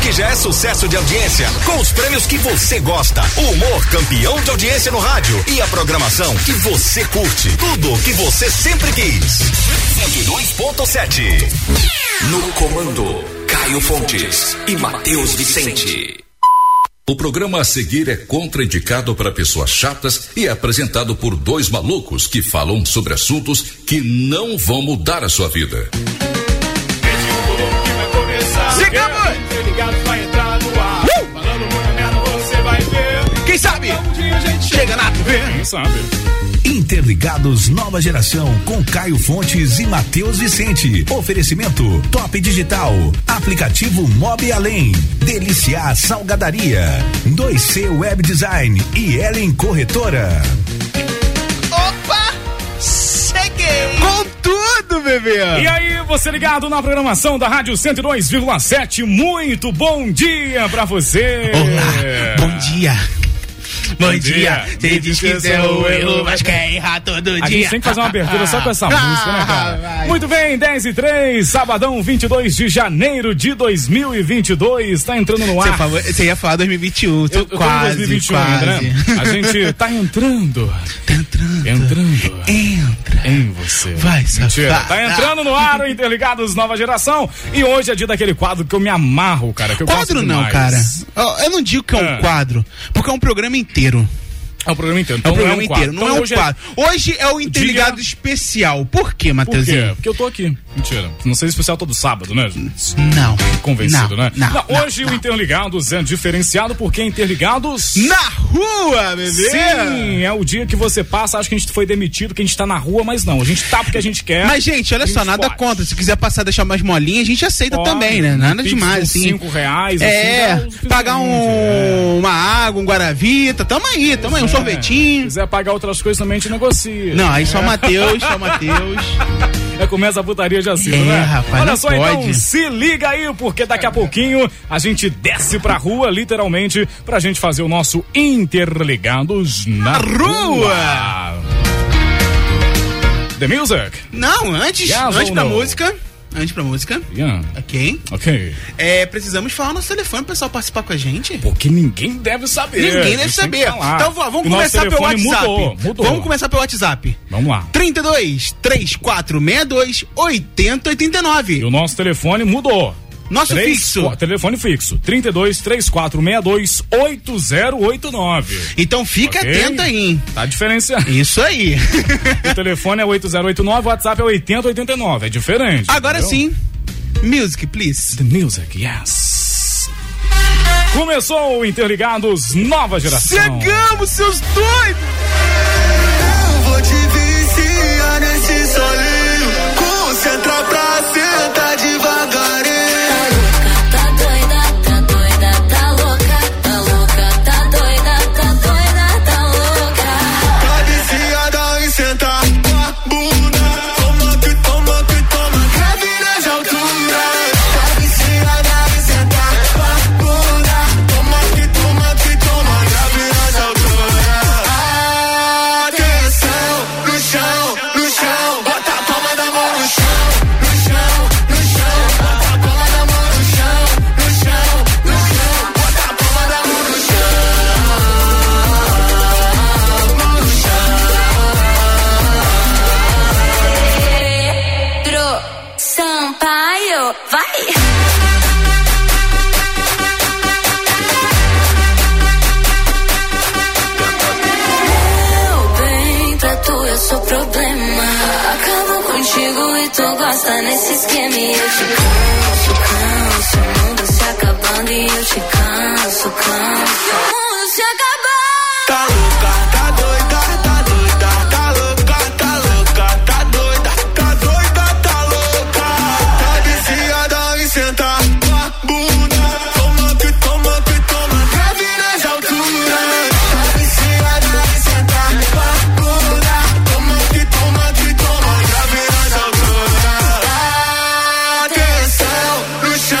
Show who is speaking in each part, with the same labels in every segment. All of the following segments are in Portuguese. Speaker 1: que já é sucesso de audiência, com os prêmios que você gosta, o humor campeão de audiência no rádio e a programação que você curte. Tudo o que você sempre quis. 102.7
Speaker 2: No comando, Caio Fontes e Matheus Vicente.
Speaker 3: O programa a seguir é contraindicado para pessoas chatas e é apresentado por dois malucos que falam sobre assuntos que não vão mudar a sua vida.
Speaker 4: Uh! Quem sabe? Chega na TV.
Speaker 5: Quem sabe?
Speaker 6: Interligados Nova Geração com Caio Fontes e Matheus Vicente. Oferecimento Top Digital, aplicativo Mob Além, Deliciar Salgadaria, 2C Web Design e Ellen Corretora.
Speaker 7: Opa! Cheguei!
Speaker 4: Com tudo, bebê!
Speaker 5: E aí, você ligado na programação da Rádio 102,7, muito bom dia pra você!
Speaker 4: Olá, bom dia. Bom, dia. Você diz que seu erro, mas quer errar todo dia.
Speaker 5: A gente tem que fazer uma abertura só com essa música, né, cara?
Speaker 4: Ah, vai.
Speaker 5: Muito bem, 10 e 3, sabadão 22 de janeiro de 2022, tá entrando no
Speaker 4: Você,
Speaker 5: ar.
Speaker 4: falou- você ia falar 2021, tu
Speaker 5: Eu- eu tô em
Speaker 4: um, quase,
Speaker 5: 2021
Speaker 4: quase.
Speaker 5: ainda, né? A gente tá entrando,
Speaker 4: Tá entrando.
Speaker 5: entrando
Speaker 4: Entra.
Speaker 5: em você.
Speaker 4: Vai,
Speaker 5: Mentira.
Speaker 4: safado.
Speaker 5: Tá entrando no ar o Interligados Nova Geração e hoje é dia daquele quadro que eu me amarro, cara. Que eu
Speaker 4: Quadro
Speaker 5: gosto
Speaker 4: não,
Speaker 5: demais.
Speaker 4: cara. Eu- Eu não digo que é um
Speaker 5: Ah.
Speaker 4: quadro, porque é um programa inteiro.
Speaker 5: É o programa inteiro.
Speaker 4: É
Speaker 5: Então
Speaker 4: um programa
Speaker 5: não é um
Speaker 4: inteiro,
Speaker 5: quadro.
Speaker 4: não
Speaker 5: Então
Speaker 4: é um
Speaker 5: hoje
Speaker 4: quadro. Hoje é o interligado especial. Por quê,
Speaker 5: Por quê?
Speaker 4: Matheusinho?
Speaker 5: Porque eu tô aqui. Mentira. Não sei especial todo sábado, né?
Speaker 4: Não.
Speaker 5: Convencido,
Speaker 4: não,
Speaker 5: né?
Speaker 4: Não,
Speaker 5: Não,
Speaker 4: não,
Speaker 5: hoje
Speaker 4: não.
Speaker 5: o Interligados é diferenciado porque Interligados.
Speaker 4: Na rua, bebê!
Speaker 5: Sim, é o dia que você passa, acho que a gente foi demitido, que a gente tá na rua, mas não, a gente tá porque a gente quer.
Speaker 4: Mas, gente, olha
Speaker 5: E
Speaker 4: só,
Speaker 5: os
Speaker 4: nada
Speaker 5: spots?
Speaker 4: contra. Se quiser passar deixar mais molinha, a gente aceita
Speaker 5: Pode,
Speaker 4: também, né?
Speaker 5: um
Speaker 4: Nada
Speaker 5: pix
Speaker 4: demais,
Speaker 5: por
Speaker 4: assim.
Speaker 5: cinco reais,
Speaker 4: é,
Speaker 5: assim, dá o suficiente, É.
Speaker 4: pagar um, uma água, um guaravita, tamo aí, tamo aí, um
Speaker 5: Se
Speaker 4: sorvetinho.
Speaker 5: quiser pagar outras coisas É. também, a gente negocia.
Speaker 4: Não, aí só Matheus, só Matheus.
Speaker 5: Já É, começa a putaria de assino,
Speaker 4: É,
Speaker 5: né?
Speaker 4: rapaz,
Speaker 5: Olha
Speaker 4: não
Speaker 5: só então,
Speaker 4: pode.
Speaker 5: se liga aí, porque daqui a pouquinho a gente desce pra rua, literalmente, pra gente fazer o nosso Interligados na,
Speaker 4: rua.
Speaker 5: The Music?
Speaker 4: Não, antes,
Speaker 5: Yes
Speaker 4: antes
Speaker 5: ou
Speaker 4: pra
Speaker 5: no?
Speaker 4: música. Antes pra música.
Speaker 5: Yeah.
Speaker 4: Ok.
Speaker 5: Ok.
Speaker 4: É, precisamos falar o nosso telefone pro pessoal participar com a gente.
Speaker 5: Porque ninguém deve saber.
Speaker 4: Ninguém
Speaker 5: A
Speaker 4: deve
Speaker 5: gente tem que
Speaker 4: saber.
Speaker 5: falar.
Speaker 4: Então vamos
Speaker 5: E nosso
Speaker 4: começar pelo
Speaker 5: telefone
Speaker 4: WhatsApp.
Speaker 5: Mudou, mudou.
Speaker 4: Vamos começar pelo WhatsApp.
Speaker 5: Vamos lá.
Speaker 4: 32 3462 8089.
Speaker 5: E o nosso telefone mudou.
Speaker 4: Nosso
Speaker 5: Três-
Speaker 4: fixo.
Speaker 5: qua- telefone fixo. 32 3462 8089.
Speaker 4: Então fica
Speaker 5: Ok?
Speaker 4: atento aí. hein?
Speaker 5: Tá diferenciado.
Speaker 4: Isso aí.
Speaker 5: o telefone é 8089, o WhatsApp é 8089. É diferente.
Speaker 4: Agora
Speaker 5: entendeu?
Speaker 4: sim. Music, please.
Speaker 5: The music, yes. Começou o Interligados Nova Geração.
Speaker 4: Chegamos, seus doidos!
Speaker 8: Vou te viciar nesse solinho. Concentra pra sentar devagarinho.
Speaker 9: Tá doida, tá doida, tá louca, tá louca, tá doida, tá doida, tá louca.
Speaker 8: Tá viciada em sentar com a bunda. Toma que toma que toma. Quer virar de altura. Tá viciada em sentar com a bunda. Toma que toma que toma. Quer virar de altura. Atenção, no chão, no chão. Bota a palma da mão no chão.
Speaker 9: Pedro Sampaio, vai! Meu bem, pra tu eu sou problema. Acabo contigo e tu gosta nesse esquema. E eu te canso, canso. O mundo se acabando e eu te canso, canso. O mundo se acabando.
Speaker 8: Tá louca, tá doida, tá doida, tá louca, tá louca, tá doida, tá doida, tá louca. Tá viciada em sentar com a bunda. Toma que toma que toma, quer virar de altura. Tá viciada em sentar com a bunda. Toma que toma que toma, quer virar de altura. Atenção.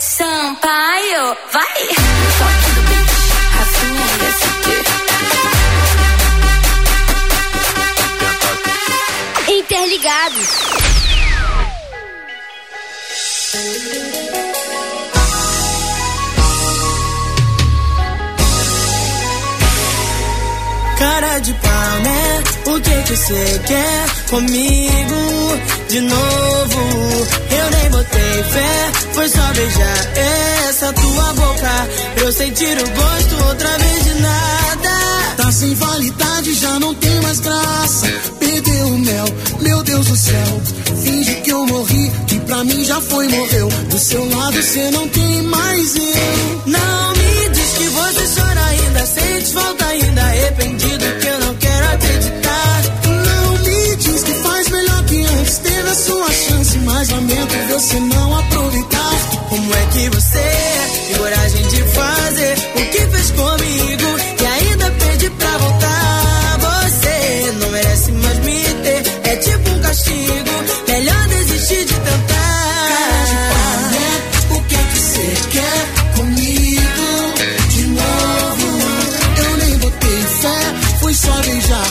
Speaker 10: melhor. Vai! Toque do beat, Rafinha e SP. Interligados.
Speaker 11: Cara de pau, né? O que que você quer comigo de novo? Eu nem botei fé, foi só beijar essa tua boca. pra Eu sentir o gosto outra vez de nada.
Speaker 8: Tá sem validade, já não tem mais graça. Perdeu o mel, meu Deus do céu. Finge que eu morri, que pra mim já foi, morreu. Do seu lado você não tem mais eu.
Speaker 11: Não me diz que você chora ainda, sente falta ainda, arrependido que eu não quero acreditar.
Speaker 8: Não me diz que faz melhor que antes. Teve a sua chance, mas lamento ver você não aproveitar.
Speaker 11: Como é que você tem coragem de fazer o que fez comigo e ainda pede pra voltar? Você não merece mais me ter, é tipo um castigo, melhor desistir de tentar.
Speaker 8: Cara de pau, né? O
Speaker 11: é
Speaker 8: que que você quer comigo de novo? Eu nem botei fé, foi só beijar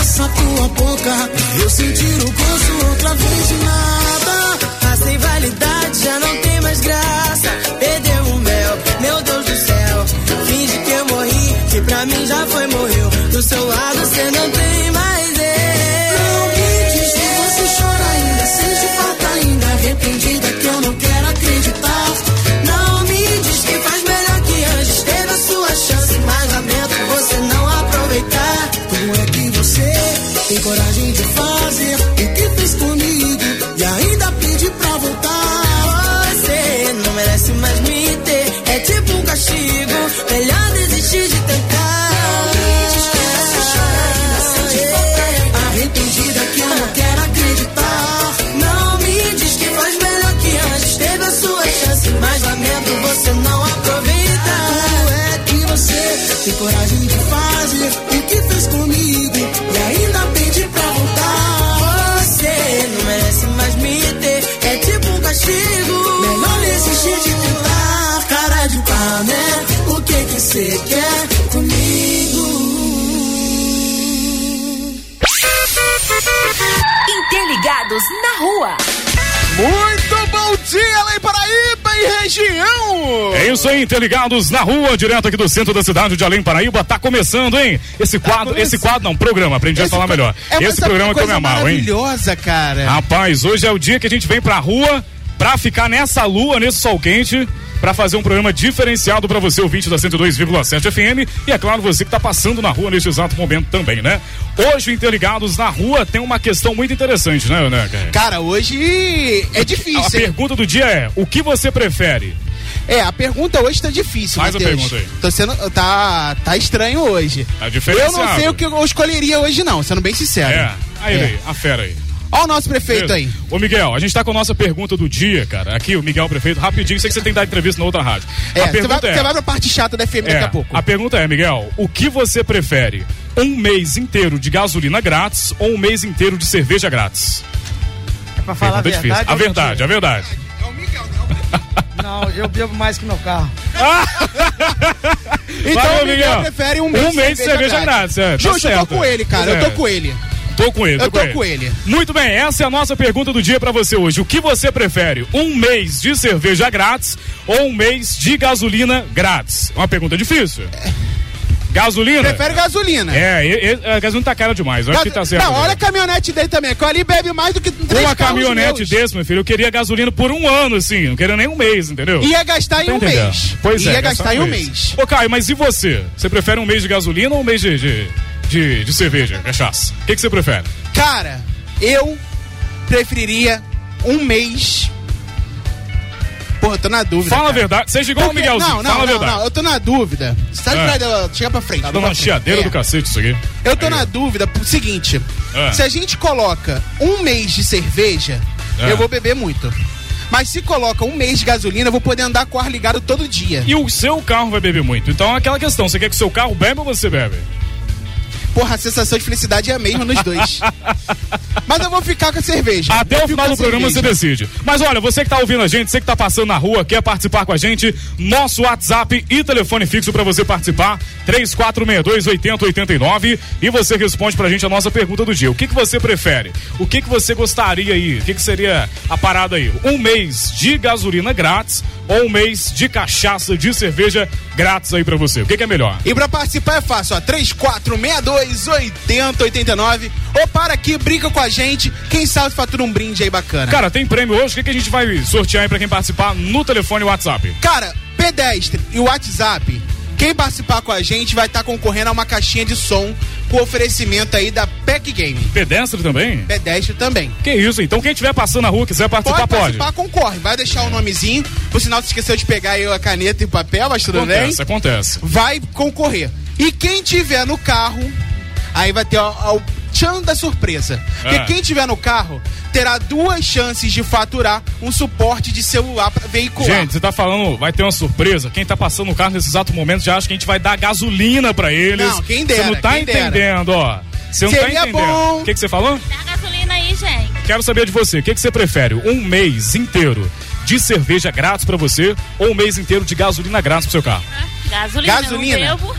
Speaker 8: essa tua boca. Eu sentir o gosto outra vez de nada.
Speaker 11: A sem validade já não tem mais graça. Perdeu o mel, meu Deus do céu. Finge que eu morri, que pra mim já foi, morreu. Do seu lado você não tem mais é.
Speaker 8: Não
Speaker 11: eu.
Speaker 8: me diz que você chora ainda, sente falta ainda, arrependida que eu não quero acreditar.
Speaker 11: Não me diz que faz melhor que antes. Teve a sua chance, mas lamento você não aproveitar.
Speaker 8: Como é que você tem coragem de fazer o que fez comigo e ainda pede pra voltar?
Speaker 11: Você não merece mais me ter, é tipo um castigo. Melhor desistir de tentar.
Speaker 8: Arrependida que eu não quero acreditar.
Speaker 11: Não me diz que faz melhor que antes. Teve a sua chance, mas lamento você não aproveita.
Speaker 8: Como é que você tem coragem de fazer o que fez comigo e ainda pede pra voltar?
Speaker 11: Você não merece mais me ter, é tipo um castigo.
Speaker 8: Melhor desistir de tentar, cara de pau, né? O que que você quer comigo?
Speaker 10: Interligados na rua.
Speaker 4: Muito bom dia, Lei Paraíba e região!
Speaker 5: É isso aí, interligados na rua, direto aqui do centro da cidade de Além Paraíba. Tá começando, hein? Esse
Speaker 4: Tá
Speaker 5: quadro, esse quadro não, programa, aprendi a falar melhor.
Speaker 4: É,
Speaker 5: esse programa que eu me amarro, hein?
Speaker 4: Maravilhosa, cara.
Speaker 5: Rapaz, hoje é o dia que a gente vem pra rua pra ficar nessa lua, nesse sol quente. Pra fazer um programa diferenciado pra você, ouvinte da 102,7 FM. E é claro, você que tá passando na rua neste exato momento também, né? Hoje, o Interligados na Rua tem uma questão muito interessante, né, né, cara?
Speaker 4: Cara, hoje é
Speaker 5: A
Speaker 4: difícil, hein?
Speaker 5: pergunta do dia é: o que você prefere?
Speaker 4: É, a pergunta hoje tá difícil,
Speaker 5: Faz a
Speaker 4: Matheus.
Speaker 5: pergunta aí.
Speaker 4: Tô sendo, tá, tá estranho hoje.
Speaker 5: Tá
Speaker 4: eu
Speaker 5: diferenciado.
Speaker 4: não sei o que eu escolheria hoje, não, sendo bem sincero.
Speaker 5: É, aí,
Speaker 4: É.
Speaker 5: aí, a fera aí.
Speaker 4: Ó o nosso prefeito aí.
Speaker 5: Ô Miguel, a gente tá com a nossa pergunta do dia, cara. Aqui, o Miguel Prefeito, rapidinho, sei que você tem que dar entrevista na outra rádio.
Speaker 4: É,
Speaker 5: a
Speaker 4: você vai,
Speaker 5: pergunta é,
Speaker 4: você vai pra parte chata da FM
Speaker 5: é,
Speaker 4: daqui a pouco.
Speaker 5: a pergunta é, Miguel, o que você prefere? Um mês inteiro de gasolina grátis ou um mês inteiro de cerveja grátis?
Speaker 12: Pra falar a
Speaker 5: Pergunta
Speaker 12: verdade. é
Speaker 5: difícil. A
Speaker 12: eu
Speaker 5: verdade, a verdade.
Speaker 12: mentira. Não, eu bebo mais que meu carro.
Speaker 4: Então
Speaker 5: Valeu,
Speaker 4: o Miguel, prefere um mês,
Speaker 5: de cerveja grátis. é, tá
Speaker 4: Justo, eu tô
Speaker 5: certo.
Speaker 4: com ele, cara. Eu
Speaker 5: É.
Speaker 4: tô com ele.
Speaker 5: Tô com ele,
Speaker 4: Eu tô com ele.
Speaker 5: Muito bem, essa é a nossa pergunta do dia pra você hoje. O que você prefere? Um mês de cerveja grátis ou um mês de gasolina grátis? É Uma pergunta difícil. Gasolina?
Speaker 4: É. Prefere gasolina.
Speaker 5: É, e- e- a gasolina tá cara demais. Eu acho que tá certo.
Speaker 4: Não,
Speaker 5: né?
Speaker 4: olha a caminhonete dele também. Que ali bebe mais do que três
Speaker 5: Uma
Speaker 4: carros
Speaker 5: caminhonete
Speaker 4: meus.
Speaker 5: desse, meu filho, eu queria gasolina por um ano, assim. Não queria nem um mês, entendeu?
Speaker 4: Ia gastar em
Speaker 5: Tá
Speaker 4: um
Speaker 5: entendendo?
Speaker 4: mês.
Speaker 5: Pois é.
Speaker 4: Ia gastar em um mês.
Speaker 5: Ô, Caio, mas e você? Você prefere um mês de gasolina ou um mês de, de, de, de cerveja, cachaça? O que, que você prefere?
Speaker 4: Cara, eu preferiria um mês. Porra, eu tô na dúvida.
Speaker 5: Fala a
Speaker 4: cara.
Speaker 5: verdade. Seja igual o
Speaker 4: Porque-
Speaker 5: Miguelzinho.
Speaker 4: Não, não,
Speaker 5: Fala a
Speaker 4: não,
Speaker 5: verdade.
Speaker 4: não, eu tô na dúvida. Sabe
Speaker 5: É.
Speaker 4: pra dela chegar pra frente?
Speaker 5: Tá
Speaker 4: vamos
Speaker 5: dando uma
Speaker 4: pra frente.
Speaker 5: chiadeira
Speaker 4: É.
Speaker 5: do cacete isso aqui.
Speaker 4: Eu tô
Speaker 5: Aí,
Speaker 4: na
Speaker 5: ó.
Speaker 4: dúvida pro seguinte:
Speaker 5: É.
Speaker 4: se a gente coloca um mês de cerveja,
Speaker 5: É.
Speaker 4: eu vou beber muito. Mas se coloca um mês de gasolina, eu vou poder andar com o ar ligado todo dia.
Speaker 5: E o seu carro vai beber muito. Então é aquela questão, você quer que o seu carro bebe ou você bebe?
Speaker 4: Porra, a sensação de felicidade é a mesma nos dois. Mas eu vou ficar com a cerveja.
Speaker 5: Até
Speaker 4: Eu
Speaker 5: o
Speaker 4: fico
Speaker 5: final
Speaker 4: com
Speaker 5: do
Speaker 4: a
Speaker 5: programa você
Speaker 4: cerveja.
Speaker 5: decide. Mas olha, você que tá ouvindo a gente, você que tá passando na rua, quer participar com a gente, nosso WhatsApp e telefone fixo para você participar, 3462-8089. E você responde pra gente a nossa pergunta do dia. O que que você prefere? O que que você gostaria aí? O que que seria a parada aí? Um mês de gasolina grátis ou um mês de cachaça, de cerveja grátis aí pra você? O que que é melhor?
Speaker 4: E pra participar é fácil, ó. 3462 8089. Ou para aqui, brinca com a gente. Quem sabe fatura um brinde aí bacana.
Speaker 5: Cara, tem prêmio hoje. O que que a gente vai sortear aí pra quem participar no telefone e WhatsApp?
Speaker 4: Cara, pedestre e WhatsApp. Quem participar com a gente vai estar concorrendo a uma caixinha de som com oferecimento aí da PEC Game.
Speaker 5: Pedestre também?
Speaker 4: Pedestre também.
Speaker 5: Que isso, então quem estiver passando na rua, quiser participar,
Speaker 4: Pode
Speaker 5: pode.
Speaker 4: participar, concorre. Vai deixar o nomezinho. Por sinal, se esqueceu de pegar aí a caneta e o papel, mas tudo
Speaker 5: Acontece,
Speaker 4: bem.
Speaker 5: acontece.
Speaker 4: Vai concorrer. E quem tiver no carro, aí vai ter ó, ó, o tchan da surpresa. Porque
Speaker 5: É.
Speaker 4: quem tiver no carro terá duas chances de faturar um suporte de celular para veicular.
Speaker 5: Gente, você tá falando, vai ter uma surpresa. Quem tá passando o carro nesse exato momento já acha que a gente vai dar gasolina pra eles.
Speaker 4: Não, quem dera,
Speaker 5: Você não tá
Speaker 4: quem dera.
Speaker 5: entendendo, ó. Você não
Speaker 4: Seria
Speaker 5: tá entendendo.
Speaker 4: bom.
Speaker 5: O que que você falou?
Speaker 13: Dá gasolina aí, gente.
Speaker 5: Quero saber de você, o que que você prefere? Um mês inteiro de cerveja grátis pra você ou um mês inteiro de gasolina grátis pro seu carro?
Speaker 13: Ah, Gasolina,
Speaker 4: Gasolina. Ah,
Speaker 13: não bebo.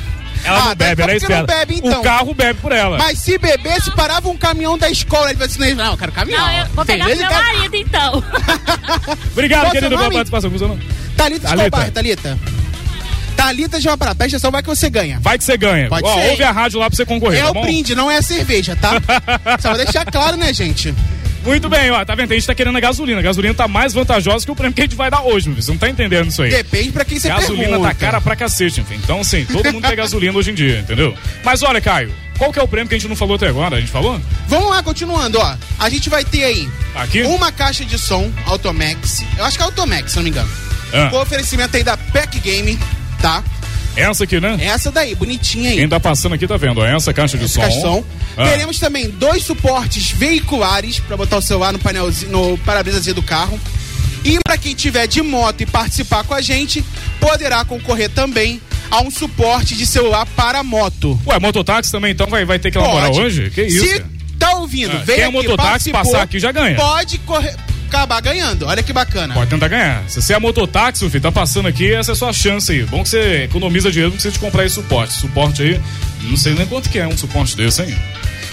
Speaker 5: Ela não bebe, ela é
Speaker 4: porque não
Speaker 5: esperta.
Speaker 4: bebe, então.
Speaker 5: O carro bebe por ela.
Speaker 4: Mas se bebesse, parava um caminhão da escola. Ele vai assim, não, eu quero caminhão. tá-
Speaker 13: Não, eu vou pegar pro
Speaker 4: Cerveja
Speaker 13: meu
Speaker 4: e ca-
Speaker 13: marido, então.
Speaker 5: Obrigado,
Speaker 4: Qual seu
Speaker 5: querido, pela
Speaker 4: nome?
Speaker 5: participação. Qual seu nome? Thalita.
Speaker 4: Thalita, Thalita. Escobar, Thalita. Thalita de uma parada. Presta atenção, vai que você ganha.
Speaker 5: Vai que você ganha.
Speaker 4: Pode
Speaker 5: Ó,
Speaker 4: ser,
Speaker 5: ouve
Speaker 4: hein?
Speaker 5: a rádio lá pra você concorrer,
Speaker 4: é
Speaker 5: tá
Speaker 4: o
Speaker 5: bom?
Speaker 4: brinde, não é a cerveja, tá? Só pra deixar claro, né, gente?
Speaker 5: Muito bem, ó, tá vendo? A gente tá querendo a gasolina. A gasolina tá mais vantajosa que o prêmio que a gente vai dar hoje, meu filho. Você não tá entendendo isso aí.
Speaker 4: Depende pra quem você
Speaker 5: Gasolina tá
Speaker 4: pergunta.
Speaker 5: cara pra cacete, enfim. Então, assim, todo mundo quer gasolina hoje em dia, entendeu? Mas olha, Caio, qual que é o prêmio que a gente não falou até agora? A gente falou?
Speaker 4: Vamos lá, continuando, ó. A gente vai ter aí
Speaker 5: Aqui?
Speaker 4: uma caixa de som Automax. Eu acho que é Automax, se não me engano.
Speaker 5: Ah.
Speaker 4: Com oferecimento aí da Pack Game, tá?
Speaker 5: Essa aqui, né?
Speaker 4: Essa daí, bonitinha aí.
Speaker 5: Quem tá passando aqui tá vendo, ó, essa caixa de som.
Speaker 4: Caixa de som.
Speaker 5: Ah,
Speaker 4: Teremos também dois suportes veiculares pra botar o celular no painelzinho, no para-brisa do carro. E pra quem tiver de moto e participar com a gente, poderá concorrer também a um suporte de celular para moto.
Speaker 5: Ué, mototáxi também, então vai, vai ter que elaborar
Speaker 4: Pode.
Speaker 5: hoje? Que isso?
Speaker 4: Se
Speaker 5: cara?
Speaker 4: tá ouvindo,
Speaker 5: Ah,
Speaker 4: vem
Speaker 5: quem é
Speaker 4: aqui,
Speaker 5: mototáxi,
Speaker 4: participou,
Speaker 5: passar aqui já ganha.
Speaker 4: Pode correr, acabar ganhando. Olha que bacana.
Speaker 5: Pode tentar ganhar. Se você é mototáxi, filho, tá passando aqui, essa é a sua chance aí. Bom que você economiza dinheiro, não precisa de comprar esse suporte. Suporte aí, não sei nem quanto que é um suporte desse, hein?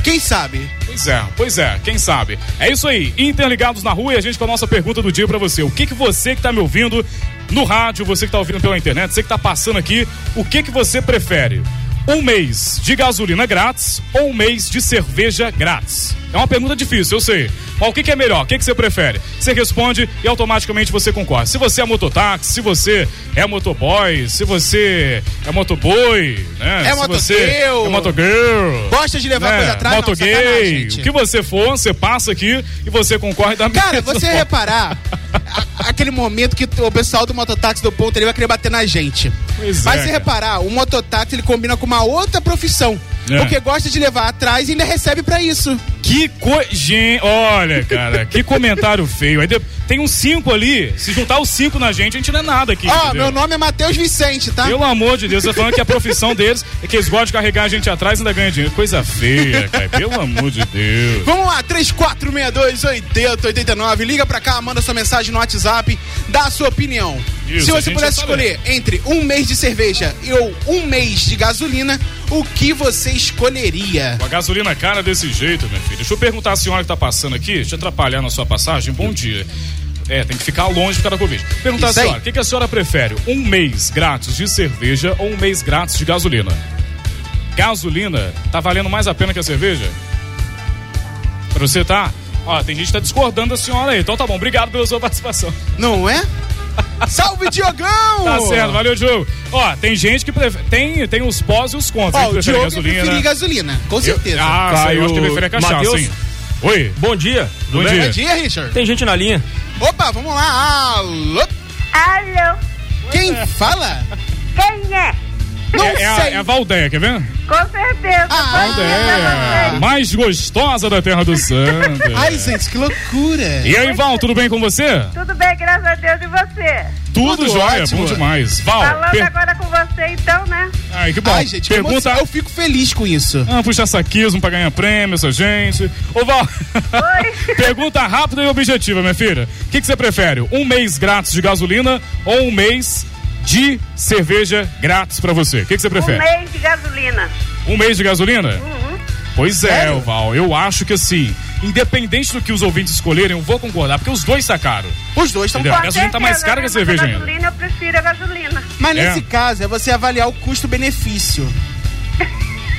Speaker 4: Quem sabe?
Speaker 5: Pois é, pois é, quem sabe. É isso aí, interligados na rua e a gente com a nossa pergunta do dia pra você. O que que você que tá me ouvindo no rádio, você que tá ouvindo pela internet, você que tá passando aqui, o que que você prefere? Um mês de gasolina grátis ou um mês de cerveja grátis? É uma pergunta difícil, eu sei. Mas o que que é melhor? O que que você prefere? Você responde e automaticamente você concorre. Se você é mototáxi, se você é motoboy, se você é motoboi, né?
Speaker 4: É
Speaker 5: se você
Speaker 4: motogirl.
Speaker 5: é motogirl.
Speaker 4: Gosta de levar coisa atrás? Não,
Speaker 5: Né? Moto
Speaker 4: sacanagem,
Speaker 5: gay,
Speaker 4: gente.
Speaker 5: o que você for, você passa aqui e você concorre da
Speaker 4: Cara,
Speaker 5: mesma
Speaker 4: você
Speaker 5: forma.
Speaker 4: reparar a- aquele momento que o pessoal do mototáxi do ponto ele vai querer bater na gente.
Speaker 5: Pois é,
Speaker 4: Mas se
Speaker 5: cara.
Speaker 4: reparar, o mototáxi ele combina com uma outra profissão.
Speaker 5: É.
Speaker 4: Porque gosta de levar atrás e ainda recebe pra isso.
Speaker 5: Que co... Gente, olha, cara, que comentário feio. Aí de- Tem uns cinco ali, se juntar os cinco na gente, a gente não é nada aqui.
Speaker 4: Ó,
Speaker 5: entendeu?
Speaker 4: meu nome é Matheus Vicente, tá?
Speaker 5: Pelo amor de Deus, eu tô falando que a profissão deles é que eles gostam de carregar a gente atrás e ainda ganha dinheiro. Coisa feia, cara. Pelo amor de Deus.
Speaker 4: Vamos lá, 3462 8089. Liga pra cá, manda sua mensagem no WhatsApp, dá a sua opinião.
Speaker 5: Isso,
Speaker 4: Se
Speaker 5: a
Speaker 4: você
Speaker 5: gente
Speaker 4: pudesse
Speaker 5: quer saber.
Speaker 4: escolher entre um mês de cerveja e ou um mês de gasolina, o que você escolheria?
Speaker 5: Com a gasolina cara desse jeito, minha filha. Deixa eu perguntar à senhora que tá passando aqui, deixa eu atrapalhar na sua passagem. Bom dia. É, tem que ficar longe por causa da Covid. Perguntar à
Speaker 4: Isso aí.
Speaker 5: senhora, o que, que a senhora prefere? Um mês grátis de cerveja ou um mês grátis de gasolina? Gasolina tá valendo mais a pena que a cerveja? Pra você tá? Ó, tem gente que tá discordando da senhora aí. Então tá bom, obrigado pela sua participação.
Speaker 4: Não é? Salve, Diogão!
Speaker 5: Tá certo, valeu, Diogo. Ó, tem gente que prefere. Tem, tem os pós e os contras.
Speaker 4: Ó,
Speaker 5: que
Speaker 4: o
Speaker 5: prefere
Speaker 4: Diogo
Speaker 5: gasolina.
Speaker 4: prefere gasolina, com certeza.
Speaker 5: Ah,
Speaker 14: Caio,
Speaker 5: sim, eu acho que prefere a cachaça,
Speaker 14: Matheus?
Speaker 5: hein? Oi.
Speaker 14: Bom dia. Tudo
Speaker 5: Bom
Speaker 14: bem?
Speaker 5: dia.
Speaker 4: Bom dia, Richard.
Speaker 14: Tem gente na linha?
Speaker 4: Opa, vamos lá. Alô?
Speaker 15: Alô,
Speaker 4: Quem fala?
Speaker 15: quem é?
Speaker 5: Não é, sei. É a, é a Valdeia, quer ver?
Speaker 14: Com certeza.
Speaker 4: Ah,
Speaker 14: Bom dia pra
Speaker 5: Valdeia,
Speaker 14: vocês.
Speaker 5: mais gostosa da Terra do Santa.
Speaker 14: Ai,
Speaker 4: gente, que loucura.
Speaker 5: E aí, Val, tudo bem com você?
Speaker 14: Tudo bem, graças a Deus, e você?
Speaker 5: Tudo, jóia, bom demais. Val,
Speaker 14: Falando
Speaker 5: per-
Speaker 14: agora com você, então, né?
Speaker 5: Ai, que bom.
Speaker 4: Ai, gente, que
Speaker 5: Pergunta...
Speaker 4: emoção. Eu fico feliz com isso.
Speaker 5: Ah, puxa saquismo pra ganhar prêmio, essa gente. Ô, Val. Pergunta rápida e objetiva, minha filha. O que, que você prefere? Um mês grátis de gasolina ou um mês de cerveja grátis pra você? O que, que você prefere?
Speaker 14: Um mês de gasolina.
Speaker 5: Um mês de gasolina?
Speaker 14: Uhum.
Speaker 5: Pois é,
Speaker 14: Sério?
Speaker 5: Val. Eu acho que assim, independente do que os ouvintes escolherem, eu vou concordar, porque os dois tá caro.
Speaker 4: Os dois
Speaker 5: estão caros. A gasolina tá mais
Speaker 14: né?
Speaker 5: cara que a cerveja ainda.
Speaker 14: Gasolina, eu prefiro a gasolina.
Speaker 4: Mas
Speaker 5: É.
Speaker 4: nesse caso é você avaliar o custo-benefício.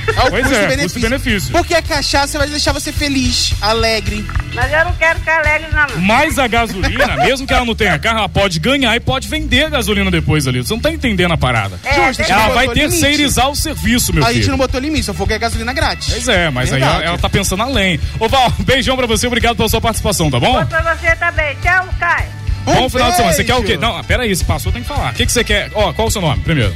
Speaker 4: É o
Speaker 5: Pois é, custo-benefício.
Speaker 4: Porque a cachaça vai deixar você feliz, alegre.
Speaker 14: Mas eu não quero ficar alegre, não.
Speaker 5: Mas a gasolina, mesmo que ela não tenha carro, ela pode ganhar e pode vender a gasolina depois ali. Você não tá entendendo a parada.
Speaker 4: É, Justo, a gente
Speaker 5: ela
Speaker 4: não
Speaker 5: vai
Speaker 4: botou limite.
Speaker 5: terceirizar o serviço, meu
Speaker 4: a gente
Speaker 5: filho.
Speaker 4: não botou limite, só for que é gasolina grátis.
Speaker 5: Pois é, mas aí
Speaker 4: Verdade.
Speaker 5: ela, ela tá pensando além. Ô Val, beijão pra você, obrigado pela sua participação, tá bom?
Speaker 14: Bom pra você também. Tchau, Caio.
Speaker 5: bom final de semana. Você quer o quê? Não, ah, pera aí, se passou, tem que falar. O que, que você quer? Ó, qual o seu nome primeiro?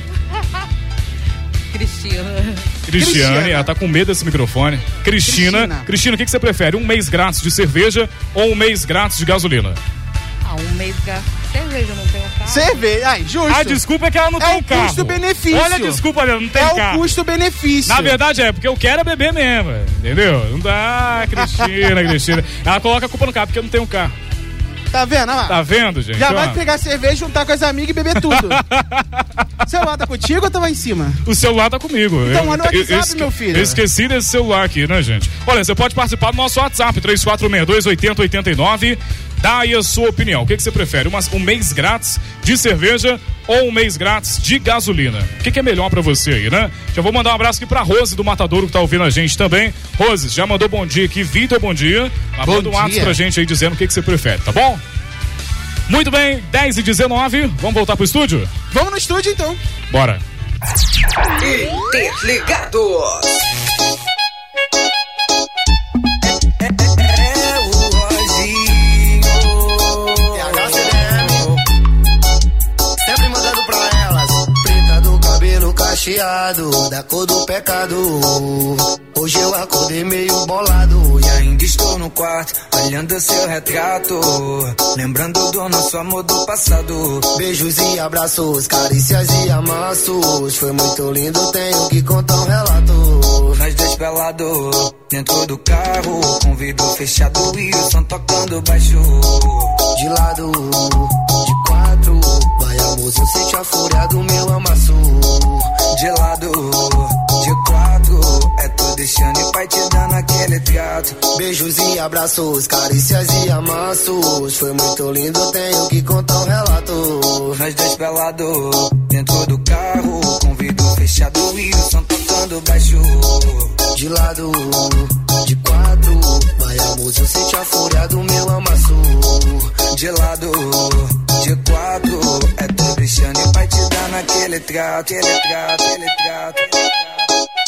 Speaker 15: Cristiano.
Speaker 5: Cristiane, ela tá com medo desse microfone. Cristina, Cristina, o que, que você prefere? Um mês grátis de cerveja ou um mês grátis de gasolina?
Speaker 15: Ah, um mês gasto. Cerveja, eu não tenho carro.
Speaker 4: Cerveja, ai, justo.
Speaker 5: A desculpa é que ela não
Speaker 4: É
Speaker 5: tem
Speaker 4: o
Speaker 5: carro.
Speaker 4: custo-benefício.
Speaker 5: Olha a desculpa dela, não tem
Speaker 4: É o
Speaker 5: carro.
Speaker 4: custo-benefício.
Speaker 5: Na verdade é, porque eu quero é beber mesmo, entendeu? Não dá, Cristina, Cristina. Ela coloca a culpa no carro, porque eu não tenho carro.
Speaker 4: Tá vendo? Olha lá.
Speaker 5: Tá vendo, gente?
Speaker 4: Já
Speaker 5: Olha
Speaker 4: vai
Speaker 5: lá.
Speaker 4: pegar cerveja, juntar com as amigas e beber tudo. celular tá contigo ou tá lá em cima?
Speaker 5: O celular tá comigo.
Speaker 4: Então, manda o WhatsApp,
Speaker 5: esque-
Speaker 4: meu filho.
Speaker 5: Eu esqueci desse celular aqui, né, gente? Olha, você pode participar do nosso WhatsApp, 3462-8089. Dá aí a sua opinião. O que, que você prefere? Umas- um mês grátis de cerveja ou um mês grátis de gasolina? O que, que é melhor pra você aí, né? Já vou mandar um abraço aqui pra Rose do Matadouro que tá ouvindo a gente também. Rose, já mandou bom dia aqui. Vitor, bom dia. Mas
Speaker 4: Bom
Speaker 5: manda um WhatsApp
Speaker 4: dia.
Speaker 5: pra gente aí dizendo o que, que você prefere, tá bom? Muito bem, 10 e 19. Vamos voltar pro estúdio?
Speaker 4: Vamos no estúdio então.
Speaker 5: Bora.
Speaker 16: Interligados.
Speaker 17: Sempre mandando pra elas. Preta do cabelo cacheado, da cor do pecado. Hoje eu acordei meio bolado. E ainda estou no quarto, olhando seu retrato. Lembrando do nosso amor do passado. Beijos e abraços, carícias e amassos. Foi muito lindo, tenho que contar um relato.
Speaker 18: Nós dois pelado dentro do carro, com o vidro fechado e o som tocando baixo.
Speaker 17: De lado, de quatro. Vai amor, eu sente a fúria do meu amasso.
Speaker 18: De lado, de quatro, é tu deixando e pai te dando aquele trato.
Speaker 17: Beijos e abraços, carícias e amassos. Foi muito lindo, tenho que contar um relato.
Speaker 18: Nós dois pelado dentro do carro, com o vidro fechado e o som tocando baixo.
Speaker 17: De lado, de quatro. Vai amor, eu sente a fúria do meu amasso.
Speaker 18: De lado, de quatro, é tu deixando e pai te dando aquele trato, aquele trato, aquele trato.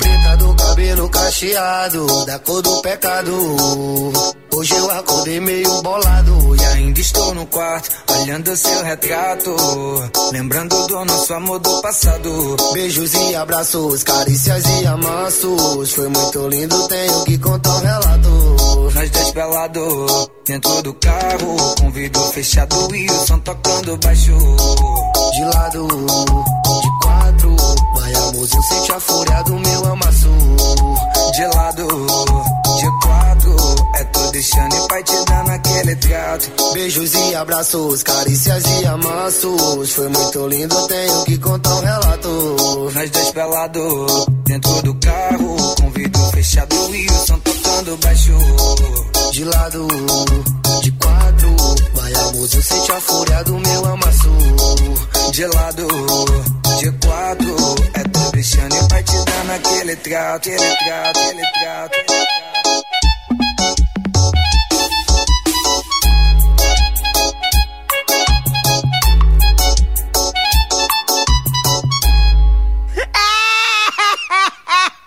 Speaker 17: Preta do cabelo cacheado, da cor do pecado. Hoje eu acordei meio bolado.
Speaker 18: E ainda estou no quarto, olhando seu retrato. Lembrando do nosso amor do passado.
Speaker 17: Beijos e abraços, carícias e amassos. Foi muito lindo, tenho que contar um relato.
Speaker 18: Nós dois pelado, dentro do carro. Com o vidro fechado e o som tocando baixo.
Speaker 17: De lado, de quatro. Vai amor, eu sente a fúria do meu amasso.
Speaker 18: De lado, de quatro. É tu deixando e pai te dando aquele trato.
Speaker 17: Beijos e abraços, carícias e amassos. Foi muito lindo, tenho que contar um relato.
Speaker 18: Nós dois pelado, dentro do carro. Com o vidro fechado e o som tocando baixo.
Speaker 17: De lado, de quatro. Vai amor, eu sente a fúria do meu amasso.
Speaker 18: De lado, de quatro, é tu deixando e vai te dando aquele trato, aquele trato, aquele trato.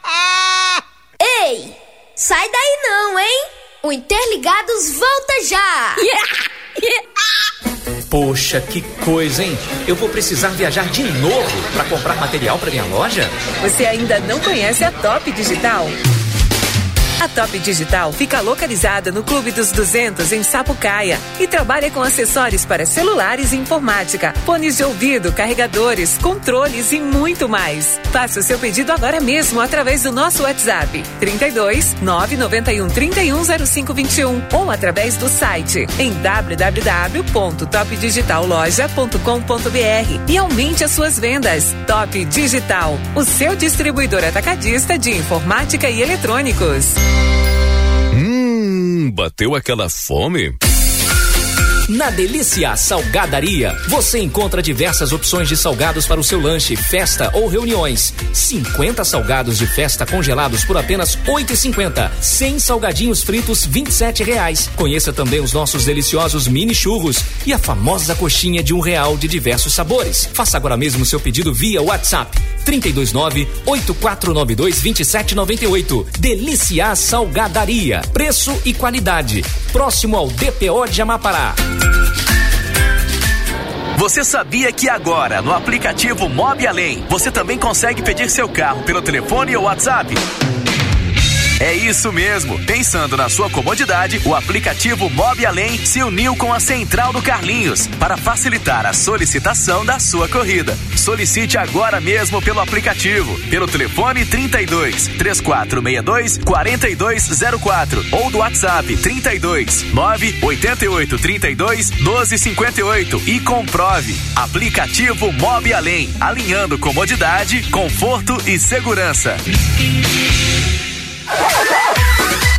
Speaker 19: Ah! Ei, sai daí não, hein? O Interligados volta já!
Speaker 2: Poxa, que coisa, hein? Eu vou precisar viajar de novo para comprar material para minha loja?
Speaker 20: Você ainda não conhece a Top Digital? A Top Digital fica localizada no Clube dos 200 em Sapucaia e trabalha com acessórios para celulares e informática, fones de ouvido, carregadores, controles e muito mais. Faça o seu pedido agora mesmo através do nosso WhatsApp 32 991 310521 ou através do site em www.topdigitalloja.com.br e aumente as suas vendas. Top Digital, o seu distribuidor atacadista de informática e eletrônicos.
Speaker 3: Hum, bateu aquela fome?
Speaker 2: Na Delícia Salgadaria, você encontra diversas opções de salgados para o seu lanche, festa ou reuniões. 50 salgados de festa congelados por apenas R$ 8,50. 100 salgadinhos fritos, R$ 27 reais. Conheça também os nossos deliciosos mini churros e a famosa coxinha de um real de diversos sabores. Faça agora mesmo seu pedido via WhatsApp 329 8492 2798. Delícia Salgadaria. Preço e qualidade. Próximo ao DPO de Amapará.
Speaker 16: Você sabia que agora, no aplicativo Mob Além, você também consegue pedir seu carro pelo telefone ou WhatsApp? É isso mesmo. Pensando na sua comodidade, o aplicativo Mob Além se uniu com a Central do Carlinhos para facilitar a solicitação da sua corrida. Solicite agora mesmo pelo aplicativo, pelo telefone 32 3462 4204 ou do WhatsApp 32 988 32 1258 e comprove. Aplicativo Mob Além, alinhando comodidade, conforto e segurança.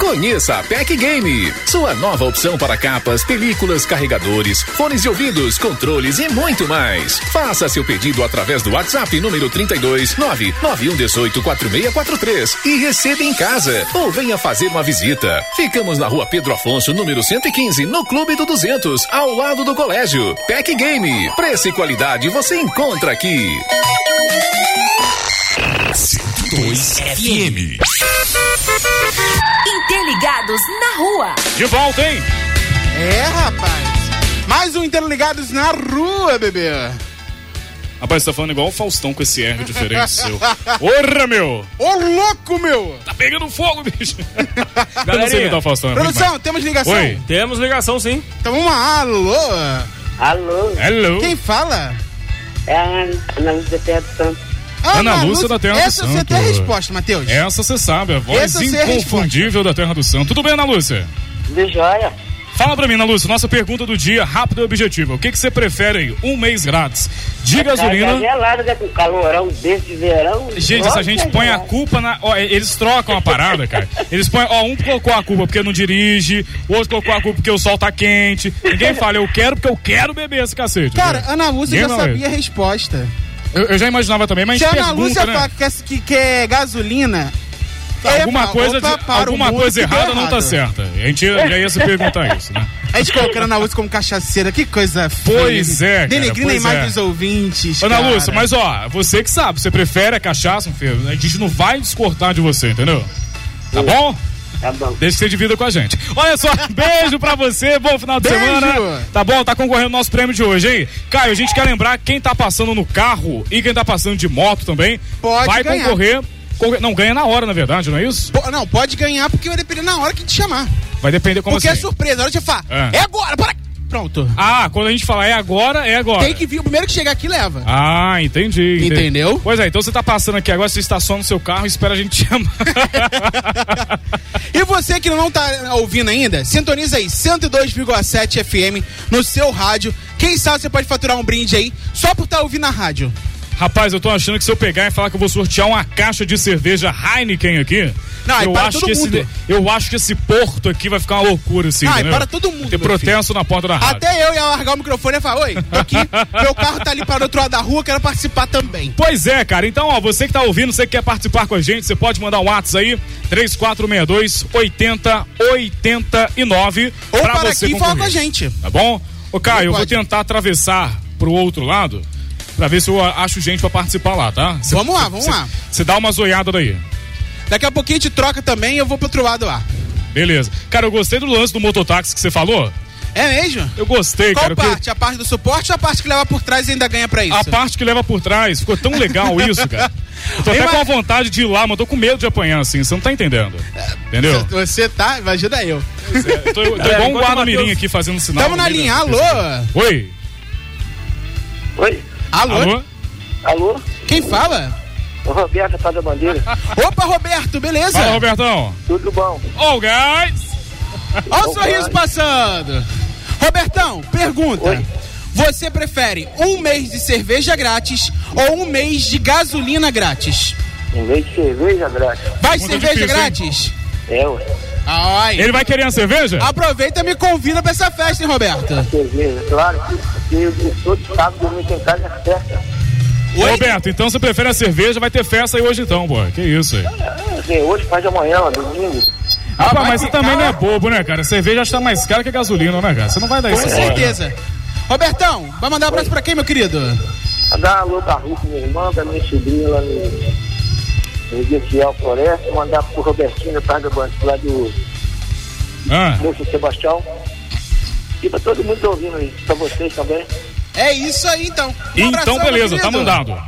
Speaker 21: Conheça a PEC Game, sua nova opção para capas, películas, carregadores, fones de ouvidos, controles e muito mais. Faça seu pedido através do WhatsApp número 32 99118 4643 e receba em casa ou venha fazer uma visita. Ficamos na rua Pedro Afonso, número 115, no Clube do 200, ao lado do colégio. PEC Game, preço e qualidade você encontra aqui.
Speaker 22: 2 FM.
Speaker 19: Interligados na rua!
Speaker 5: De volta, hein?
Speaker 4: É, rapaz. Mais um Interligados na Rua, bebê.
Speaker 5: Rapaz, você tá falando igual o Faustão com esse R diferente seu. Porra, meu!
Speaker 4: Ô, louco, meu!
Speaker 5: Tá pegando fogo, bicho. Eu não sei
Speaker 18: Galerinha.
Speaker 5: imitar o Faustão. é ruim
Speaker 4: Produção,
Speaker 5: demais.
Speaker 4: temos ligação?
Speaker 5: Oi.
Speaker 18: Temos ligação, sim.
Speaker 4: Então vamos lá. Alô?
Speaker 14: Alô?
Speaker 5: Alô?
Speaker 4: Quem fala?
Speaker 14: É a Ana Lúcia Terra dos Santos.
Speaker 5: Ana Lúcia da Terra
Speaker 4: Essa
Speaker 5: do Santo.
Speaker 4: você tem a resposta, Matheus.
Speaker 5: Essa você sabe, a voz
Speaker 4: Essa eu sei a
Speaker 5: inconfundível da Terra do Santo. Tudo bem, Ana Lúcia?
Speaker 14: Do joia.
Speaker 5: Fala pra mim, Ana Lúcia, nossa pergunta do dia, rápida e objetiva. O que, que você prefere aí? Um mês grátis de
Speaker 14: Tá
Speaker 5: gasolina.
Speaker 14: gelada, né? Com calorão desse verão.
Speaker 5: Gente, essa
Speaker 14: Nossa,
Speaker 5: gente põe a culpa na. Ó, eles trocam a parada, cara. Eles põem. Ó, um colocou a culpa porque não dirige, o outro colocou a culpa porque o sol tá quente. Ninguém fala, eu quero porque eu quero beber esse cacete.
Speaker 4: Cara,
Speaker 5: entendeu?
Speaker 4: Ana Lúcia já
Speaker 5: Ninguém fala isso.
Speaker 4: sabia a resposta.
Speaker 5: Eu, eu já imaginava também, mas
Speaker 4: Se a Ana
Speaker 5: pergunta,
Speaker 4: Lúcia
Speaker 5: né? Tá,
Speaker 4: fala que, quer- que quer gasolina... eu ia
Speaker 5: Alguma
Speaker 4: falar,
Speaker 5: coisa,
Speaker 4: opa,
Speaker 5: de-
Speaker 4: para o
Speaker 5: alguma
Speaker 4: mundo
Speaker 5: coisa
Speaker 4: que deu
Speaker 5: errada não tá
Speaker 4: errado.
Speaker 5: certa. A gente já ia se perguntar isso, né?
Speaker 4: A gente colocando a Ana Lúcia como cachaceira, que coisa feia.
Speaker 5: Pois é, cara,
Speaker 4: Denegrindo a
Speaker 5: pois
Speaker 4: imagem
Speaker 5: é.
Speaker 4: dos ouvintes.
Speaker 5: Ana
Speaker 4: cara.
Speaker 5: Lúcia, mas ó, você que sabe, você prefere a cachaça, meu filho? A gente não vai descortar de você, entendeu? Tá bom?
Speaker 14: Tá bom.
Speaker 5: Deixa que você divida com a gente. Olha só, beijo pra você, bom final de
Speaker 14: Beijo!
Speaker 5: semana. Tá bom? Tá concorrendo o nosso prêmio de hoje, hein? Caio, a gente quer lembrar quem tá passando no carro e quem tá passando de moto também.
Speaker 4: Pode
Speaker 5: Vai
Speaker 4: ganhar.
Speaker 5: concorrer. concorrer- Não, ganha na hora, na verdade, não é isso?
Speaker 4: Po- Não, pode ganhar porque vai depender na hora que te chamar.
Speaker 5: Vai depender como
Speaker 4: porque é
Speaker 5: assim.
Speaker 4: surpresa, na hora de falar,
Speaker 5: Ah.
Speaker 4: é agora, para... Pronto.
Speaker 5: Ah, quando a gente falar é agora, é agora.
Speaker 4: Tem que vir, o primeiro que chegar aqui leva.
Speaker 5: Ah, entendi, entendi.
Speaker 4: Entendeu?
Speaker 5: Pois é, então você tá passando aqui agora, você estaciona no seu carro e espera a gente te chamar.
Speaker 4: E você que não tá ouvindo ainda, sintoniza aí 102,7 FM no seu rádio. Quem sabe você pode faturar um brinde aí só por estar ouvindo a rádio.
Speaker 5: Rapaz, eu tô achando que se eu pegar e falar que eu vou sortear uma caixa de cerveja Heineken aqui.
Speaker 4: Não, aí
Speaker 5: eu
Speaker 4: para
Speaker 5: acho
Speaker 4: todo
Speaker 5: que esse
Speaker 4: mundo.
Speaker 5: eu acho que esse porto aqui vai ficar uma loucura assim,
Speaker 4: Não, aí
Speaker 5: entendeu?
Speaker 4: para todo mundo,
Speaker 5: Tem
Speaker 4: meu
Speaker 5: protesto na porta da rádio.
Speaker 4: Até eu ia largar o microfone e falar: Oi, tô aqui, meu carro tá ali para o outro lado da rua, quero participar também.
Speaker 5: Pois é, cara. Então, ó, você que tá ouvindo, você que quer participar com a gente, você pode mandar um WhatsApp aí, 3462 8089.
Speaker 4: Ou
Speaker 5: pra
Speaker 4: para
Speaker 5: você
Speaker 4: aqui e fala
Speaker 5: concorrer.
Speaker 4: com a gente.
Speaker 5: Tá bom? Ô, Caio, eu vou
Speaker 4: Pode.
Speaker 5: tentar atravessar pro outro lado pra ver se eu acho gente pra participar lá, tá? Cê-
Speaker 4: Vamos lá,
Speaker 5: cê-
Speaker 4: vamos
Speaker 5: cê-
Speaker 4: lá.
Speaker 5: Você dá uma zoiada daí.
Speaker 4: Daqui a pouquinho a gente troca também e eu vou pro outro lado lá.
Speaker 5: Beleza. Cara, eu gostei do lance do mototáxi que você falou.
Speaker 4: É mesmo?
Speaker 5: Eu gostei,
Speaker 4: Qual
Speaker 5: cara. eu que-
Speaker 4: parte? A parte do suporte ou a parte que leva por trás e ainda ganha pra isso?
Speaker 5: A parte que leva por trás. Ficou tão legal isso, cara. Eu tô até
Speaker 4: Ima-
Speaker 5: com a vontade de ir lá, mas eu tô com medo de apanhar, assim. Você não tá entendendo. Entendeu?
Speaker 4: Você tá, ajuda eu.
Speaker 5: Eu tô, eu
Speaker 4: É,
Speaker 5: tô igual um guarda-mirim aqui fazendo sinal.
Speaker 4: Tamo
Speaker 5: no
Speaker 4: na
Speaker 5: meio
Speaker 4: linha,
Speaker 5: da-
Speaker 4: alô?
Speaker 5: Oi.
Speaker 23: Oi?
Speaker 4: Alô?
Speaker 5: Alô?
Speaker 23: Alô?
Speaker 4: Quem fala?
Speaker 23: O Roberto tá da bandeira.
Speaker 4: Opa, Roberto, beleza?
Speaker 5: Fala, Robertão.
Speaker 23: Tudo bom?
Speaker 5: Ó, guys!
Speaker 4: Olha o sorriso passando. Robertão, pergunta. Você prefere um mês de cerveja grátis ou um mês de gasolina grátis?
Speaker 23: Em vez Um de cerveja, grátis.
Speaker 4: Vai cerveja grátis?
Speaker 23: É, ué.
Speaker 4: Ai.
Speaker 5: Ele vai querer uma cerveja?
Speaker 4: Aproveita e me convida pra essa festa, hein, Roberto?
Speaker 23: Cerveja, claro. Porque eu sou de sábado, domingo em casa é festa.
Speaker 5: Roberto, então você prefere a cerveja, vai ter festa aí hoje então, pô. Que isso aí.
Speaker 23: É, assim, hoje faz de amanhã, ó, domingo.
Speaker 5: Ah, pá, mas você também não é bobo, né, cara? Cerveja acho que tá mais cara que gasolina, né, cara? Você não vai dar
Speaker 4: Com
Speaker 5: isso agora, né?
Speaker 4: certeza. Robertão, vai mandar um abraço pra quem, meu querido?
Speaker 23: Dá alô pra Ruth, minha irmã, pra minha sobrinha lá no, no Dia Fiel Floresta. Mandar pro Robertinho, tá do banco lá do
Speaker 5: Ah.
Speaker 23: Moço Sebastião. E pra todo mundo que tá ouvindo aí, pra vocês também.
Speaker 4: É isso aí, então. Um abração,
Speaker 5: então, beleza,
Speaker 4: meu
Speaker 5: tá
Speaker 4: querido.
Speaker 5: mandado.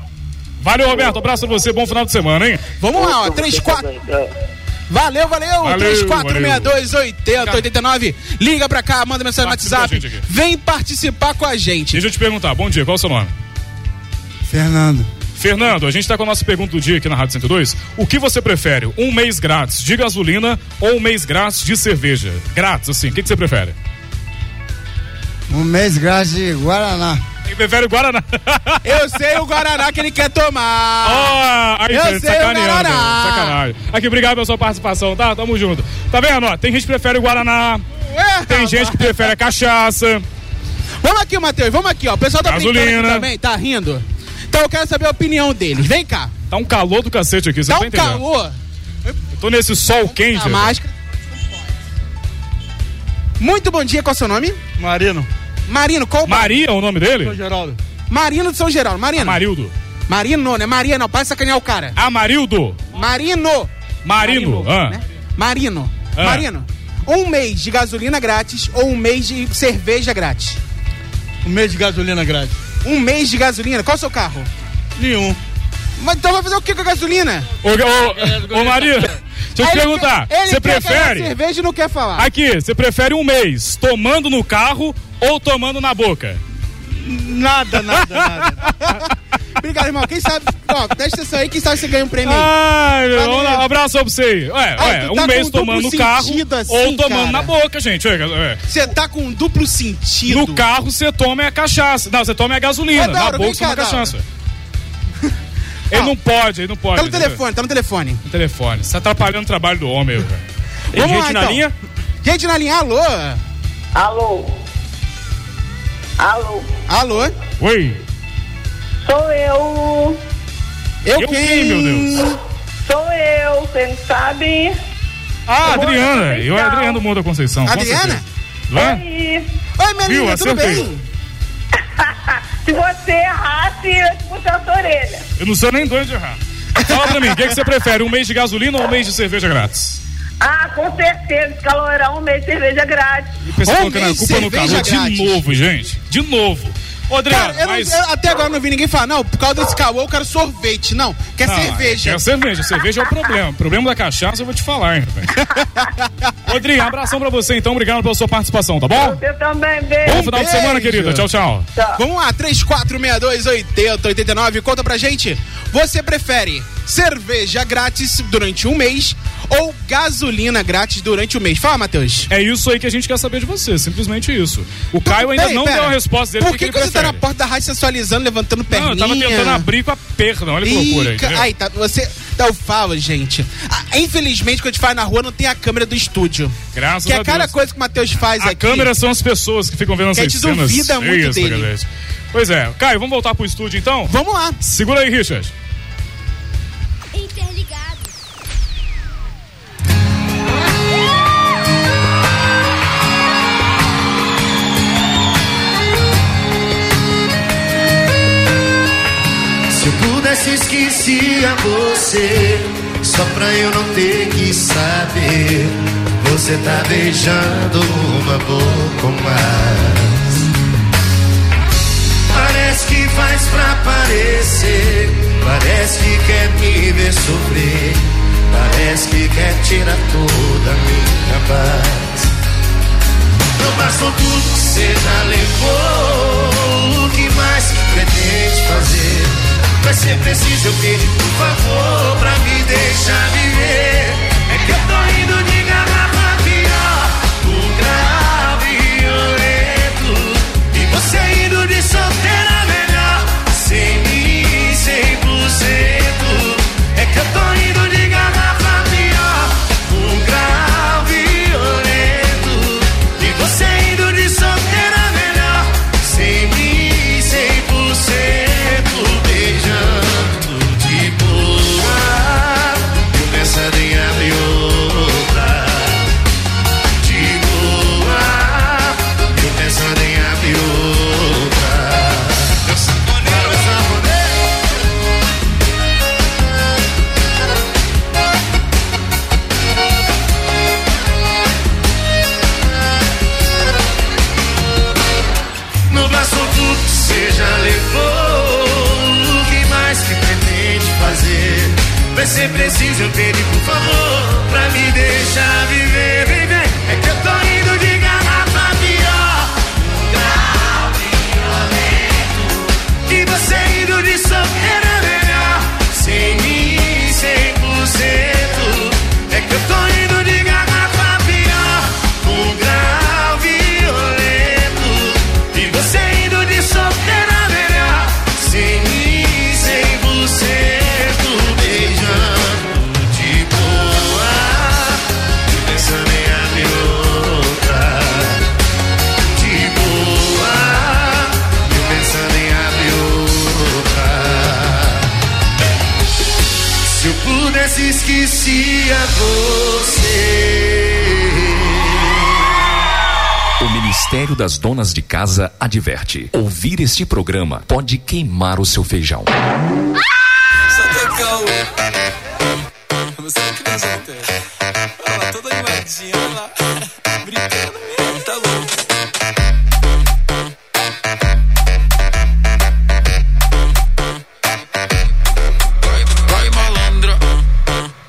Speaker 5: Valeu, Roberto. Abraço pra você, bom final de semana, hein?
Speaker 4: Vamos lá, ó, 3, 4.
Speaker 23: É.
Speaker 4: Valeu, valeu,
Speaker 5: Valeu,
Speaker 4: 3462 8089. Liga pra cá, manda mensagem no
Speaker 5: Participa com a
Speaker 4: WhatsApp.
Speaker 5: gente aqui.
Speaker 4: Vem participar com a gente.
Speaker 5: Deixa eu te perguntar, bom dia, qual é o seu nome?
Speaker 20: Fernando.
Speaker 5: Fernando, a gente tá com a nossa pergunta do dia aqui na Rádio 102. O que você prefere, um mês grátis de gasolina ou um mês grátis de cerveja? Grátis, assim, o que, que você prefere?
Speaker 20: Um mês grátis de Guaraná.
Speaker 5: Quem prefere o Guaraná?
Speaker 4: Eu sei o Guaraná que ele quer tomar.
Speaker 5: Ó, aí,
Speaker 4: eu
Speaker 5: gente,
Speaker 4: sei o
Speaker 5: sacaneando,
Speaker 4: Guaraná.
Speaker 5: sacanagem. Aqui, obrigado pela sua participação, tá? Tamo junto. Tá vendo, ó? Tem gente que prefere o Guaraná, tem gente que prefere a cachaça.
Speaker 4: Vamos aqui, Matheus, vamos aqui, ó. O pessoal tá brincando
Speaker 5: Gasolina.
Speaker 4: aqui também, tá rindo. Então eu quero saber a opinião deles. Vem cá.
Speaker 5: Tá um calor do cacete aqui, você não
Speaker 4: Dá
Speaker 5: tá
Speaker 4: um
Speaker 5: entendendo.
Speaker 4: calor.
Speaker 5: Eu tô nesse sol quente.
Speaker 4: A máscara. Muito bom dia, qual é o seu nome?
Speaker 5: Marino.
Speaker 4: Marino, qual o
Speaker 5: Maria é o nome dele?
Speaker 4: São Geraldo. Marino de São Geraldo, Marino.
Speaker 5: Amarildo.
Speaker 4: Marino, né? Maria não, para de sacanear o cara.
Speaker 5: Amarildo.
Speaker 4: Marino.
Speaker 5: Marino. ah.
Speaker 4: Marino.
Speaker 5: Ah.
Speaker 4: Marino, um mês de gasolina grátis ou um mês de cerveja grátis? Um mês de gasolina grátis. Um mês de gasolina? Qual é o seu carro? Nenhum. Mas então vai fazer o que com a gasolina?
Speaker 5: Ô, ô, ô, Marino, deixa eu te
Speaker 4: Aí ele
Speaker 5: perguntar.
Speaker 4: quer- ele
Speaker 5: Você
Speaker 4: quer tomar
Speaker 5: prefere?
Speaker 4: cerveja e não quer falar.
Speaker 5: Aqui, você prefere um mês tomando no carro ou tomando na boca?
Speaker 4: Nada, nada, nada. Obrigado, irmão. Quem sabe, ó, presta atenção aí, quem sabe você ganha um prêmio aí.
Speaker 5: Ai, meu,
Speaker 4: Valeu.
Speaker 5: vamos lá, um abraço pra você. aí. Ué,
Speaker 4: Ai,
Speaker 5: ué,
Speaker 4: tu
Speaker 5: um
Speaker 4: tá
Speaker 5: mês
Speaker 4: com duplo
Speaker 5: tomando no carro
Speaker 4: sentido assim,
Speaker 5: ou tomando
Speaker 4: cara.
Speaker 5: na boca, gente. Ué, ué.
Speaker 4: Você tá com um duplo sentido.
Speaker 5: No carro você toma é a cachaça. Não, você toma é a gasolina.
Speaker 4: Ô,
Speaker 5: na
Speaker 4: Dauro,
Speaker 5: boca
Speaker 4: vem
Speaker 5: você toma a
Speaker 4: cá, Dauro.
Speaker 5: cachaça. Ele não pode, ele não pode.
Speaker 4: Tá no
Speaker 5: entendeu?
Speaker 4: telefone, tá no telefone.
Speaker 5: No telefone. Você tá atrapalhando o trabalho do homem, velho. Tem
Speaker 4: Vamos
Speaker 5: gente
Speaker 4: lá,
Speaker 5: na
Speaker 4: então.
Speaker 5: linha?
Speaker 4: Gente na linha, alô?
Speaker 23: Alô? Alô?
Speaker 4: Alô?
Speaker 5: Oi?
Speaker 23: Sou eu.
Speaker 4: Eu,
Speaker 23: Eu
Speaker 4: quem?
Speaker 23: quem, meu Deus? Sou eu, você não sabe? Mônica
Speaker 5: Ah,
Speaker 4: então.
Speaker 5: Adriana. Eu é
Speaker 23: Conceição.
Speaker 5: Adriana do Mundo da Conceição. com
Speaker 23: Adriana?
Speaker 5: certeza. Não é?
Speaker 23: Oi.
Speaker 4: Oi, minha
Speaker 5: Viu? linda, tudo Acertei. bem?
Speaker 23: Se você errasse, eu te puxar a sua orelha.
Speaker 5: Eu não sou nem doido de errar. Fala pra mim, o que, que você prefere? Um mês de gasolina ou um mês de cerveja grátis?
Speaker 23: Ah, com certeza, esse calorão, um mês de cerveja grátis.
Speaker 5: O
Speaker 4: Um
Speaker 5: pessoal colocando a culpa no calor de novo, gente. De novo. Ô, Adriana,
Speaker 4: Cara, eu não-
Speaker 5: mas...
Speaker 4: eu até agora não vi ninguém falar, não, por causa desse calor eu quero sorvete. Não, quer
Speaker 5: Não,
Speaker 4: cerveja.
Speaker 5: Ah, Quer cerveja. Cerveja é o problema. O problema da cachaça eu vou te falar, hein, rapaz. Rodrigo, abração pra você, então. Obrigado pela sua participação, tá bom?
Speaker 23: Então, Você também, beijo.
Speaker 5: Bom final de semana, querida. Tchau, tchau.
Speaker 4: Vamos lá, 34628089, conta pra gente. Você prefere cerveja grátis durante um mês ou gasolina grátis durante o mês? Fala, Matheus. Então,
Speaker 5: É isso aí que a gente quer saber de você, simplesmente isso. O Caio ainda
Speaker 4: Peraí,
Speaker 5: não
Speaker 4: pera.
Speaker 5: deu a resposta dele.
Speaker 4: Por
Speaker 5: do
Speaker 4: que, que
Speaker 5: ele
Speaker 4: você tá na
Speaker 5: prefere.
Speaker 4: porta da rádio sensualizando, levantando perninha?
Speaker 5: Não, eu tava tentando abrir com a perna. Olha que
Speaker 4: Ih,
Speaker 5: loucura aí.
Speaker 4: ca-
Speaker 5: entendeu?
Speaker 4: Ai, tá, você. Tá, eu falo, gente. Ah, infelizmente, quando a gente faz na rua, não tem a câmera do estúdio.
Speaker 5: Graças
Speaker 4: que
Speaker 5: a
Speaker 4: é cada
Speaker 5: Deus.
Speaker 4: coisa que o Matheus faz
Speaker 5: A
Speaker 4: aqui.
Speaker 5: câmera são as pessoas que ficam vendo
Speaker 4: Que a
Speaker 5: essas
Speaker 4: gente
Speaker 5: cenas. É
Speaker 4: duvida muito
Speaker 5: Isso,
Speaker 4: dele.
Speaker 5: galera. Pois é. Caio, vamos voltar pro estúdio então?
Speaker 4: Vamos lá.
Speaker 5: Segura aí, Richard.
Speaker 24: Se eu pudesse esquecia você Só pra eu não ter que saber
Speaker 22: Você tá beijando uma pouco mais. Parece que faz pra aparecer. Parece que quer me ver sofrer. Parece que quer tirar toda a minha paz. Não bastou tudo que você já levou. O que mais pretende fazer? Vai ser preciso eu pedir por favor pra me deixar viver. É que eu tô rindo de garrafa pior. O grave violento. E você indo de solteira melhor. Sem mim, cem por cento. É que eu tô indo de garrafa pior. O grau violento. E você indo de solteira melhor Sem mim, cem por cento Beijando de boa Eu pensando em abrir outra De boa Eu pensando em abrir outra Eu saboneiro, eu No braço tudo que você já levou. O que mais que pretende fazer? Vai ser preciso eu pedir por favor pra me deixar viver. Vem, vem, é que eu tô indo de garrafa pior. Um grau violento. E você indo de solteira melhor. Sem mim, sem cento. É que eu tô indo de garrafa pior. Um grau violento. E você indo de solteira melhor Sem mim, sem você Tu beijando de boa Eu pensando em abrir outra De boa Eu pensando em abrir outra Se eu pudesse esquecia você
Speaker 2: O Ministério das Donas de Casa adverte: ouvir este programa pode queimar o seu feijão.
Speaker 25: Você é criança até. Olha lá, toda animadinha, olha lá. Brincando mesmo, tá louco. Vai malandra,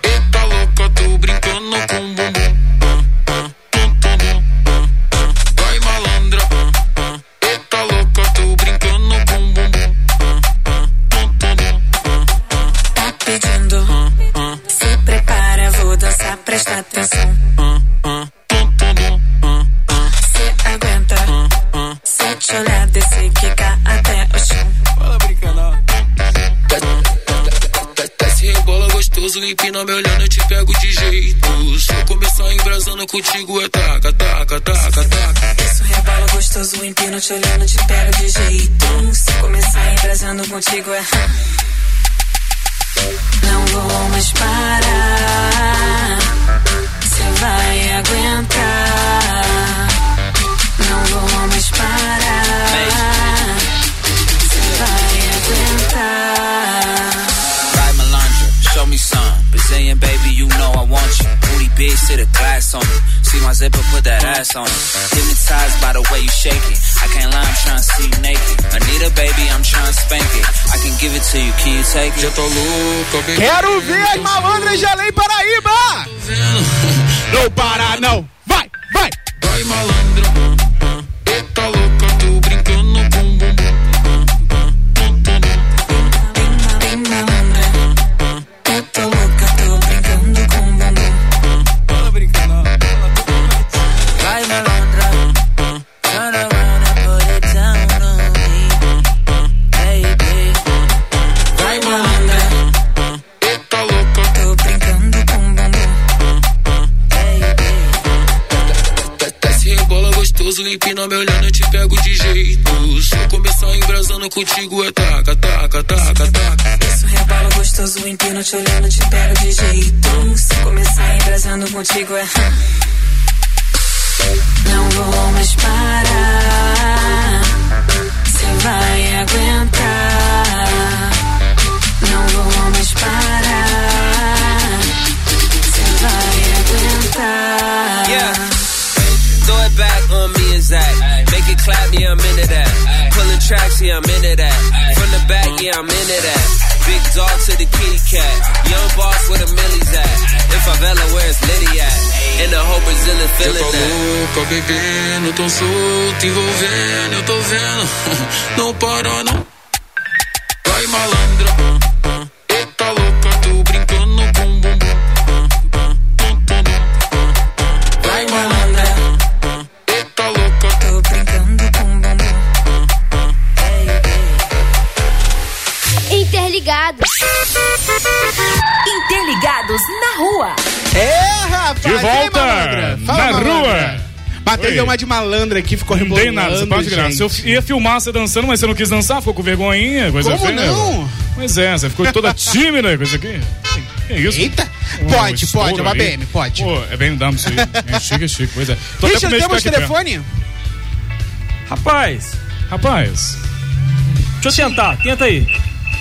Speaker 25: eita louca, tô brincando com o bumbum. Tum, tum, tum. Vai malandra, eita louca, tô brincando com o bumbum. Tum, tum, tum.
Speaker 9: tá pedindo. Se prepara, vou dançar, presta atenção. Se aguenta, sete olhadas e se quica até o chão.
Speaker 25: Fala brincando, ó. Desce- Desce rebola gostoso, empina me olhando, eu te pego de jeito. Se eu começar embrasando contigo, é taca, taca, taca, taca.
Speaker 9: Isso rebola gostoso, empino te olhando, te pego de jeito. Se começar embrasando contigo é. hum. Não vou mais parar. Você vai aguentar. Não vou mais parar. Você vai aguentar.
Speaker 26: Right, Melandra, show me some. Brazilian baby, you know I want you. Booty big, sit a glass on it. See my zipper, put that ass on it. Hypnotized by the way you shake it. I can't lie, I'm trying to see you naked. Anita, baby, I'm trying to spank it. I can give it to you, can you take it?
Speaker 4: Quero ver as malandras de Além Paraíba! Não para, não! Vai, vai!
Speaker 25: Vai malandro, eita louca, tô brincando com bumbum.
Speaker 9: Bem malandra, eu tô louca, tô brincando com o bumbum.
Speaker 25: Fala brincando, ó.
Speaker 26: Vai, Melandra, turn around and put it down on me. Baby,
Speaker 9: Vai malandra,
Speaker 25: Eita louca,
Speaker 9: tô brincando com o bumbum.
Speaker 25: Desce rebola gostoso, empina me olhando, eu te pego de jeito. Se eu começar embrasando contigo, é taca, taca, taca, taca.
Speaker 9: Isso é rebola gostoso, empino te olhando, te pego de jeito. Se começar embrasando contigo é. hum. Não vou mais parar. Você vai aguentar. Não vou mais parar. Você vai aguentar.
Speaker 11: I'm into that. From the back, yeah, I'm into that. Big dog to the kitty cat. Young boss where the millies at. If I Favela, where's Liddy at? And the whole Brazilian
Speaker 10: Eu tô
Speaker 11: feeling that.
Speaker 10: louco, bebendo, tô solto, envolvendo, eu tô vendo. Não parou, não. Vai malandra, ah, ah. Eita louca, tô brincando no bum bum bum. ah, ah, bum, bum, bum, ah, ah. Vai malandra, ah, ah. Eita louca, tô brincando no bum bum bum.
Speaker 19: Interligados. Interligados na rua.
Speaker 4: É, rapaz!
Speaker 5: De
Speaker 4: e aí,
Speaker 5: volta,
Speaker 4: malandra?
Speaker 5: na
Speaker 4: malandra.
Speaker 5: rua.
Speaker 4: Matheus
Speaker 5: Oi.
Speaker 4: deu uma de malandra aqui, ficou
Speaker 5: Não tem nada, você
Speaker 4: rebolando,
Speaker 5: pode graça. Eu
Speaker 4: gente.
Speaker 5: ia filmar você dançando, mas você não quis dançar, ficou com vergonhinha, coisa
Speaker 4: Como
Speaker 5: feia.
Speaker 4: não?
Speaker 5: Pois é, você ficou toda tímida, coisa aqui. Que isso? Eita!
Speaker 4: Pode, pode, é uma BM,
Speaker 5: pode. Pô, é bem dama isso aí. É chique, é chique, pois é. Tô até com
Speaker 4: Richard,
Speaker 5: medo de
Speaker 4: temos
Speaker 5: ficar aqui
Speaker 4: telefone?
Speaker 5: perto. Rapaz, rapaz.
Speaker 8: Deixa eu tentar, tenta aí.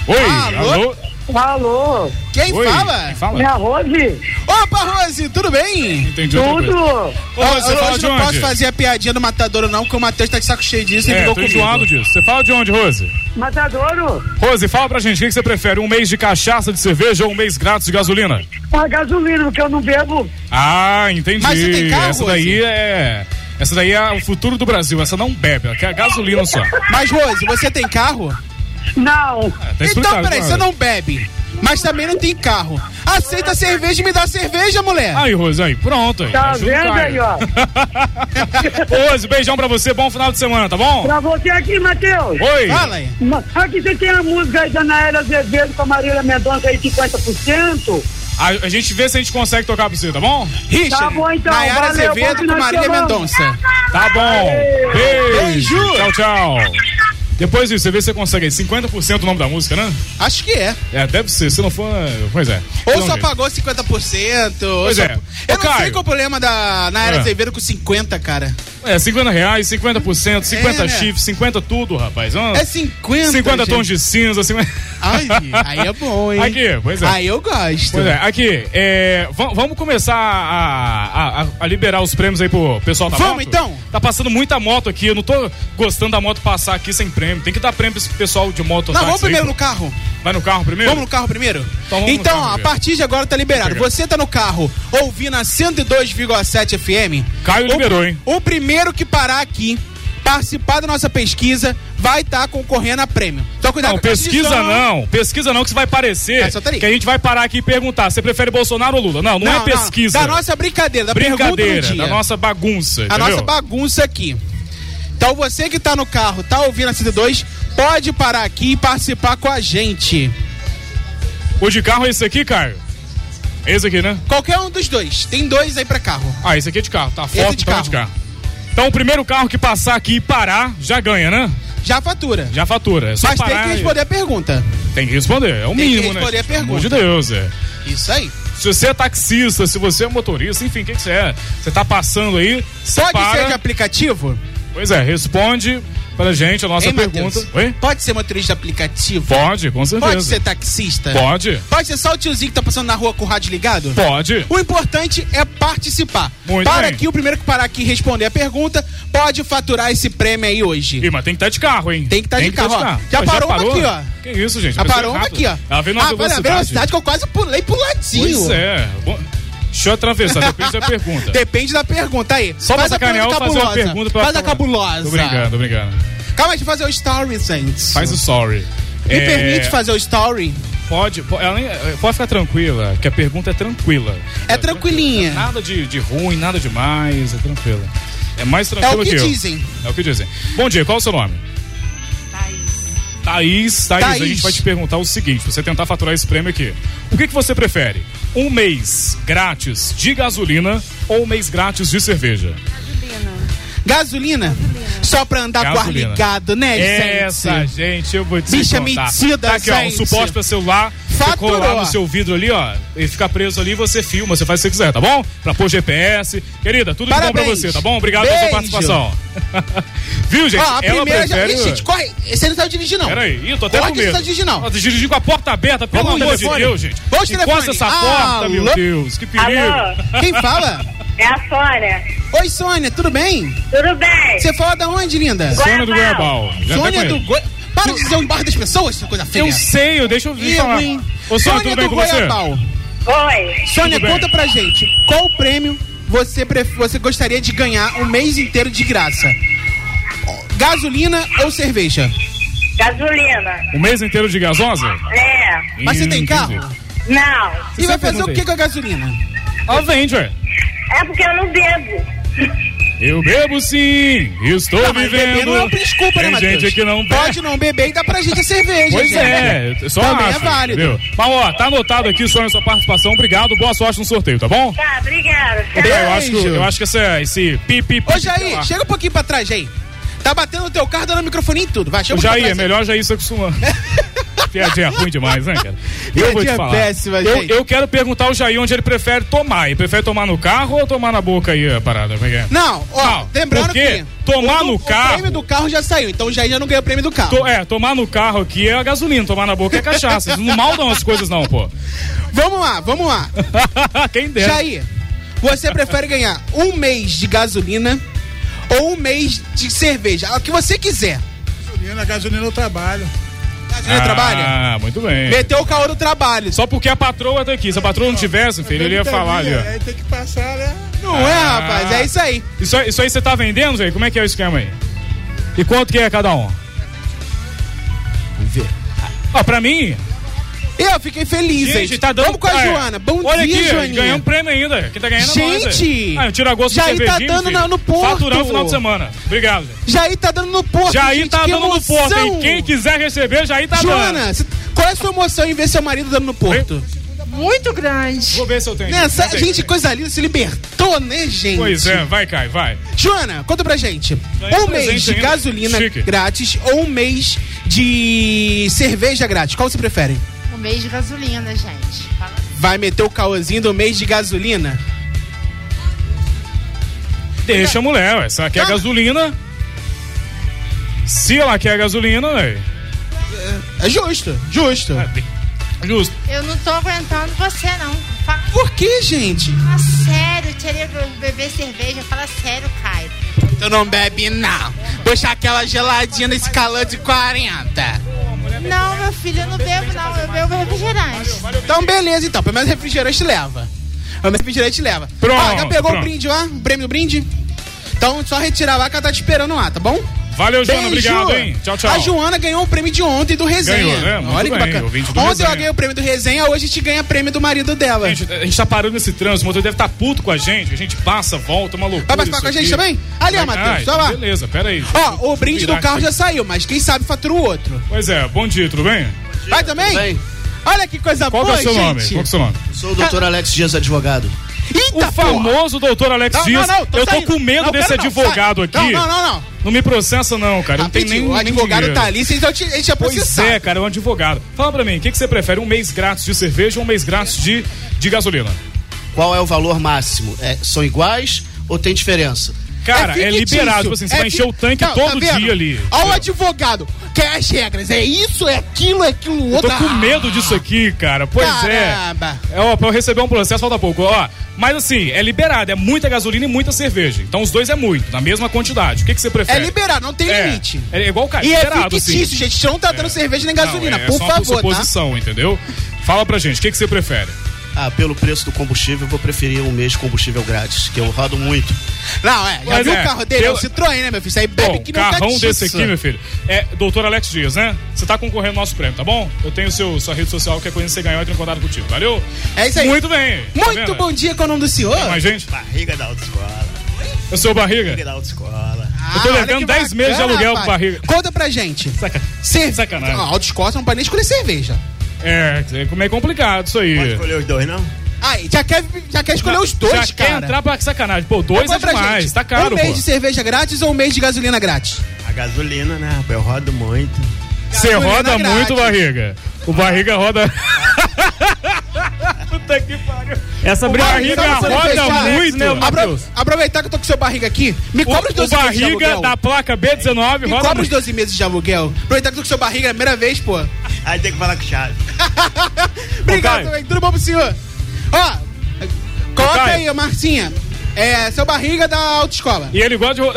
Speaker 5: Oi, alô?
Speaker 8: Alô?
Speaker 4: Quem
Speaker 8: Oi,
Speaker 4: fala?
Speaker 8: quem fala? É a
Speaker 4: Rose. Opa, Rose, tudo bem?
Speaker 5: Entendi
Speaker 8: outra Tudo. coisa.
Speaker 4: Ô,
Speaker 8: Ô, Rose, você
Speaker 4: eu,
Speaker 8: fala
Speaker 4: hoje
Speaker 8: de
Speaker 4: não
Speaker 8: onde?
Speaker 4: posso fazer a piadinha do Matadouro não, porque o Matheus tá de saco cheio disso e
Speaker 5: É,
Speaker 4: ficou
Speaker 5: tô enjoado
Speaker 4: comigo.
Speaker 5: disso. Você fala de onde, Rose?
Speaker 12: Matadouro,
Speaker 5: Rose, fala pra gente, o que que você prefere? Um mês de cachaça de cerveja ou um mês grátis de gasolina?
Speaker 12: a gasolina, porque eu não bebo.
Speaker 5: Ah, entendi.
Speaker 12: Mas você tem carro,
Speaker 5: Essa daí
Speaker 12: Rose?
Speaker 5: é. Essa daí é o futuro do Brasil. Essa não bebe, ela quer gasolina só.
Speaker 4: Mas, Rose, você tem carro?
Speaker 12: Não.
Speaker 4: então,
Speaker 5: É, tá explicado,
Speaker 4: peraí,
Speaker 5: claro.
Speaker 4: você não bebe, mas também não tem carro. Aceita cerveja e me dá cerveja,
Speaker 12: É.
Speaker 4: mulher.
Speaker 5: Aí, Rose, aí, pronto. Aí,
Speaker 4: Tá
Speaker 5: ajuda o
Speaker 4: vendo
Speaker 5: cara.
Speaker 4: aí, ó?
Speaker 5: Rose, beijão pra você, bom final de semana, tá bom?
Speaker 12: Pra você aqui, Matheus.
Speaker 5: Oi. Fala aí.
Speaker 12: Ma- Aqui você tem a música aí da Naira Azevedo com a Marília Mendonça aí 50%.
Speaker 5: A, a gente vê se a gente consegue tocar pra você, tá bom?
Speaker 12: Richard, Tá bom, então. Nayara Valeu, Azevedo bom final com de Marília semana. Mendonça.
Speaker 5: Tá bom. Beijo. Tchau, tchau. Depois disso, você vê se você consegue aí. 50% o nome da música, né?
Speaker 4: Acho que é.
Speaker 5: É, deve ser. Se não for, pois é.
Speaker 4: Ou
Speaker 5: Não,
Speaker 4: só
Speaker 5: gente.
Speaker 4: pagou 50%. ou
Speaker 5: Pois
Speaker 4: só-
Speaker 5: é.
Speaker 4: Eu
Speaker 5: Ô,
Speaker 4: não sei
Speaker 5: Caio.
Speaker 4: qual é o problema da Nayara
Speaker 5: É.
Speaker 4: Azevedo com 50, cara.
Speaker 5: É, 50 reais, 50%, 50
Speaker 4: É, né?
Speaker 5: chifres, 50 tudo, rapaz. Ah,
Speaker 4: É 50,
Speaker 5: 50 tons de
Speaker 4: gente.
Speaker 5: cinza, 50...
Speaker 4: Ai, aí é bom, hein?
Speaker 5: Aqui, pois é.
Speaker 4: Aí eu gosto.
Speaker 5: Pois é, aqui, é, va- vamos começar a, a- a- a liberar os prêmios aí pro pessoal da
Speaker 4: Vamos,
Speaker 5: moto?
Speaker 4: então?
Speaker 5: Tá passando muita moto aqui, eu não tô gostando da moto passar aqui sem prêmio. Tem que dar prêmio pra esse pessoal de moto.
Speaker 4: Não, vamos primeiro no carro.
Speaker 5: Vai no carro primeiro?
Speaker 4: Vamos no carro primeiro?
Speaker 5: Então, vamos no
Speaker 4: Então,
Speaker 5: carro
Speaker 4: ó, a
Speaker 5: primeiro.
Speaker 4: partir de agora tá liberado. Você tá no carro ouvindo a 102,7 FM.
Speaker 5: Caio
Speaker 4: o,
Speaker 5: liberou, hein?
Speaker 4: O primeiro que parar aqui, participar da nossa pesquisa, vai estar concorrendo a prêmio. Então, cuidado
Speaker 5: Não,
Speaker 4: com a caixa de
Speaker 5: pesquisa
Speaker 4: som.
Speaker 5: não, pesquisa não, que isso vai parecer
Speaker 4: É, tá
Speaker 5: que a gente vai parar aqui e perguntar, você prefere Bolsonaro ou Lula? Não, não, é pesquisa.
Speaker 4: Da nossa brincadeira, da pergunta do
Speaker 5: brincadeira,
Speaker 4: dia.
Speaker 5: da nossa bagunça,
Speaker 4: a
Speaker 5: entendeu?
Speaker 4: nossa bagunça aqui. Então você que tá no carro, tá ouvindo a 102, pode parar aqui e participar com a gente.
Speaker 5: O de carro é esse aqui, Caio? É Esse aqui, né?
Speaker 4: Qualquer um dos dois. Tem dois aí pra carro.
Speaker 5: Ah, esse aqui é de carro, tá?
Speaker 4: Esse
Speaker 5: Foto
Speaker 4: é de
Speaker 5: então é de carro. Então o primeiro carro que passar aqui e parar, já ganha, né?
Speaker 4: Já fatura.
Speaker 5: Já fatura. É só
Speaker 4: Mas tem
Speaker 5: parar
Speaker 4: que
Speaker 5: e-
Speaker 4: responder a pergunta.
Speaker 5: Tem que responder, é o
Speaker 4: Tem que
Speaker 5: mínimo, né?
Speaker 4: responder a
Speaker 5: gente? Pelo amor
Speaker 4: pergunta.
Speaker 5: de Deus, é.
Speaker 4: Isso aí.
Speaker 5: Se você é taxista, se você é motorista, enfim, o que, que você é? Você tá passando aí, você
Speaker 4: Pode
Speaker 5: para.
Speaker 4: ser de aplicativo?
Speaker 5: Pois é, responde pra gente a nossa
Speaker 4: Hein, Matheus?
Speaker 5: pergunta. Oi?
Speaker 4: Pode ser motorista de aplicativo?
Speaker 5: Pode, com certeza.
Speaker 4: Pode ser taxista?
Speaker 5: Pode.
Speaker 4: Pode ser só o tiozinho que tá passando na rua com o rádio ligado?
Speaker 5: Pode.
Speaker 4: O importante é participar.
Speaker 5: Muito
Speaker 4: Para
Speaker 5: bem.
Speaker 4: aqui, o primeiro que parar aqui e responder a pergunta, pode faturar esse prêmio aí hoje.
Speaker 5: Ih, mas tem que estar de carro, hein?
Speaker 4: Tem que estar
Speaker 5: Tem
Speaker 4: de
Speaker 5: que
Speaker 4: carro,
Speaker 5: tá
Speaker 4: ó.
Speaker 5: de carro.
Speaker 4: Já
Speaker 5: Pô, já
Speaker 4: parou uma
Speaker 5: parou?
Speaker 4: aqui, ó.
Speaker 5: Que isso, gente?
Speaker 4: Já
Speaker 5: Vai ser
Speaker 4: parou uma
Speaker 5: rápido.
Speaker 4: aqui, ó.
Speaker 5: Ela veio numa
Speaker 4: Ah, foi na
Speaker 5: velocidade.
Speaker 4: velocidade que eu quase pulei pro ladinho.
Speaker 5: Pois é. Bom, deixa eu atravessar, depende da pergunta.
Speaker 4: Depende da pergunta aí.
Speaker 5: Só pra
Speaker 4: Faz a
Speaker 5: sacanear, eu
Speaker 4: pergunta
Speaker 5: vou fazer uma
Speaker 4: cabulosa.
Speaker 5: pergunta pra
Speaker 4: Faz a
Speaker 5: falar.
Speaker 4: cabulosa.
Speaker 5: Tô brincando, tô brincando.
Speaker 4: Calma, deixa eu fazer o story, gente.
Speaker 5: Faz o sorry. É,
Speaker 4: Me permite fazer o story?
Speaker 5: Pode, po- ela nem- eh, pode ficar tranquila, que a pergunta é tranquila.
Speaker 4: É tranquilinha.
Speaker 5: Nada de, de ruim, nada demais, é tranquila. É mais
Speaker 4: É
Speaker 5: tranquila
Speaker 4: o que
Speaker 5: eu.
Speaker 4: dizem.
Speaker 5: É o que dizem. Bom dia, qual é o seu nome? Thaís, Thaís, a
Speaker 4: Thaís.
Speaker 5: gente vai te perguntar o seguinte: pra você tentar faturar esse prêmio aqui. O que, que você prefere? Um mês grátis de gasolina ou um mês grátis de cerveja?
Speaker 4: Gasolina? Só pra andar com o ar
Speaker 5: Gasolina.
Speaker 4: ligado, né, gente?
Speaker 5: Essa, gente, eu vou te
Speaker 4: Bicha
Speaker 5: contar.
Speaker 4: metida,
Speaker 5: tá aqui, ó, um
Speaker 4: gente.
Speaker 5: suporte pra celular. Você
Speaker 4: Faturou.
Speaker 5: colar no seu vidro ali, ó. E fica preso ali, você filma, você faz o que você quiser, tá bom? Pra pôr GPS. Querida, tudo de bom pra
Speaker 4: Parabéns.
Speaker 5: você, tá bom? Obrigado
Speaker 4: Beijo.
Speaker 5: pela sua participação. Viu, gente?
Speaker 4: Ó, Ah, a
Speaker 5: Ela
Speaker 4: primeira já.
Speaker 5: prefere-
Speaker 4: Ih, gente, corre. Você não sabe dirigir, não.
Speaker 5: Peraí, eu tô até
Speaker 4: corre
Speaker 5: com
Speaker 4: que
Speaker 5: medo. Tá
Speaker 4: você não sabe dirigir, não.
Speaker 5: Ó, dirigir com a porta aberta, pelo
Speaker 4: Vamos,
Speaker 5: amor
Speaker 4: telefone.
Speaker 5: de Deus, gente.
Speaker 4: Vamos, telefone.
Speaker 5: Encosta essa porta,
Speaker 4: Alô?
Speaker 5: meu Deus. Que perigo.
Speaker 4: Alô? Quem fala?
Speaker 14: É a Sônia.
Speaker 4: Oi, Sônia, tudo bem?
Speaker 14: Tudo bem.
Speaker 4: Você fala da onde, linda?
Speaker 5: Sônia do Goiabal. Já até
Speaker 4: Sônia do
Speaker 5: conheço.
Speaker 4: Goi... Para de dizer um bar das pessoas, essa coisa feia.
Speaker 5: Eu sei, eu- deixa eu
Speaker 4: Ih,
Speaker 5: falar.
Speaker 4: ruim.
Speaker 5: Ô, Sônia, tudo
Speaker 4: Sônia
Speaker 5: bem
Speaker 4: do
Speaker 5: com você?
Speaker 4: Goiabal.
Speaker 13: Oi.
Speaker 4: Sônia,
Speaker 5: Tudo bem.
Speaker 4: conta pra gente, qual prêmio você, pref- você gostaria de ganhar um mês inteiro de graça? Gasolina ou cerveja?
Speaker 13: Gasolina.
Speaker 5: O mês inteiro de gasosa? Hum,
Speaker 13: É.
Speaker 4: Mas você tem carro?
Speaker 13: Não.
Speaker 4: E
Speaker 5: é
Speaker 4: vai fazer o que com a gasolina?
Speaker 5: Ó, vende, ué.
Speaker 13: É porque eu não bebo.
Speaker 5: Eu bebo sim, estou
Speaker 4: Não, mas
Speaker 5: vivendo.
Speaker 4: beber não é uma desculpa, né,
Speaker 5: Tem
Speaker 4: Matheus?
Speaker 5: gente que não bebe.
Speaker 4: Pode não beber e dá pra gente a cerveja.
Speaker 5: Pois
Speaker 4: gente.
Speaker 5: é, eu só
Speaker 4: Também
Speaker 5: acho,
Speaker 4: é válido.
Speaker 5: entendeu? Mas ó, tá anotado aqui, Sônia, sua participação. Obrigado, boa sorte no sorteio, tá bom?
Speaker 13: Tá, obrigada.
Speaker 5: É, Eu acho que, eu acho que esse, esse pi, pi, pi,
Speaker 4: Ô, Jair,
Speaker 5: sei lá.
Speaker 4: chega um pouquinho pra trás, Jair. Tá batendo no teu carro, dando microfone em tudo. Vai, chega um
Speaker 5: Jair,
Speaker 4: pouquinho
Speaker 5: é
Speaker 4: pra trás,
Speaker 5: melhor Jair se acostumar. Piadinha é ruim demais, né, cara? Eu vou te
Speaker 4: Piadinha
Speaker 5: falar.
Speaker 4: péssima,
Speaker 5: eu,
Speaker 4: gente.
Speaker 5: eu quero perguntar ao Jair onde ele prefere tomar. Ele prefere tomar no carro ou tomar na boca aí a parada? Como é que é?
Speaker 4: Não, ó, lembrando
Speaker 5: porque
Speaker 4: que.
Speaker 5: tomar
Speaker 4: o,
Speaker 5: no
Speaker 4: o
Speaker 5: carro-
Speaker 4: prêmio do carro já saiu, então o Jair já não ganhou o prêmio do carro.
Speaker 5: To- Ah. é, tomar no carro aqui é a gasolina, tomar na boca é cachaça. Isso não maldam as coisas, não, pô.
Speaker 4: Vamos lá, vamos lá.
Speaker 5: Quem dera.
Speaker 4: Jair, você prefere ganhar um mês de gasolina ou um mês de cerveja? O que você quiser. Gasolina, gasolina
Speaker 5: é
Speaker 4: eu trabalho. Gasolina eu trabalho?
Speaker 5: Ah, muito bem.
Speaker 4: Meteu o carro no trabalho.
Speaker 5: Só porque a patroa tá aqui. Se a patroa não tivesse, filho, ele ia falar ali, ó.
Speaker 4: Aí tem que passar, né? Não é,
Speaker 5: Ah.
Speaker 4: rapaz, é isso aí.
Speaker 5: Isso, aí- isso aí você tá vendendo, velho? Como é que é o esquema aí? E quanto que é cada um? Ó, pra mim.
Speaker 4: Eu fiquei feliz,
Speaker 5: Gente,
Speaker 4: gente.
Speaker 5: tá dando.
Speaker 4: Vamos com a
Speaker 5: Ah, é.
Speaker 4: Joana. Bom
Speaker 5: Olha
Speaker 4: dia,
Speaker 5: aqui,
Speaker 4: Joaninha.
Speaker 5: ganhamos um prêmio ainda. Quem tá ganhando é nós,
Speaker 4: Gente,
Speaker 5: velho. Ah, tira gosto de
Speaker 4: Jair tá
Speaker 5: cervejinho,
Speaker 4: dando
Speaker 5: filho.
Speaker 4: na- no porto.
Speaker 5: Faturar o final de semana. Obrigado. velho.
Speaker 4: Jair tá dando no porto.
Speaker 5: Jair
Speaker 4: gente,
Speaker 5: tá
Speaker 4: que
Speaker 5: dando no porto, hein?
Speaker 4: emoção.
Speaker 5: Quem quiser receber, Jair tá dando.
Speaker 4: Joana, cê- qual é a sua emoção em ver seu marido dando no porto?
Speaker 15: Muito grande.
Speaker 5: Vou ver se eu tenho.
Speaker 4: Né, essa-
Speaker 5: Eu tenho,
Speaker 4: gente,
Speaker 5: eu tenho.
Speaker 4: coisa linda, se libertou, né, gente?
Speaker 5: Pois é, vai, Caio, vai.
Speaker 4: Joana, conta pra gente.
Speaker 5: Ganhei
Speaker 4: um
Speaker 5: presente
Speaker 4: mês de
Speaker 5: ainda.
Speaker 4: gasolina
Speaker 5: Chique.
Speaker 4: grátis ou um mês de cerveja grátis? Qual você prefere?
Speaker 15: Um mês de gasolina, gente. Fala assim.
Speaker 4: Vai meter o caôzinho do mês de gasolina?
Speaker 5: Deixa a mulher, É, ué. Se ela
Speaker 4: Tá.
Speaker 5: quer gasolina. Se ela quer gasolina, velho.
Speaker 4: É justo, justo.
Speaker 5: Justo.
Speaker 15: Eu não tô aguentando você, não. Fala, assim.
Speaker 4: Por que, gente?
Speaker 15: fala sério, tirei beber cerveja. Fala sério, Caio.
Speaker 4: Tu não bebe, não. Puxa aquela geladinha nesse calor de 40.
Speaker 15: Não, meu filho, eu não bebo, não. Eu bebo refrigerante.
Speaker 4: Então, beleza, então. Pelo menos refrigerante leva. Pelo menos refrigerante leva.
Speaker 5: Pronto,
Speaker 4: Ó, já pegou
Speaker 5: pronto.
Speaker 4: o brinde lá? O prêmio do brinde? Então, só retirar lá que ela tá te esperando lá, tá bom?
Speaker 5: Valeu, Joana.
Speaker 4: Beijo.
Speaker 5: Obrigado, hein? Tchau, tchau.
Speaker 4: A Joana ganhou o prêmio de ontem do Resenha.
Speaker 5: Ganhou, né? Muito
Speaker 4: Olha que
Speaker 5: bem,
Speaker 4: bacana.
Speaker 5: ouvinte do
Speaker 4: Ontem
Speaker 5: Resenha.
Speaker 4: ela ganhou o prêmio do Resenha, hoje a gente ganha prêmio do marido dela.
Speaker 5: Gente, a gente tá parando nesse trânsito, o motor deve tá puto com a gente, a gente passa, volta, é uma loucura.
Speaker 4: Vai participar
Speaker 5: isso
Speaker 4: com a gente
Speaker 5: aqui.
Speaker 4: também? Ali, ó,
Speaker 5: Vai-
Speaker 4: Matheus,
Speaker 5: Ah,
Speaker 4: vai lá.
Speaker 5: Beleza, pera aí.
Speaker 4: Ó, o brinde do carro já saiu, mas quem sabe fatura o outro.
Speaker 5: Pois é, bom dia, tudo bem?
Speaker 4: Vai também? Olha que coisa
Speaker 5: Qual que é
Speaker 4: boa,
Speaker 5: o seu
Speaker 4: gente. Ah,
Speaker 5: nome? Qual que é o seu nome?
Speaker 17: Sou o doutor Alex Dias, advogado.
Speaker 4: Eita,
Speaker 5: o famoso doutor Alex
Speaker 17: Não, não,
Speaker 5: Dias.
Speaker 17: não, tô
Speaker 5: eu tô
Speaker 17: saindo.
Speaker 5: com medo
Speaker 17: Não,
Speaker 5: desse
Speaker 17: pera, não,
Speaker 5: advogado
Speaker 17: sai.
Speaker 5: aqui.
Speaker 17: Não, não,
Speaker 4: não, não.
Speaker 5: Não me processa, não, cara. Não tem nem.
Speaker 4: o
Speaker 5: nem
Speaker 4: advogado
Speaker 5: dinheiro.
Speaker 4: tá ali, vocês já te, a gente já
Speaker 5: Pois
Speaker 4: processar.
Speaker 5: é, cara, é um advogado. Fala pra mim, o que, que você prefere? Um mês grátis de cerveja ou um mês grátis de, de gasolina?
Speaker 17: Qual é o valor máximo? É, são iguais ou tem diferença?
Speaker 5: Cara, é,
Speaker 17: fictício.
Speaker 5: liberado. Tipo assim, você
Speaker 17: É
Speaker 5: vai encher
Speaker 17: fi-
Speaker 5: o tanque
Speaker 17: Não,
Speaker 5: todo
Speaker 17: tá vendo?
Speaker 5: dia ali.
Speaker 17: Ó,
Speaker 4: Olha o advogado, quer as regras, é isso, é aquilo, é aquilo,
Speaker 5: Eu
Speaker 4: outro.
Speaker 5: tô com medo disso
Speaker 4: Ah,
Speaker 5: aqui, cara. Pois
Speaker 4: Caramba.
Speaker 5: é. É, ó, pra eu receber um processo falta pouco, ó. Mas assim, é liberado, é muita gasolina e muita cerveja. Então os dois é muito, na mesma quantidade. O que, que você prefere?
Speaker 4: É liberado, não tem
Speaker 5: É.
Speaker 4: limite.
Speaker 5: É, igual o cara,
Speaker 4: E é
Speaker 5: liberado, assim.
Speaker 4: fictício, gente. a gente Não tá dando cerveja nem gasolina,
Speaker 5: Não, é
Speaker 4: por
Speaker 5: só
Speaker 4: favor,
Speaker 5: Por
Speaker 4: tá?
Speaker 5: suposição, entendeu? Fala pra gente, o que, que você prefere?
Speaker 17: Ah, pelo preço do combustível, eu vou preferir um mês de combustível grátis, que eu rodo muito.
Speaker 4: Não, é. Já
Speaker 5: Mas
Speaker 4: viu
Speaker 5: é,
Speaker 4: o carro dele? É o
Speaker 5: pelo-
Speaker 4: Citroën, né, meu filho? Isso aí bebe
Speaker 5: Bom,
Speaker 4: que não
Speaker 5: carrão desse
Speaker 4: né?
Speaker 5: aqui, meu filho. É, doutor Alex Dias, né? Você tá concorrendo ao nosso prêmio, tá bom? Eu tenho seu, sua rede social, qualquer coisa que você ganhou, entra em contato contigo, valeu?
Speaker 4: É isso aí.
Speaker 5: Muito bem. tá
Speaker 4: Muito
Speaker 5: vendo?
Speaker 4: bom dia, qual é o nome do senhor?
Speaker 5: Tem mais gente?
Speaker 17: Barriga da autoescola.
Speaker 5: Eu sou o Barriga?
Speaker 17: da autoescola.
Speaker 5: Eu tô
Speaker 4: Ah, olha
Speaker 5: devendo
Speaker 4: que
Speaker 5: 10 meses de
Speaker 4: bacana,
Speaker 5: aluguel pro
Speaker 4: rapaz.
Speaker 5: Barriga.
Speaker 4: Conta pra gente. Saca...
Speaker 5: Sacanagem.
Speaker 4: Ó, Alto Escócia não pode nem escolher cerveja.
Speaker 5: É, é como é complicado isso aí. Pode escolher
Speaker 17: os dois, não?
Speaker 4: Ah, e já quer, já quer escolher os dois,
Speaker 5: Já
Speaker 4: cara.
Speaker 5: quer entrar pra sacanagem. Pô, dois
Speaker 4: Então
Speaker 5: é
Speaker 4: conta pra
Speaker 5: demais,
Speaker 4: gente,
Speaker 5: tá caro,
Speaker 4: Um mês
Speaker 5: pô.
Speaker 4: de cerveja grátis ou um mês de gasolina grátis?
Speaker 17: A gasolina, né? rapaz? Eu rodo muito.
Speaker 5: Você
Speaker 17: Gasolina
Speaker 5: roda
Speaker 17: grátis.
Speaker 5: muito, Barriga. O Barriga roda... Puta que pariu.
Speaker 4: O
Speaker 5: Essa barriga
Speaker 4: barriga, só pra
Speaker 5: roda
Speaker 4: fechar,
Speaker 5: muito, né,
Speaker 4: Apro-
Speaker 5: Matheus?
Speaker 4: Aproveitar que eu tô com seu barriga aqui, me
Speaker 5: O-
Speaker 4: cobra os
Speaker 5: o
Speaker 4: 12 meses de
Speaker 5: barriga
Speaker 4: aluguel.
Speaker 5: da placa B19
Speaker 4: Me
Speaker 5: roda
Speaker 4: cobra os
Speaker 5: muito.
Speaker 4: 12 meses de aluguel. Aproveitar que eu tô com seu barriga, é a primeira vez, pô.
Speaker 17: Aí tem que falar com chave.
Speaker 4: Obrigado,
Speaker 17: Ô, Caio.
Speaker 4: também. Tudo bom pro senhor? Ó, coloca
Speaker 5: Caio.
Speaker 4: aí, ó, Marcinha. É, seu barriga da autoescola.
Speaker 5: E ele gosta de. ro-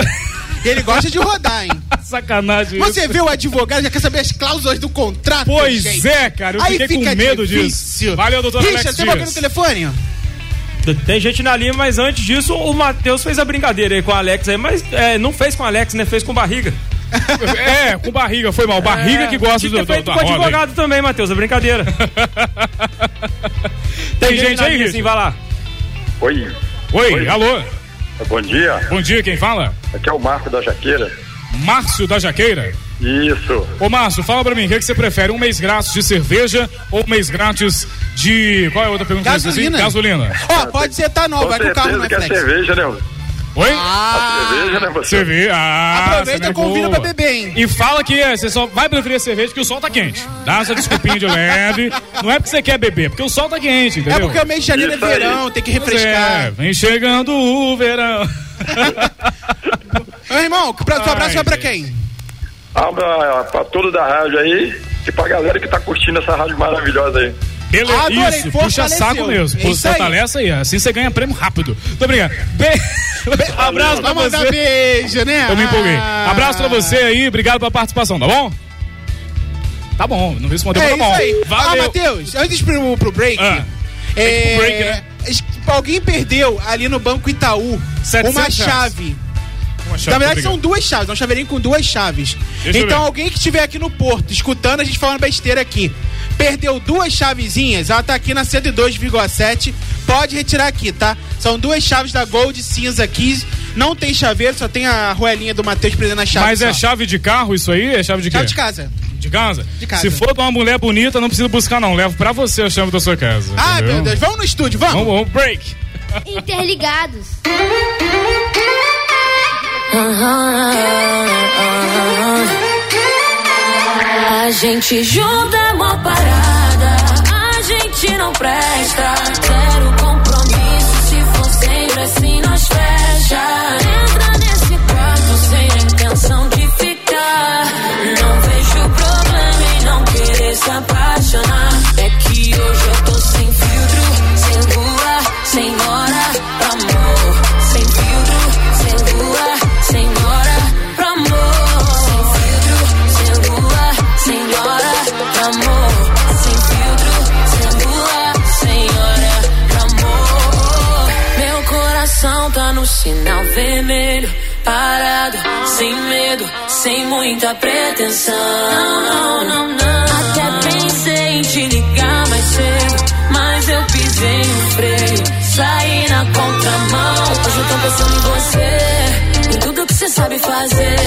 Speaker 4: E ele gosta de rodar, hein?
Speaker 5: Sacanagem.
Speaker 4: Você vê o advogado, já quer saber as cláusulas do contrato?
Speaker 5: Pois
Speaker 4: gente?
Speaker 5: é, cara, eu
Speaker 4: Aí
Speaker 5: fiquei com
Speaker 4: fica
Speaker 5: medo
Speaker 4: difícil.
Speaker 5: disso. Valeu, doutor Alex
Speaker 4: Richard, tem alguém no
Speaker 5: Dias.
Speaker 4: telefone?
Speaker 18: Tem gente na linha, mas antes disso, o Matheus fez a brincadeira aí com o Alex aí, mas é, não fez com o Alex, né? Fez com barriga. É,
Speaker 5: É, com barriga, foi mal. Barriga que gosta do-
Speaker 18: Tinha que
Speaker 5: do-
Speaker 18: ter feito
Speaker 5: da
Speaker 18: com
Speaker 5: roda aí.
Speaker 18: advogado também, Matheus, é brincadeira.
Speaker 5: Tem gente
Speaker 18: na
Speaker 5: aí,
Speaker 18: linha,
Speaker 5: Richard?
Speaker 18: sim, vai lá.
Speaker 27: Oi.
Speaker 5: Oi, alô.
Speaker 27: Bom dia.
Speaker 5: Bom dia, quem fala?
Speaker 27: Aqui é o Marco da Jaqueira.
Speaker 5: Márcio da Jaqueira.
Speaker 27: Isso.
Speaker 5: Ô Márcio, fala pra mim, o que, é que você prefere? Um mês grátis de cerveja ou um mês grátis de. Qual é a outra pergunta? que eu esqueci?
Speaker 4: Gasolina.
Speaker 5: Gasolina.
Speaker 4: Ó, pode ser etanol, vai com o carro no
Speaker 27: que é
Speaker 4: reflexo.
Speaker 27: cerveja, né?
Speaker 5: Oi?
Speaker 4: Ah.
Speaker 27: A cerveja, né, você?
Speaker 5: Cerveja. Ah,
Speaker 27: Aproveita,
Speaker 5: essa é
Speaker 27: convida
Speaker 5: boa.
Speaker 27: pra
Speaker 4: beber, hein?
Speaker 5: E fala que é, você só vai preferir cerveja porque o sol tá quente. Dá essa desculpinha de leve. Não é porque você quer beber, porque o sol tá quente, entendeu?
Speaker 4: É porque o mês de janeiro é
Speaker 5: Isso aí.
Speaker 4: verão, tem que
Speaker 5: Pois
Speaker 4: refrescar.
Speaker 5: É, vem chegando o verão.
Speaker 4: Meu irmão, que pra, seu abraço vai pra quem?
Speaker 27: Abra pra todo da rádio aí e pra galera que tá curtindo essa rádio maravilhosa aí.
Speaker 5: Beleza, isso, puxa saco mesmo.
Speaker 17: É
Speaker 4: É
Speaker 5: Pô, fortalece aí. assim você ganha prêmio rápido. Tô brincando. Be... Abraço pra
Speaker 4: Vai mandar
Speaker 5: você.
Speaker 4: beijo, né?
Speaker 5: Eu me empolguei. Abraço pra você aí, obrigado pela participação, tá bom? Tá bom, não respondeu,
Speaker 4: É
Speaker 5: mas tá bom.
Speaker 4: isso aí.
Speaker 5: Valeu.
Speaker 4: Ah, Matheus, antes pro, pro break.
Speaker 5: Tem que
Speaker 4: é,
Speaker 5: pro break, né?
Speaker 4: es- Alguém perdeu ali no Banco Itaú
Speaker 5: 700
Speaker 4: uma
Speaker 5: reais.
Speaker 4: chave.
Speaker 5: Uma chave,
Speaker 4: Na verdade,
Speaker 5: tá
Speaker 4: são duas chaves, é um chaveirinho com duas chaves.
Speaker 5: Deixa eu
Speaker 4: então,
Speaker 5: ver.
Speaker 4: alguém que estiver aqui no Porto, escutando a gente falando besteira aqui, perdeu duas chavezinhas, ela tá aqui na 102,7, pode retirar aqui, tá? São duas chaves da Gold Cinza Keys, não tem chaveiro, só tem a roelinha do Matheus prendendo a chave.
Speaker 5: Mas é
Speaker 4: só.
Speaker 5: chave de carro isso aí? É chave de quê?
Speaker 4: Chave de casa.
Speaker 5: De casa?
Speaker 4: De casa.
Speaker 5: Se for pra uma mulher bonita, não precisa buscar não. Levo pra você a chave da sua casa.
Speaker 4: Ah,
Speaker 5: entendeu?
Speaker 4: meu Deus, vamos no estúdio, vamos.
Speaker 5: Vamos, vamos, break.
Speaker 19: Interligados.
Speaker 9: A gente junta uma parada, a gente não presta. Zero compromisso, se for sempre assim nós fecha. Entra nesse quarto sem a intenção de ficar. Não vejo problema em não querer se apaixonar. É que hoje eu tô sem filtro, sem lua, sem hora pra amor. Sem filtro, sem lua, sem hora pra amor. Sem filtro, sem lua, sem hora pra amor. Sem filtro, sem lua, sem hora pra amor. Meu coração tá no sinal vermelho, parado, sem medo, sem muita pretensão. Não, não, não. Até pensei em te ligar mais cedo, mas eu pisei no freio, saí na contramão. Hoje eu tô pensando em você, em tudo que você sabe fazer.